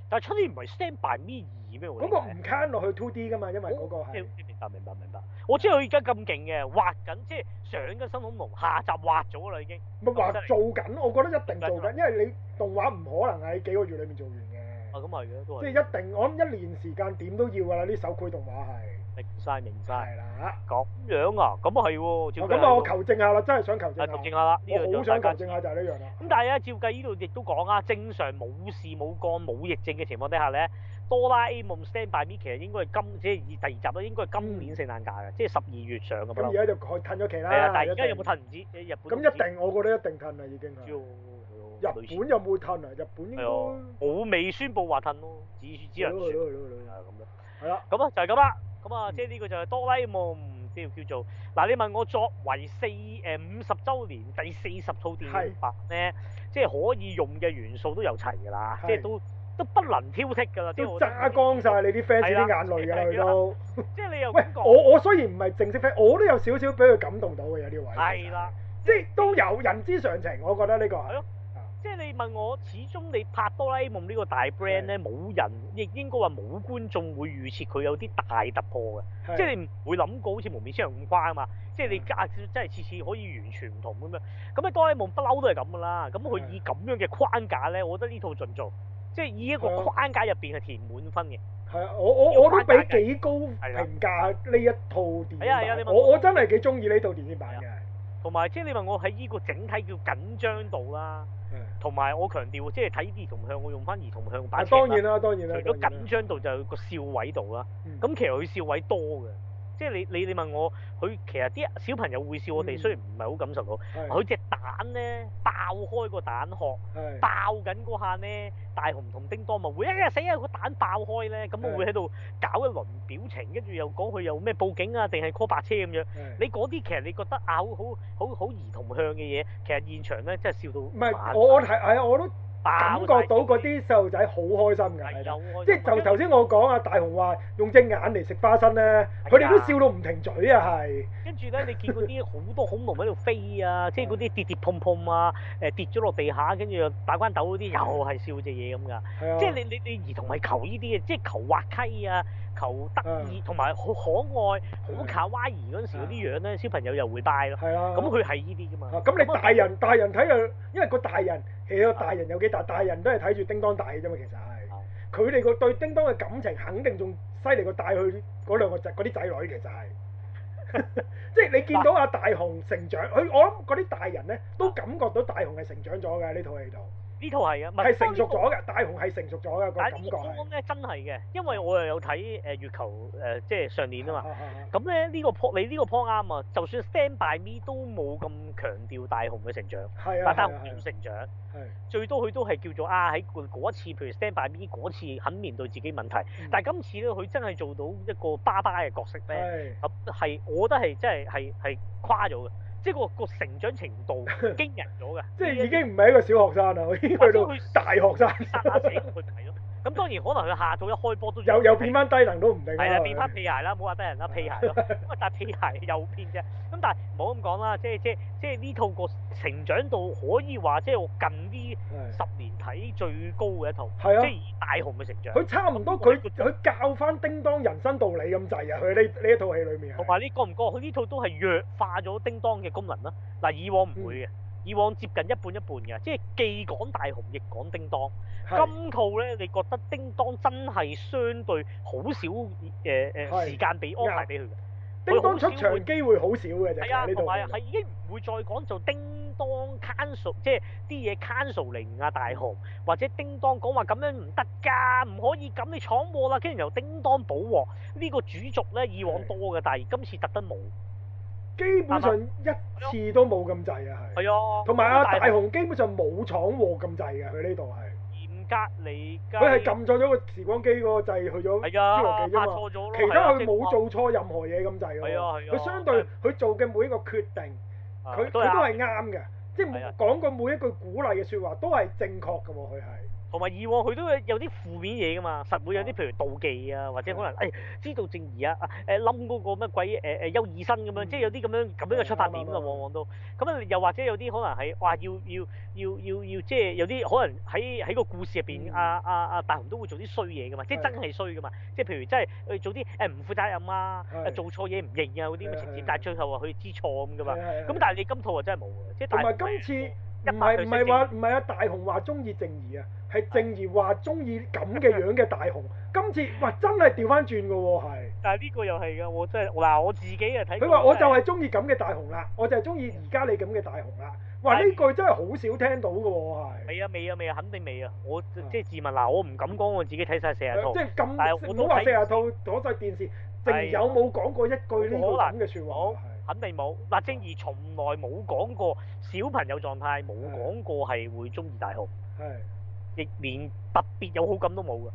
D: 但係出年唔係 Stand by Me 二咩？我
E: 嗰
D: 理
E: 個
D: 解
E: 唔 can 落去 two D 噶嘛，因為嗰個
D: 即係
E: 係
D: 明白明白明白，我知佢而家咁勁嘅，畫緊即係上緊新恐龍，下集畫咗啦已經。
E: 咪
D: 咁
E: 話
D: 犀利
E: 做緊，我覺得一定做緊，因為你動畫唔可能喺幾個月裡面做完
D: 啊
E: 嘅，
D: 咁係嘅，都
E: 即係
D: 係
E: 一定我諗一年時間點都要噶啦，呢手繪動畫係
D: 明晒明晒。
E: 係啦。
D: 咁樣啊，咁啊係喎，照計
E: 哦咁啊，我求證下啦，真係想求證
D: 啊
E: 下。
D: 求證下啦，呢樣
E: 我好
D: 就
E: 想求
D: 大家
E: 證下就係呢樣啦。
D: 咁但係咧，照計呢度亦都講啊，正常冇事冇幹冇疫症嘅情況底下咧，哆啦 A 夢 Stand by Me 其實應該係今即係以第二集咧，應該係今年聖誕假嘅，即係十二月上咁
E: 咁
D: 啦。
E: 而家就可以褪咗期啦。
D: 係啊，但係而家
E: 一
D: 有
E: 定
D: 冇褪唔知？日本
E: 咁一定，我覺得一定褪啦，已經係。
D: 唔知喎。
E: 日本有冇褪啊？日本應該
D: 係啊，我未宣布話褪咯，只只
E: 係
D: 能
E: 咯係
D: 説
E: 咯係咯係
D: 係
E: 咯
D: 啊咁樣。
E: 係啦，
D: 咁啊，就係咁啦。咁啊，即係呢個就係哆啦 A 夢，即係叫做嗱。你問我作為四誒五十週年第四十套電影版咧，即係可以用嘅元素都有齊㗎啦，
E: 係
D: 即係都都不能挑剔㗎啦。即係
E: 都
D: 我覺得
E: 榨乾晒你啲 fans 啲眼淚㗎啦，佢都。
D: 即係你又
E: 喂
D: 咁，講
E: 我我雖然唔係正式 fans，我都有少少俾佢感動到嘅有啲位。
D: 係啦，
E: 其實，即係都有人之常情，我覺得呢個
D: 係
E: 係
D: 咯。即係你問我，始終你拍哆啦 A 夢呢個大 brand 咧，冇人亦應該話冇觀眾會預設佢有啲大突破嘅。
E: 係
D: 即係你唔會諗過好似蒙面超人咁誇啊嘛，即係
E: 嗯
D: 你隔真係次次可以完全唔同咁樣。咁啊，哆啦 A 夢不嬲都係咁噶啦。咁佢
E: 嗯
D: 以咁樣嘅框架咧，我覺得呢套盡做，即係以一個
E: 係啊
D: 框架入邊係填滿分嘅。
E: 係啊，我我我都俾幾高評價呢一套電影
D: 係啊係啊你問
E: 版，
D: 我啊
E: 我我真係幾中意呢套電影版嘅。
D: 同埋即係你問我喺呢個整體叫緊張度啦，
E: 係
D: 同埋我強調即係睇兒童向，我用翻兒童向
E: 嗯啊，
D: 版尺
E: 當然啦，當然
D: 除
E: 啦。
D: 咗
E: 當然啦
D: 緊張度就有個笑位度啦。
E: 嗯
D: 咁其實佢笑位多嘅，即係你你你問我，佢其實啲小朋友會笑，我哋
E: 嗯
D: 雖然唔係好感受到，
E: 係
D: 佢隻蛋咧爆開個蛋殼。
E: 係
D: 爆緊嗰下咧，大雄同叮當咪會哎呀死啊個蛋爆開咧，咁我會喺度搞一輪表情，跟住又講佢有咩報警啊，定係 call 白車啊咁樣。
E: 係
D: 你嗰啲其實你覺得啊好好好好兒童向嘅嘢，其實現場咧真係笑到
E: 唔
D: 唔
E: 係我我睇係啊，我都感覺到嗰啲細路仔好開心㗎，
D: 係啊
E: 係啦
D: 有
E: 即係就頭先我講啊，大雄話用隻眼嚟食花生咧，
D: 啊
E: 佢哋都笑到唔停嘴啊，係
D: 跟住咧，你見嗰啲好多恐龍喺度飛啊，即係嗰啲跌跌碰碰啊，誒跌咗落地下，跟住又打關鬥嗰啲，又係笑隻嘢咁㗎。
E: 係啊，
D: 即係你你你兒童係求呢啲嘅，即係求滑稽啊，求得
E: 嗯
D: 意，同埋好可愛、好卡哇伊嗰陣時嗰啲樣咧，小朋友又會 buy 咯。
E: 係啊，
D: 咁佢係呢啲噶嘛
E: 啊。嗯咁你大人大人睇啊，因為個大人其實個大人有幾大，大人都係睇住叮當大嘅啫嘛，其實係
D: 係
E: 佢哋個對叮當嘅感情肯定仲犀利過帶佢嗰兩個仔嗰啲仔女，其實 係。即係你見到阿大雄成長，佢我諗嗰啲大人咧都感覺到大雄係成長咗嘅呢套戲度。
D: 呢套係啊，唔
E: 係成熟。咗嘅，大雄係成熟咗嘅個
D: 但係
E: 感
D: 呢
E: 覺
D: 個
E: 係
D: 方。咧真係嘅，因為我又有睇誒月球誒，即係上年啊嘛。
E: 啊啊
D: 咁咧呢個 point 你呢個 point 啱啊，就算 Stand by Me 都冇咁強調大雄嘅成長，
E: 係啊，
D: 但大
E: 係
D: 雄
E: 啊
D: 要成長。
E: 係啊
D: 最多佢都係叫做啊喺嗰嗰一次，譬如 Stand By Me 嗰次肯面對自己問題，
E: 嗯
D: 但係今次咧佢真係做到一個巴巴嘅角色咧，
E: 係
D: 咁係我覺得係真係係係誇咗嘅，即係個個成長程 度驚人咗嘅，
E: 即係已經唔係一個小學生啦，已經去到大學生。
D: 殺下死佢唔係咯，咁當然可能佢下套一開波都
E: 又又變翻低能都唔定啦。
D: 係啦，變翻屁鞋啦，唔好話低人啦，屁鞋咯。咁啊，但係屁鞋又變啫。咁但係唔好咁講啦，即係即係即係呢套個成長到可以話，即係我近呢
E: 係
D: 十年睇最高嘅一套，
E: 係啊
D: 即係以大雄嘅成長。
E: 佢差唔多，佢佢教翻叮當人生道理咁滯啊！佢呢呢一套戲裏面係
D: 同埋呢個唔過，佢呢套都係弱化咗叮當嘅功能啦。嗱，以往唔會
E: 嗯
D: 嘅，以往接近一半一半嘅，即係既講大雄，亦講叮當。
E: 係
D: 今套咧，你覺得叮當真係相對好少誒誒
E: 係
D: 時間俾安排俾佢嘅。
E: 叮當出場機會好少嘅啫，其
D: 係啊，
E: 實呢
D: 同
E: 套
D: 埋
E: 戲
D: 係已經唔會再講做叮當 cancel，即係啲嘢 canceling 啊大雄，或者叮當講話咁樣唔得㗎，唔可以咁你闖禍啦，跟住由叮當補鑊。呢、個主軸咧以往多嘅，但係今次特登冇。
E: 基本上一次都冇咁滯啊，係。
D: 係啊，
E: 同埋阿
D: 咁
E: 大雄基本上冇闖禍咁滯嘅，佢呢度係。
D: 嚴格嚟計，
E: 佢係撳錯咗個時光機嗰個掣，去咗侏
D: 係啊，
E: 羅紀
D: 拍
E: 啫嘛。
D: 錯咗咯，
E: 其他佢
D: 係啊
E: 冇，做錯任何嘢咁滯
D: 係啊
E: 喎。
D: 係啊
E: 佢相對佢做嘅每一個決定，佢佢
D: 啊都
E: 都係啱嘅，即
D: 係啊
E: 係講過每一句鼓勵嘅説話都係正確嘅喎，佢係。
D: 同埋以往佢都有啲負面嘢噶嘛，實會有啲譬如妒忌啊，或者可能誒、哎知道正義啊，啊誒冧嗰個乜鬼誒誒優異生咁樣，
E: 嗯
D: 即係有啲咁樣咁樣嘅出發點
E: 啱
D: 噶，
E: 啱啱
D: 往往都咁啊，又或者有啲可能係哇要要要要要即係有啲可能喺喺個故事入邊，
E: 嗯
D: 阿阿阿大雄都會做啲衰嘢噶嘛，即係
E: 係
D: 真係衰噶嘛，即係譬如真係去做啲呃誒唔負責任啊，
E: 係
D: 誒做錯嘢唔認啊嗰啲咁嘅情
E: 係
D: 節
E: 係，
D: 但係最後話佢知錯咁噶嘛
E: 係。啊係係
D: 咁但係你今套啊真係冇嘅，即係
E: 同埋
D: 大
E: 今次
D: 一
E: 唔
D: 百
E: 係
D: 歲
E: 唔係話唔係啊大雄話中意正義啊，係正義話中意咁嘅樣嘅大 雄。今次哇真係調翻轉嘅喎係。
D: 但係呢個又係㗎，我真係嗱我自己啊睇過。
E: 佢話我就係中意咁嘅大雄啦，我就係中意而家你咁嘅大雄啦。哇！呢
D: 係
E: 句真係好少聽到嘅喎係。
D: 未啊未啊未啊，肯定未啊！我即係自問嗱，我唔敢講我自己睇晒四十套
E: 啊即，係
D: 但係我
E: 咁，
D: 啊都
E: 唔好話
D: 睇
E: 四十套嗰隻電視，
D: 係
E: 淨係有冇講過一句呢個
D: 好難
E: 咁嘅説
D: 好
E: 話？
D: 肯定冇。嗱，正如從來冇講過小朋友狀態，冇
E: 啊
D: 講過係會中意大雄，
E: 係係
D: 亦連特別有好感都冇㗎，
E: 係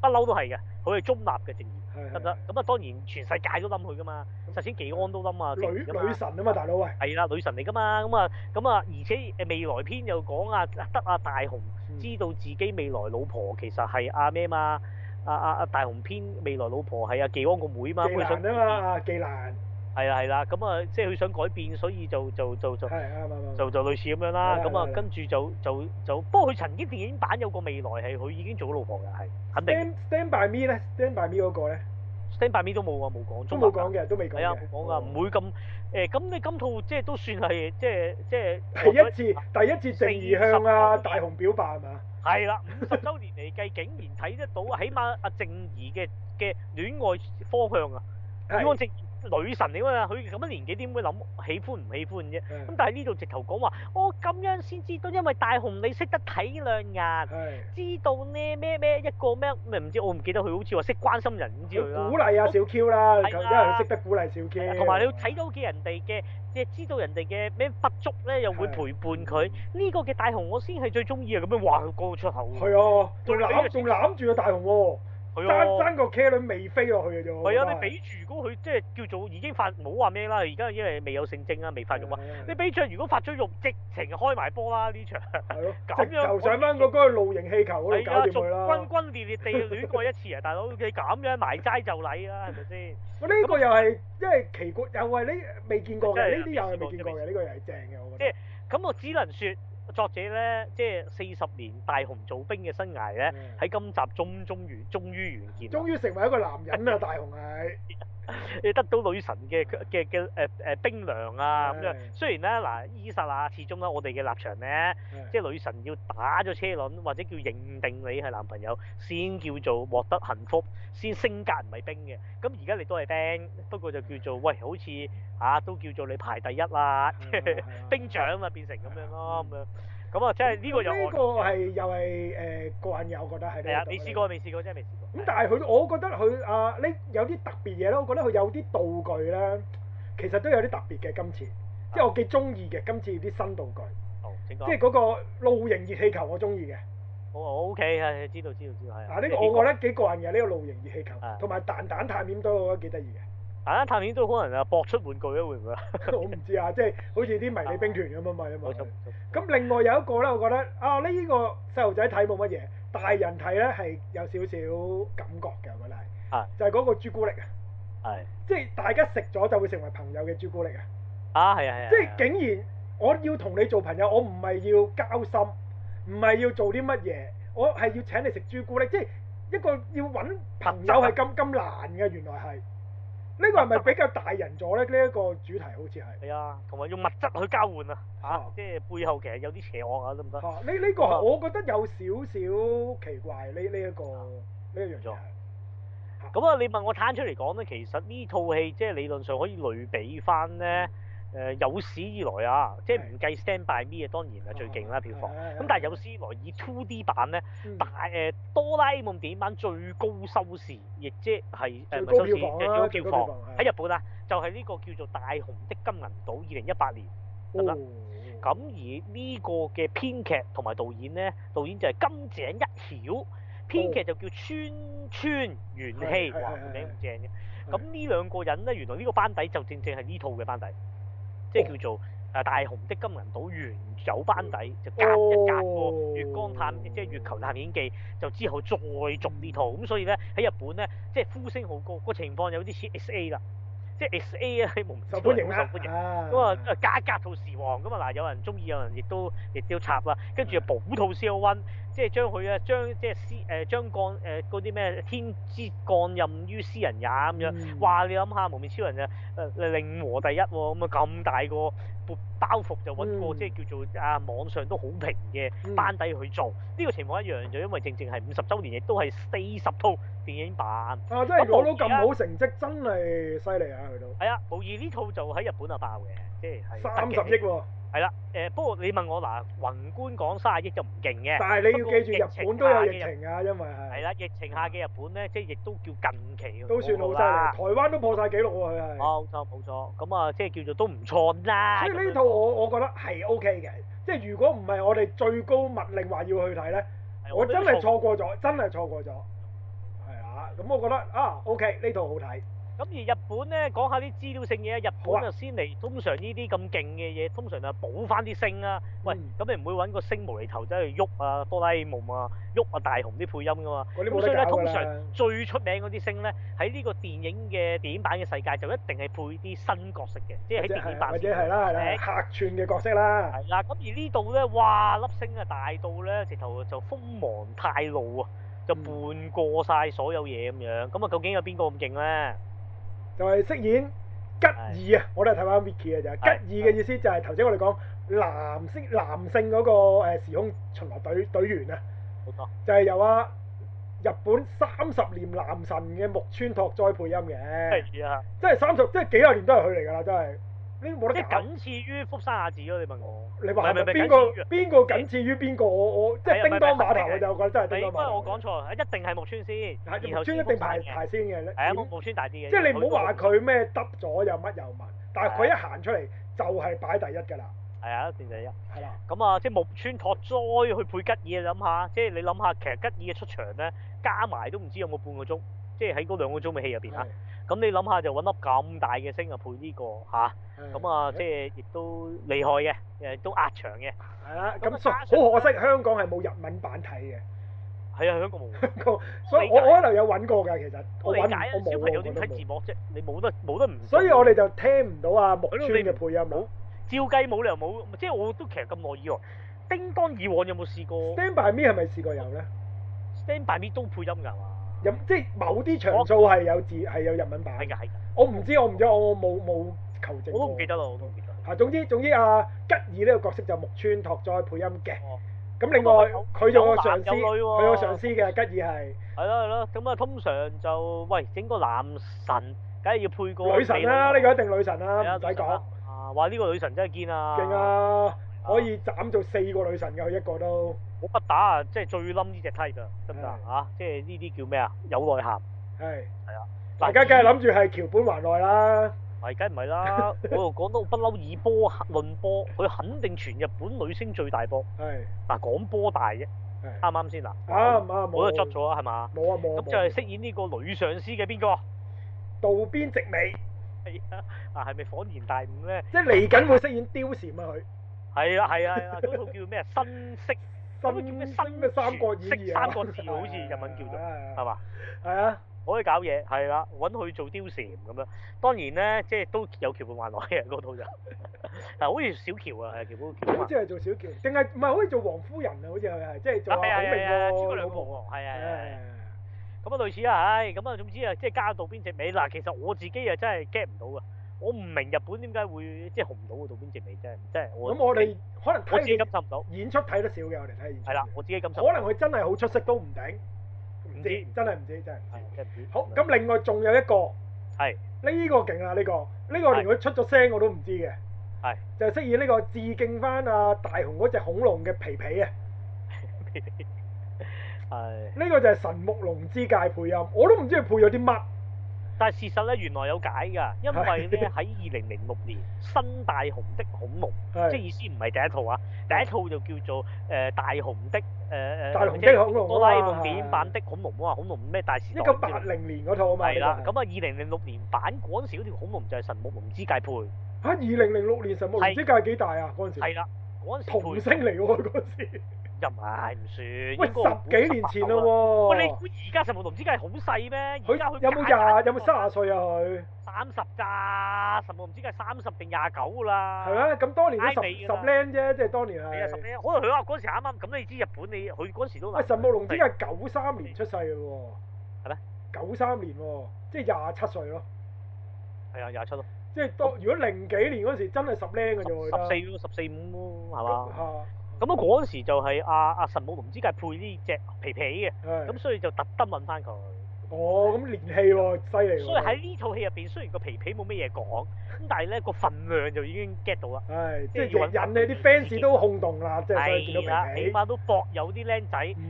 D: 不嬲都係嘅。佢係中立嘅正義，
E: 係
D: 得唔得？咁啊，當然全世界都冧佢㗎嘛，首先技安都冧啊，正
E: 嗯女
D: 義㗎嘛
E: 女神啊嘛，大佬喂，
D: 係啦，女神嚟㗎嘛，咁啊，咁啊，而且誒未來篇又講啊，得啊大雄
E: 嗯
D: 知道自己未來老婆其實係阿咩嘛，阿阿阿大雄篇未來老婆係阿技安個妹嘛，
E: 技
D: 佢想嗯
E: 能啊嘛，啊技能係
D: 係啦係啦，咁啊即係佢想改變，所以就就就就
E: 啱啱
D: 就
E: 啱。
D: 就類似咁樣啦，
E: 係啦
D: 咁啊
E: 係啦
D: 跟住就就就，不過佢曾經電影版有個未來係佢已經做咗老婆㗎，係肯定
E: Stand Stand by me 咧，Stand by me 嗰個咧
D: Stand by Me 都冇啊冇講，
E: 都
D: 中
E: 冇
D: 國㗎
E: 講哦嘅，都未講
D: 係啊
E: 嘅。
D: 冇講㗎，唔會咁誒咁你今套即係都算係即係即係
E: 第一次第一次正義向啊大雄表白係嘛？
D: 係啦，五十週年嚟計，竟然睇得到，起碼阿靜怡嘅嘅戀愛方向啊，
E: 係
D: 以往靜怡女神嚟㗎嘛，佢咁嘅年紀點會諗喜歡唔喜歡啫？
E: 嗯
D: 咁但係呢度直頭講話，我咁樣先知道，因為大雄你識得體諒人，
E: 係
D: 知道呢咩咩一個咩咩唔知，我唔記得佢好似話識關心人咁之類啦
E: 鼓。勵啊小 Q 啦，
D: 係
E: 因為
D: 啊
E: 佢識得鼓勵小
D: 係啊
E: Q。
D: 同埋你要睇到嘅人哋嘅，即係知道人哋嘅咩不足咧，又會
E: 係
D: 陪伴佢。呢個嘅大雄我先係最中意啊！咁樣話佢個出口喎，
E: 係啊，仲攬仲攬住個大雄喎，
D: 係啊
E: 爭爭個茄輪未飛落去嘅啫喎。
D: 係啊，你俾住如果佢即係叫做已經發冇話咩啦，而家因為未有性徵啊，未發育啊，
E: 係
D: 你俾着如果發咗肉，直情開埋波啦 呢場，
E: 係咯，
D: 咁樣
E: 直頭上翻嗰個露營氣球嗰度搞掂
D: 哎仲
E: 佢啦嗯
D: 轟。轟烈烈地戀過一次啊，大佬你咁樣埋齋就禮啦，係咪先？
E: 我呢個又係即係奇怪，又係呢未見過
D: 真係
E: 嘅，呢啲又係未見過
D: 未試過
E: 嘅，呢個又係正嘅，我覺
D: 即咁我只能說作者咧，即係四十年大雄做兵嘅生涯
E: 得
D: 咧，。喺啊今集終終完終於完結啦
E: 嗯終，於成為一個男人啦，大雄係。
D: 你得到女神嘅嘅嘅誒誒冰涼啊咁樣。
E: 係
D: 雖然咧嗱，伊薩啊，始終咧我哋嘅立場咧。即係女神要打咗車輪，或者叫認定你係男朋友，先叫做獲得幸福，先升格唔係兵嘅。咁而家你都係兵，不過就叫做喂，好似啊、都叫做你排第一啦，
E: 嗯
D: 即
E: 啊
D: 係 兵長啦，變成咁樣咯，咁樣。咁啊，即係呢個又
E: 呢個
D: 我
E: 係又係誒個人有覺得係呢一度
D: 係啊，未試過，未試過，真係未試過。
E: 咁但係佢，我覺得佢啊呢有啲特別嘢咧，我覺得佢有啲道具咧，其實都有啲特別嘅今次，即係我幾中意嘅今次啲新道具，
D: 好，請
E: 即
D: 講。
E: 係嗰個露營熱氣球我中意嘅，
D: 我我 OK 係知道知道知道係。
E: 啊呢個我覺得幾過癮嘅呢個露營熱氣球
D: 啊，
E: 同埋蛋蛋探險都我覺得幾得意嘅，
D: 啊，探險都可能啊，搏出玩具啊，會唔會啊？
E: 我唔知啊，即係好似啲迷你兵團咁啊嘛，因
D: 冇
E: 為
D: 錯冇錯
E: 咁另外有一個咧，我覺得啊呢、個細路仔睇冇乜嘢，大人睇咧係有少少感覺嘅，我覺得係
D: 係，
E: 就係嗰個朱古力啊，
D: 係
E: 即係大家食咗就會成為朋友嘅朱古力啊，
D: 啊，係啊係啊，
E: 即係竟然我要同你做朋友，我唔係要交心，唔係要做啲乜嘢，我係要請你食朱古力，即係一個要揾朋啊友係咁咁難嘅，原來係呢、個係咪比較大人咗咧？呢、一個主題好似係。
D: 係啊，同埋用物質去交換啊，
E: 啊
D: 嚇，即係背後其實有啲邪惡啊，得唔得？
E: 啊！呢呢個係我覺得有少少奇怪，呢呢一個呢一樣嘢係。
D: 咁啊，你問我攤出嚟講咧，其實呢套戲即係理論上可以類比翻咧，誒、有史以來啊，即係唔計 Stand By Me 啊，當然係最勁啦票房。
E: 係。
D: 咁但係有史以來以 2D 版咧，
E: 嗯
D: 大誒哆啦 A 夢電影版最高收視，亦即係誒
E: 最
D: 唔
E: 高
D: 係收視，即係最
E: 票房啦，
D: 高票房
E: 係
D: 喺日本啊，就係、呢個叫做《大雄的金銀島》二零一八年。日本啦
E: 哦
D: 咁而呢個嘅編劇同埋導演咧，導演就係金井一
E: 哦
D: 曉，編劇就叫川川元
E: 係
D: 氣，
E: 係
D: 哇
E: 係
D: 個名咁正嘅。
E: 係
D: 咁呢兩個人咧，原來呢個班底就正正係呢套嘅班底，即係叫
E: 哦
D: 做誒大雄的金銀島原有班底，就隔一隔
E: 哦
D: 個月光探，即係月球探險記，就之後再續呢套。
E: 嗯
D: 咁所以咧喺日本咧，即係呼聲好高，個情況有啲似 S A 啦，即係 S A 啊喺無名
E: 受
D: 小
E: 歡
D: 隊
E: 迎
D: 好
E: 啦，
D: 受歡迎。
E: 啊
D: 咁啊，價格套時王咁啊，嗱，有人中意，有人亦都亦都插啦，跟
E: 嗯
D: 住啊補套 C O One，即係將佢啊，將即係私誒將降誒嗰啲咩天之降任於斯人也咁樣，
E: 嗯
D: 哇！你諗下無面超人啊誒令和第一喎，咁啊咁大個撥包袱就揾個
E: 嗯
D: 即係叫做啊網上都好評嘅
E: 嗯
D: 班底去做，呢個情況一樣就因為正正係五十週年，亦都係四十套電影版。
E: 啊！真係攞到咁好成績，真係犀利啊！佢都
D: 係啊，無疑呢套就喺日本啊爆嘅，即係係
E: 三十
D: 得嘅
E: 億喎，
D: 係啦，誒、不過你問我嗱，宏觀講三十億就唔勁嘅，
E: 但係你要記
D: 不過
E: 住，
D: 疫
E: 日
D: 情
E: 本都有疫
D: 下嘅日
E: 情啊，因為
D: 係
E: 係
D: 啦，疫情下嘅日本咧，即係亦都叫近期嘅
E: 都算好犀利，
D: 啦
E: 台。灣都破晒紀錄喎，佢係。
D: 冇錯冇錯，咁啊，即係叫做都唔錯啦。
E: 所以
D: 咁
E: 呢
D: 樣
E: 套我我覺得係 OK 嘅，即係如果唔係我哋最高密令話要去睇咧。
D: 係
E: 我真
D: 都
E: 係錯過咗，真係錯過咗。係啊，咁我覺得啊，OK 呢套好睇。
D: 咁而日本咧，講下啲資料性嘢，日
E: 好啊
D: 本就先嚟，通常呢啲咁勁嘅嘢，通常就補翻啲星啦。喂
E: 嗯，
D: 咁你唔會揾個星無厘頭走去喐啊哆啦 A 夢啊，喐啊大雄啲配音噶嘛。
E: 嗰啲冇
D: 咁所以
E: 得
D: 咧，
E: 搞㗎
D: 通
E: 啦。
D: 常最出名嗰啲星咧，喺呢個電影嘅電影版嘅世界就一定係配啲新角色嘅，即係
E: 或
D: 喺
E: 者
D: 電影
E: 係
D: 版
E: 或
D: 先
E: 者係啦係啦，
D: 誒
E: 客串嘅角色啦。
D: 係啦，咁而呢度咧，哇，粒星啊大到咧，直頭就鋒芒太露啊，
E: 嗯
D: 就半過晒所有嘢咁樣。咁啊，究竟有邊個咁勁咧？
E: 就係飾演吉爾啊，我都係睇翻 Vicky 嘅咋。吉
D: 係
E: 爾嘅意思就係頭先我哋講男性男性嗰個誒時空巡邏隊隊員啊，
D: 冇錯，
E: 就係由啊日本三十年男神嘅木村拓哉配音嘅，
D: 係啊，
E: 即係三十即係幾廿年都係佢嚟㗎啦，真係呢冇
D: 即
E: 得
D: 係
E: 搞。
D: 僅次於福山雅治咯。你問我，
E: 你話係咪
D: 唔係唔係
E: 邊個
D: 僅次於
E: 邊個僅次於邊個？我我即係
D: 係啊
E: 叮當
D: 唔
E: 碼頭
D: 係
E: 啊！
D: 唔係
E: 就我覺得
D: 你
E: 真係
D: 應
E: 叮
D: 該
E: 當
D: 我
E: 碼
D: 講
E: 頭。
D: 錯，一定係木村先，
E: 係
D: 然後
E: 村
D: 先
E: 一定排
D: 福山嘅
E: 排先嘅，
D: 係啊，木
E: 點
D: 木村大啲嘅。啊
E: 即係你唔好
D: 好
E: 話佢咩得咗又乜又乜，但係佢一行出嚟就係擺第一㗎啦，
D: 係啊，一定就係一。
E: 係啦，
D: 咁啊，即係木村拓哉去配吉爾，啊你諗下，即係你諗下，其實吉爾嘅出場咧，加埋都唔知有冇半個鐘，即係喺嗰兩個鐘嘅戲入邊啊。咁你諗下就揾粒咁大嘅星啊配呢、個嚇，咁啊即
E: 係
D: 係亦都厲害嘅，誒都壓場嘅，
E: 係啦，
D: 咁啊
E: 咁所
D: 加上
E: 好可惜香港係冇日文版睇嘅，
D: 係啊，香港冇。
E: 所以
D: 理解
E: 我我可能有揾過㗎，其實
D: 我
E: 我
D: 理
E: 揾
D: 解啊，
E: 我
D: 小朋
E: 冇
D: 友
E: 啊我
D: 點
E: 都
D: 睇字
E: 冇，
D: 幕啫？你冇得冇得唔做。
E: 所以我哋就聽唔到啊木
D: 係
E: 村
D: 咯你
E: 嘅配音啦
D: 冇。照計冇理由冇，即係我都其實咁耐以來，叮當以往有冇試過
E: Stand by me 係咪試過有咧？
D: Stand By Me 都配音㗎係嘛？
E: 有即係某啲場數係有字係有日文版
D: 係。㗎係㗎，
E: 我唔知，我唔知，我冇冇求證過。
D: 我都唔記得啦，我都唔記得啦。
E: 啊，總之總之啊，吉爾呢個角色就木村拓哉配音嘅。
D: 哦
E: 咁另外
D: 有
E: 佢做個上
D: 有
E: 司，
D: 男有女喎
E: 佢個上司嘅吉爾係
D: 係咯係咯，咁啊通常就喂整個男神，梗係要配個
E: 女神啦，呢
D: 美女
E: 個一定女神
D: 係啊
E: 啦，唔使
D: 女神
E: 講
D: 啦，啊！哇！呢個女神真係堅啊！
E: 勁！啊！可以斬做四個女神嘅佢一個都，
D: 我不打啊，即係最冧呢只梯㗎，得唔得啊
E: 係
D: 啊？即係呢啲叫咩啊？有內涵。
E: 係
D: 係啊
E: 大家梗係諗住係橋本環奈啦，
D: 係，梗唔係 啦！我又講到不嬲以波論波，佢肯定全日本女星最大波。
E: 係
D: 嗱，講波大啫，
E: 係
D: 啱唔啱先嗱？
E: 啱啱
D: 我都
E: 冇
D: 執啊咗啦，係嘛？
E: 冇啊冇啊，
D: 咁就係飾演呢個女上司嘅邊個？
E: 渡邊直美，
D: 係啊，啊係咪恍然大悟咧？
E: 即係嚟緊會飾演貂蟬啊佢，
D: 係啦係啦係啦，嗰套叫咩啊？新式咁佢叫咩
E: 新
D: 新
E: 新嘅《三國演義》啊，
D: 識三國志好似日文叫做係
E: 係
D: 嘛？
E: 係啊，
D: 可以搞嘢係啦，揾佢做貂蟬咁樣。當然咧，即係都有橋本環奈啊嘅嗰套就， 嗱好似小喬啊，係橋本橋本
E: 好
D: 環
E: 似係做小喬，定係唔係好似做王夫人啊？好似佢係即係做
D: 啊
E: 阿
D: 係啊係啊，諸葛
E: 孔明
D: 亮
E: 老
D: 個
E: 婆。
D: 王係啊係啊係啊。
E: 係
D: 咁啊類似啊，唉，咁啊總之啊，即係加到邊隻尾嗱，其實我自己啊真係 get 唔到啊，我唔明日本點解會即係紅唔到到邊隻尾真係，真係我
E: 咁我哋可能
D: 我自己
E: 睇
D: 感受唔到，
E: 演出睇得少嘅，我哋睇演出。
D: 係啦，，我自己感受唔
E: 可
D: 到
E: 能佢真係好出色都唔頂，唔
D: 唔
E: 知
D: 知
E: 真係唔知真係唔知。
D: 係真係唔知
E: 好，咁另外仲有一個。
D: 係
E: 呢個勁啦，啊呢、個呢、個連佢出咗聲我都唔知嘅，
D: 係
E: 就係飾演呢個致敬翻啊大雄嗰只恐龍嘅皮皮啊，
D: 係。
E: 呢、個就係神木龍之介配音，我都唔知佢配咗啲乜，
D: 但係事實咧，原來有解㗎，因為咧喺二零零六年新大雄的恐龍，即係
E: 係
D: 意思唔係第一套啊，第一套就叫做誒、呃大雄的誒誒、呃
E: 大雄
D: 即係
E: 的恐龍啊
D: 哆啦 A 夢電影版的恐龍啊，恐龍咩大時代
E: 一九八零年嗰套啊嘛，
D: 係啦，
E: 呢個
D: 咁啊二零零六年版嗰陣時嗰條恐龍就係神木龍之介配，
E: 嚇二零零六年神木龍之介幾大啊嗰陣時，
D: 係啦，嗰陣時
E: 童星
D: 配
E: 嚟喎嗰陣時，
D: 又唔係唔算，
E: 喂
D: 應該
E: 十幾年前啦
D: 喎。喂，你
E: 喎，
D: 估而家神木龍之介好細咩？
E: 佢
D: 而家
E: 有冇廿有冇卅歲啊佢？
D: 三十咋？神木龍之介三十定廿九啦。
E: 係咩？咁當年都
D: 挨
E: 十
D: 尾
E: 十
D: 㗎啦
E: 靚啫，即係當年
D: 係啊，十幾，
E: 係。
D: 可能佢話嗰時啱啱，咁你知日本你佢嗰時都
E: 喂，
D: 嗱，
E: 神木啊龍之介九三年出世嘅喎，
D: 係咩？
E: 九三年喎，即係廿七歲咯。
D: 係啊，廿七咯，
E: 即係當如果零幾年嗰時真係十僆嘅
D: 十
E: 啫喎，
D: 十四咯，十四五咯，係嘛？
E: 嘛？
D: 咁啊嗰陣時就係阿阿神武龍之介配呢只皮皮嘅，
E: 嚇，係
D: 咁所以就特登揾翻佢。
E: 哦，咁連戲喎，犀利喎。
D: 所以喺呢套戲入邊，雖然個皮皮冇乜嘢講，咁但係咧個份量就已經 get 到啦。
E: 係即
D: 即係
E: 係
D: 要揾
E: 引你啲 fans 都轟動 啦，即係所以見到
D: 係啦，
E: 皮
D: 起
E: 皮。
D: 碼都博有啲僆仔。
E: 嗯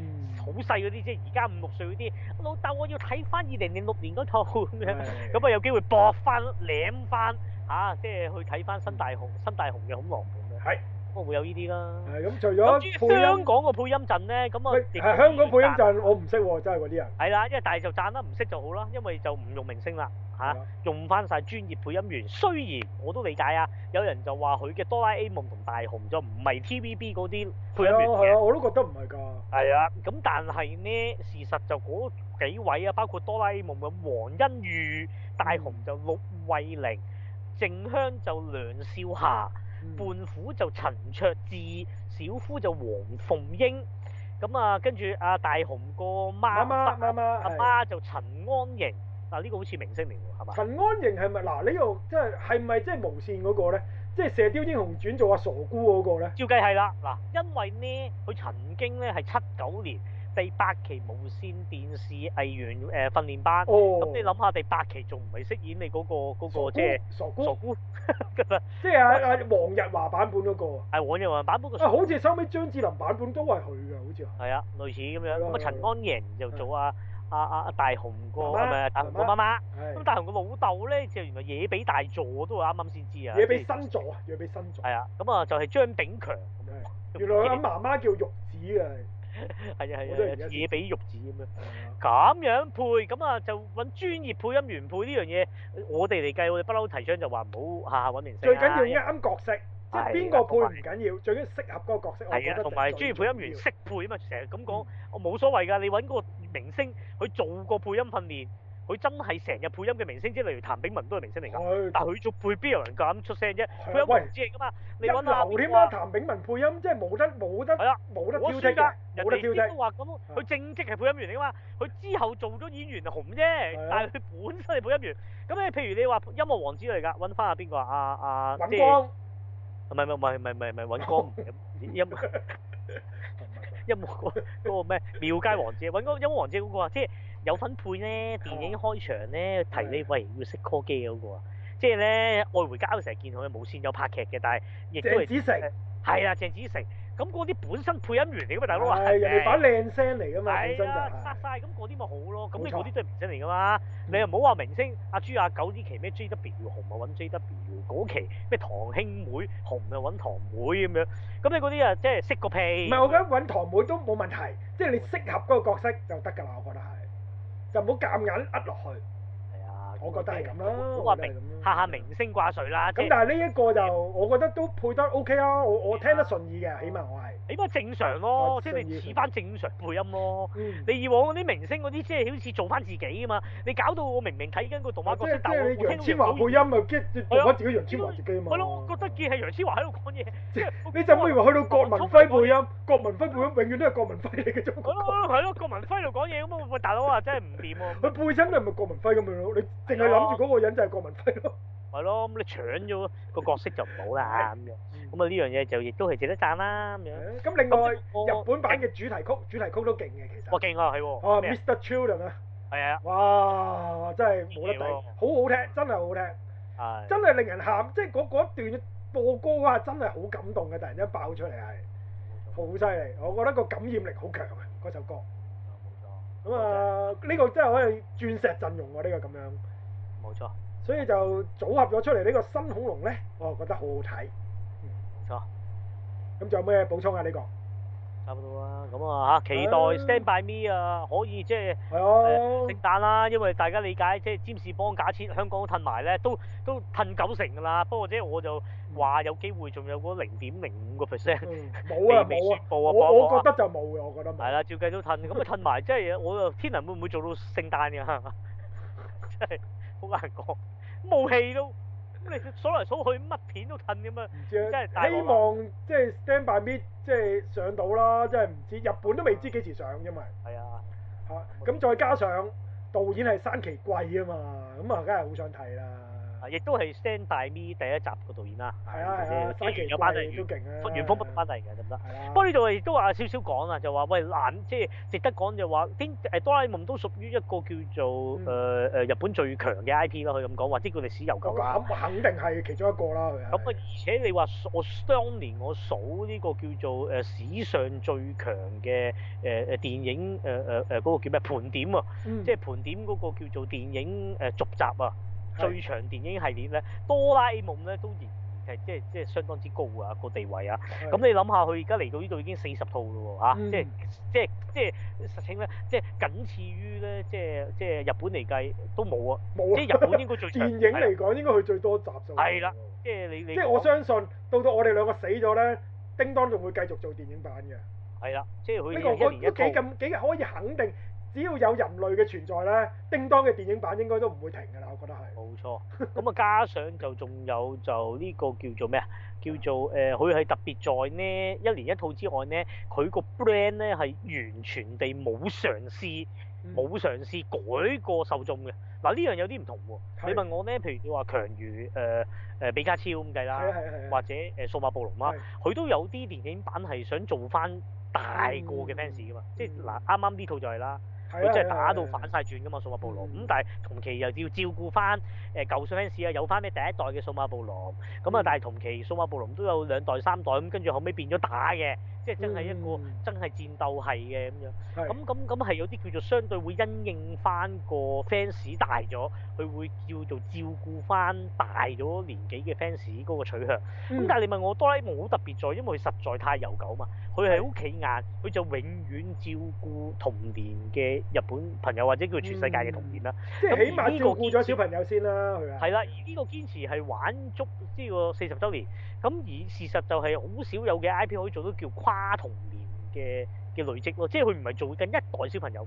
D: 好細嗰啲，即係而家五六歲嗰啲，老豆我要睇翻二零零六年嗰套咁樣，
E: 係
D: 咁啊有機會搏翻舐翻啊，即係去睇翻新大雄、新大雄嘅恐龍啊咁樣。
E: 係
D: 不過會有呢啲啦。
E: 係咁，除
D: 咁
E: 咗
D: 至於
E: 配
D: 香
E: 音，
D: 港個配音陣咧，咁
E: 喂
D: 啊，亦都
E: 係香港配音
D: 讚
E: 陣，我唔識喎，真係嗰啲人。
D: 係啦，因為但係就賺得唔識就好啦，因為就唔用明星啦嚇，
E: 係啊
D: 用翻晒專業配音員。雖然我都理解啊，有人就話佢嘅哆啦 A 夢同大雄就唔係 TVB 嗰啲配音
E: 係啊
D: 員
E: 係啊，
D: 嘅，
E: 我都覺得唔係㗎。
D: 係啊，咁但係呢，事實就嗰幾位啊，包括哆啦 A 夢嘅黃欣瑜、大雄就陸慧玲、靜香就梁少霞。
E: 嗯
D: 胖虎就陳卓志，小夫就黃鳳英，咁啊跟住阿大雄個媽
E: 媽媽媽
D: 阿
E: 媽係。
D: 媽就陳安瑩，嗱呢個好似明星嚟喎，係嘛？
E: 陳安瑩係咪嗱呢個即係係咪即係無線嗰個咧？即係《射雕英雄傳》做阿傻姑嗰個咧？
D: 照計係啦，嗱，因為呢，佢曾經咧係七九年第八期無線電視藝員誒、訓練啊班，咁、
E: 哦，
D: 你諗下第八期仲唔係飾演你嗰、個嗰、個即係
E: 傻姑傻
D: 傻
E: 姑，
D: 姑咁啊？
E: 即係阿阿黃日華版本嗰個啊。
D: 係黃日華版本個傻
E: 啊，好似收尾張智霖版本都係佢嘅，好似係。
D: 係啊，類似咁樣。
E: 係咯
D: 咁啊，陳
E: 係
D: 安
E: 咯
D: 瑩就做啊啊啊啊大雄個
E: 媽
D: 唔
E: 媽
D: 係啊大雄個媽媽。咁
E: 係。
D: 大雄個老豆咧就原來野比大佐，我都係啱啱先知啊。
E: 嘢俾新座啊，嘢俾新座。
D: 係啊，咁啊就係張炳強咁樣。
E: 係原來佢阿媽媽叫玉子嘅，
D: 係啊
E: 我都係而
D: 係
E: 家
D: 啊，
E: 先
D: 野比玉子咁樣。
E: 係啊
D: 咁樣配，咁啊就揾專業配音員配呢樣嘢，我哋嚟計，我哋不嬲提倡就話唔好下下揾明星啊
E: 最緊要啱角色，即係
D: 係
E: 邊個配
D: 同
E: 唔
D: 埋
E: 緊要，最緊要適合嗰個角色。我
D: 係
E: 覺
D: 啊，
E: 得
D: 同埋
E: 就
D: 專
E: 最
D: 業配音
E: 重
D: 員
E: 要
D: 識配啊嘛，成日咁講，我冇所謂㗎。你揾個明星，佢做過配音訓練，佢真係成日配音嘅明星，即係例如譚炳文都係明星嚟㗎。
E: 係啊
D: 但係佢做配邊有人咁出聲啫？配
E: 係啊
D: 音
E: 喂
D: 唔知㗎嘛，
E: 一
D: 你揾阿
E: 流添
D: 邊
E: 啦！
D: 個啊
E: 譚炳文配音即係冇得冇得
D: 係啊
E: 冇得挑
D: 我
E: 剔
D: 輸㗎
E: 嘅，，
D: 人
E: 冇得挑
D: 哋都
E: 剔。
D: 話咁，佢正職係配音員嚟㗎嘛，佢之後做咗演員就紅啫
E: 係啊，
D: 但係佢本身係配音員。咁你譬如你話音樂王子嚟㗎，揾翻阿邊個啊？阿阿
E: 尹
D: 即係
E: 光
D: 唔係唔係唔係唔係唔係唔係揾 光音音音樂嗰嗰個咩廟街王子，揾嗰音樂王子嗰個啊，即係有份配咧電影開場咧提你喂要識 call 機嗰個啊，即係咧愛回家我成日見佢無線有拍劇嘅，但係亦都係
E: 鄭子誠，
D: 係啊鄭子誠。咁嗰啲本身配音員嚟㗎嘛，大佬啊，
E: 係人哋把靚聲嚟㗎嘛，本身就
D: 係啊，
E: 係
D: 殺晒咁嗰啲咪好咯，咁
E: 冇
D: 你
E: 錯嗯
D: 嗰啲都係明星嚟噶嘛？你又唔好話明星，阿朱阿九呢期咩 JW 紅咪揾 JW，嗰期咩堂兄妹紅咪揾堂妹咁樣，咁你嗰啲啊即係識個屁。
E: 唔係，我覺得揾堂妹都冇問題，即係你適合嗰個角色就得㗎啦，我覺得係，就唔好夾硬呃落去。
D: 係啊，
E: 我覺得係咁啦，
D: 好
E: 我
D: 話
E: 覺得係
D: 明
E: 咁
D: 下
E: 啦
D: 下明星掛帥啦，即
E: 咁
D: 係
E: 但係呢一個就我覺得都配得 OK 啊，我我聽得順耳嘅，起碼我係。
D: 起碼正常咯，
E: 我
D: 即係你
E: 信
D: 似
E: 意
D: 翻正常配音咯。
E: 嗯。
D: 你以往嗰啲明星嗰啲，即係好似做翻自己啊嘛！你搞到我明明睇緊個動畫
E: 哦即
D: 角色
E: 係，即
D: 但
E: 係
D: 我
E: 你
D: 我聽
E: 楊
D: 到
E: 千嬅配音咪啊即係做翻自己楊千
D: 因為
E: 嬅自己啊嘛。
D: 係咯，我覺得嘅係楊千嬅喺度講嘢，即係
E: 你就唔好以為去到郭文輝配音，郭文輝配音永遠都係郭文輝嚟嘅啫。
D: 係咯係咯，郭文輝喺度講嘢咁啊！喂，大佬啊，真係唔掂 喎！
E: 佢配音都唔係郭文輝咁樣咯，你淨係諗住嗰個人就係郭文輝咯。
D: 係咯，咁你搶咗個角色就唔好啦咁樣。咁啊呢樣嘢就亦都係值得讚啦咁樣。
E: 咁嗯另外
D: 我
E: 日本版嘅主題曲，主題曲都勁嘅其
D: 哇
E: 實。
D: 勁啊，係喎。
E: 啊
D: 咩啊
E: ，Mr. Children 啊，
D: 係
E: 哇，真係冇得頂，好好聽，真係好聽，
D: 啊，係
E: 真係令人喊，即係嗰嗰一段播歌嗰下真係好感動嘅，突然間爆出嚟係，好犀利，我覺得個感染力好強啊嗰首歌。咁啊，呢個真係可以鑽石陣容啊喎，呢個咁樣。
D: 冇錯，冇錯，
E: 所以就組合咗出嚟呢個新恐龍呢，我覺得好好睇。
D: 冇錯。
E: 咁仲有咩補充啊？呢、個
D: 差唔多啦，咁啊嚇，期待
E: 啊
D: Stand by Me 啊，可以即係誒
E: 係
D: 聖
E: 啊，
D: 誕啦，因為大家理解即係占士邦假設香港褪埋咧，都都褪九成㗎啦。不過即係我就話有機會仲有嗰零點零五個 percent
E: 嗯
D: 未
E: 冇啊
D: 未
E: 冇
D: 宣
E: 啊，
D: 佈
E: 我
D: 啊，博一博
E: 我
D: 啊
E: 覺得就冇嘅，我覺得
D: 係
E: 冇。
D: 啦，照計都褪，咁啊褪埋，即係我就天能會唔會做到聖誕㗎？真係好難講，冇戲都咁你數嚟數去乜片都褪咁啊！
E: 唔知
D: 真
E: 啊
D: 係大鑊啊
E: 希望即係 Stand by Me 即係上到啦，即係唔知日本都未知幾時上，因為
D: 係啊，
E: 嚇咁、再加上導演係山崎貴啊嘛，咁啊梗係好想睇啦。
D: 啊亦都係 Stand by Me 第一集個導演啦，
E: 係啊係啊，
D: 即係
E: 山崎
D: 有班係
E: 貴都勁啊，
D: 原封不翻嚟嘅得唔得？不
E: 係啊
D: 過呢度亦都話少少講啦，就話喂難，即係值得講就話經誒哆啦 A 夢都屬於一個叫做誒誒、
E: 嗯
D: 呃日本最強嘅 I P 啦，可以咁講，或者叫歷史悠久啦。
E: 咁肯定係其中一個啦，佢係
D: 咁啊，而且你話我當年我數呢個叫做誒、呃史上最強嘅誒誒電影誒誒誒嗰個叫咩盤點啊，
E: 嗯
D: 即係盤點嗰個叫做電影誒、呃續集啊，
E: 係
D: 最長電影系列咧，哆啦 A 夢咧都仍然係即係即係相當之高啊個地位啊。
E: 係
D: 咁你諗下，佢而家嚟到呢度已經四十套咯喎嚇
E: 嗯
D: 即係即係即係實情咧，即係僅次於咧，即係即係日本嚟計都冇啊，
E: 冇啊
D: 即 係日本應該最長
E: 電影嚟講，應該佢最多集數。
D: 係啦，即係你你
E: 即係我
D: 講
E: 相信到到我哋兩個死咗咧，叮當仲會繼續做電影版嘅。呢
D: 係啦，即係佢
E: 個我
D: 一
E: 都
D: 年
E: 幾
D: 一套，
E: 咁幾可以肯定，只要有人類嘅存在咧，叮當嘅電影版應該都唔會停㗎啦，我覺得係。
D: 冇錯。咁啊，加上就仲有就呢個叫做咩啊？叫做誒，佢、係特別在呢一年一套之外呢，佢個 brand 咧係完全地冇嘗試。
E: 嗯
D: 冇嘗試改過受眾嘅。嗱呢樣有啲唔同喎。
E: 係
D: 你問我咧，譬如你話強如誒誒比卡超咁計
E: 係
D: 啦，
E: 啊係啊係啊
D: 或者誒數碼暴龍啦
E: 係，
D: 佢都有啲電影版係想做翻大個嘅
E: 嗯
D: fans 噶嘛。即係
E: 嗯
D: 嗱啱啱呢套就係啦，
E: 係啊
D: 佢真係
E: 係啊
D: 打到
E: 係啊
D: 反晒轉噶嘛數碼暴龍。
E: 嗯
D: 咁但係同期又要照顧翻誒舊嘅 fans 啊，有翻咩第一代嘅數碼暴龍。咁啊
E: 嗯，
D: 但係同期數碼暴龍都有兩代三代咁，跟住後尾變咗打嘅，即係真係一個
E: 嗯
D: 真係戰鬥係嘅咁樣。
E: 係
D: 咁咁咁係有啲叫做相對會因應翻個 fans 大咗，佢會叫做照顧翻大咗年紀嘅 fans 嗰個取向。咁、
E: 嗯
D: 但係你問我哆啦 A 夢好特別在，因為佢實在太悠久嘛，佢係好企硬，佢就永遠照顧童年嘅日本朋友或者叫全世界嘅童年啦。
E: 即係起
D: 咁而呢
E: 碼
D: 個
E: 照顧咗小朋友先啦，佢啊
D: 係啦，啊而呢個堅持係玩足呢個四十週年，咁而事實就係好少有嘅 IP 可以做到叫跨童年嘅嘅累積咯，即係佢唔係做緊一代小朋友。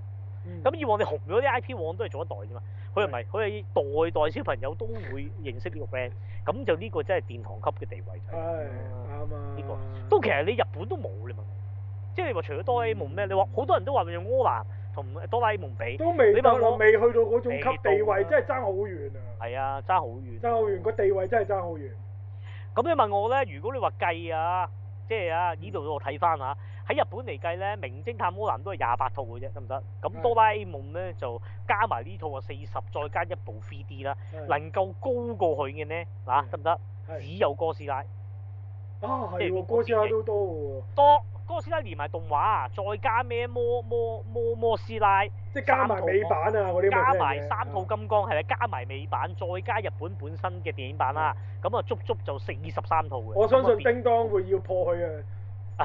E: 嗯
D: 咁以往你紅咗啲 IP，往往都係做一代啫嘛。佢又唔係，佢係代代小朋友都會認識呢個 brand，咁就呢個真係殿堂級嘅地位就
E: 係
D: 係咁啦。
E: 啱啊。
D: 嗯呢個都其實你日本都冇你問我，即係你話除咗哆啦 A 夢咩？
E: 嗯
D: 你話好多人都話用柯南同呃哆啦 A 夢比，
E: 都未
D: 你
E: 到，
D: 問我
E: 我未去到嗰種
D: 未
E: 級
D: 到
E: 地位，
D: 啊
E: 真係爭好遠啊！
D: 係啊，爭好遠。
E: 爭好遠，個地位真係爭好遠。
D: 咁你問我咧，如果你話計啊，即係啊，
E: 嗯
D: 呢度我睇翻啊，喺日本嚟計咧，《名偵探柯南》都係廿八套嘅啫，得唔得？咁
E: 係
D: 哆啦 A 夢咧就加埋呢套啊四十，再加一部 3D 啦，
E: 係
D: 能夠高過佢嘅呢，嗱
E: 係
D: 得唔得？
E: 嗯係
D: 只有哥斯拉
E: 啊，
D: 即
E: 係
D: 係
E: 喎，哥斯拉都多喎。
D: 多，哥斯拉連埋動畫啊，再加咩魔魔魔魔斯拉，
E: 即係加埋美版啊嗰啲咁嘅
D: 加
E: 聲
D: 埋
E: 嘅啊
D: 三套金剛係啦，加埋美版，再加日本本身嘅電影版啦，咁啊足足就四十三套嘅。
E: 嗯我相
D: 咁啊
E: 信
D: 變
E: 叮當會要破佢啊，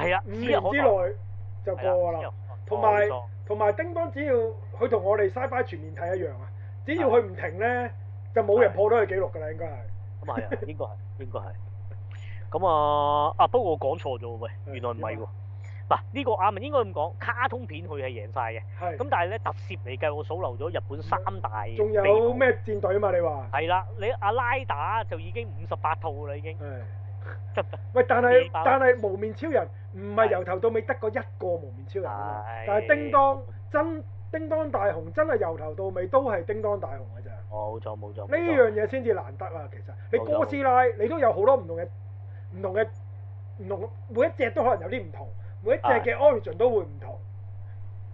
D: 係啊，
E: 五
D: 指
E: 年
D: 日可
E: 之
D: 待
E: 內就過
D: 係啦指日可待啊哦
E: 啦。同埋
D: 冇錯
E: 同埋叮當只要佢同我哋 sci-fi 全面睇一樣啊，只要佢唔停咧，就冇人破到佢記錄㗎啦，應該係。
D: 咁啊係 啊，應該係，應該係。咁啊啊，不過我講錯咗喎，喂，原來唔係喎。嗱，呢個啱啊，應該咁講，卡通片佢係贏晒嘅。
E: 係。
D: 咁但係咧特攝嚟計，我數漏咗日本三大。
E: 仲有？咩戰隊啊嘛？你話
D: 係啦，你阿拉打就已經五十八套啦，已 經。
E: 係。喂，但係但係無面超人唔係由頭到尾得嗰一個無面超人啊嘛
D: 係，
E: 但係叮當真叮當大雄真係由頭到尾都係叮當大雄嘅咋。
D: 冇錯冇錯。冇
E: 呢
D: 錯
E: 樣嘢先至難得啊！其實你
D: 冇錯
E: 哥斯拉你都有好多唔同嘅唔同嘅唔同，每一隻都可能有啲唔同，每一隻嘅 origin 都會唔同。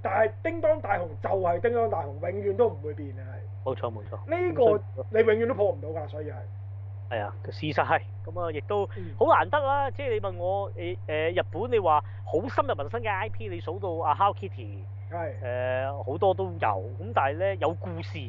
E: 但係叮當大雄就係叮當大雄，永遠都唔會變啊！
D: 冇錯冇錯。
E: 係呢
D: 咁所以
E: 個你永遠都破唔到㗎，所以係。
D: 係啊，事實係咁啊，亦都
E: 嗯
D: 好難得啦。即係你問我誒誒、日本，你話好深入民生嘅 I P，你數到啊 Hello Kitty
E: 係
D: 誒、好多都有，咁但係咧有故事，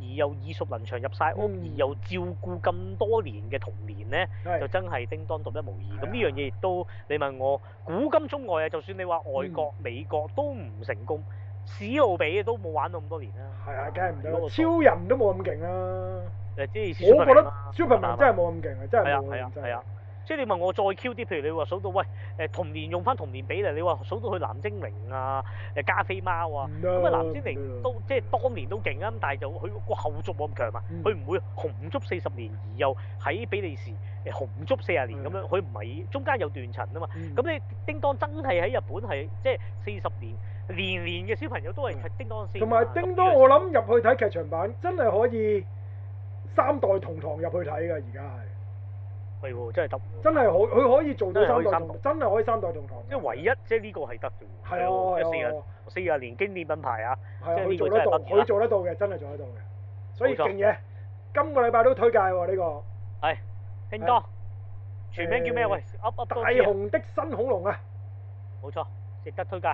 D: 而又耳熟能詳入晒屋，
E: 嗯
D: 而又照顧咁多年嘅童年咧，就
E: 係
D: 真係叮當獨一無二。咁
E: 係啊
D: 呢樣嘢亦都你問我古今中外啊，就算你話外國、
E: 嗯
D: 美國都唔成功，史奧比都冇玩到咁多年啦。
E: 係啊，梗係唔
D: 如
E: 得啦
D: 果！我數
E: 超人都冇咁勁啦，
D: 誒即啊係
E: 我覺
D: Superman
E: 得
D: 啦
E: Superman 真係冇咁勁啊，真係
D: 係啊係
E: 冇咁
D: 啊
E: 勁
D: 係啊，，即係你問我再 Q 啲，譬如你話數到喂誒童年用翻童年比例，你話數到去藍精靈啊、誒加菲貓啊，
E: 唔
D: 咁
E: 得
D: 啊
E: 啦
D: 藍精
E: 唔得啦
D: 靈都即係當年都勁啊，咁但係就佢個後續冇咁強啊
E: 嗯，
D: 佢唔會紅足四十年而又喺比利時誒紅足四十年咁樣，佢唔係中間有斷層啊嘛。
E: 嗯
D: 咁你叮當真係喺日本係即係四十年，年年嘅小朋友都係
E: 嗯
D: 叮當先啊
E: 同
D: 嘛。
E: 埋叮當，我諗入去睇劇場版真係可以三代同堂入去睇㗎，而家係
D: 係喎，真係得喎，
E: 真係可佢可以做到三
D: 真係
E: 代
D: 可以
E: 同，真係可以三代同堂㗎。
D: 即係唯一即係呢個係得嘅喎。
E: 係啊
D: 即係四
E: 係
D: 十
E: 啊
D: 四十年經典品牌啊！
E: 係
D: 即係呢
E: 啊，
D: 個
E: 佢做得到，
D: 真係不易啊
E: 佢做得到嘅，真係做得到嘅，所以
D: 冇錯
E: 勁嘢。今個禮拜都推介喎呢個
D: 叮當，全名叫咩？
E: 誒
D: 喂，噏噏多
E: 大
D: 啲啊
E: 雄的新恐龍啊！
D: 冇錯，值得推介。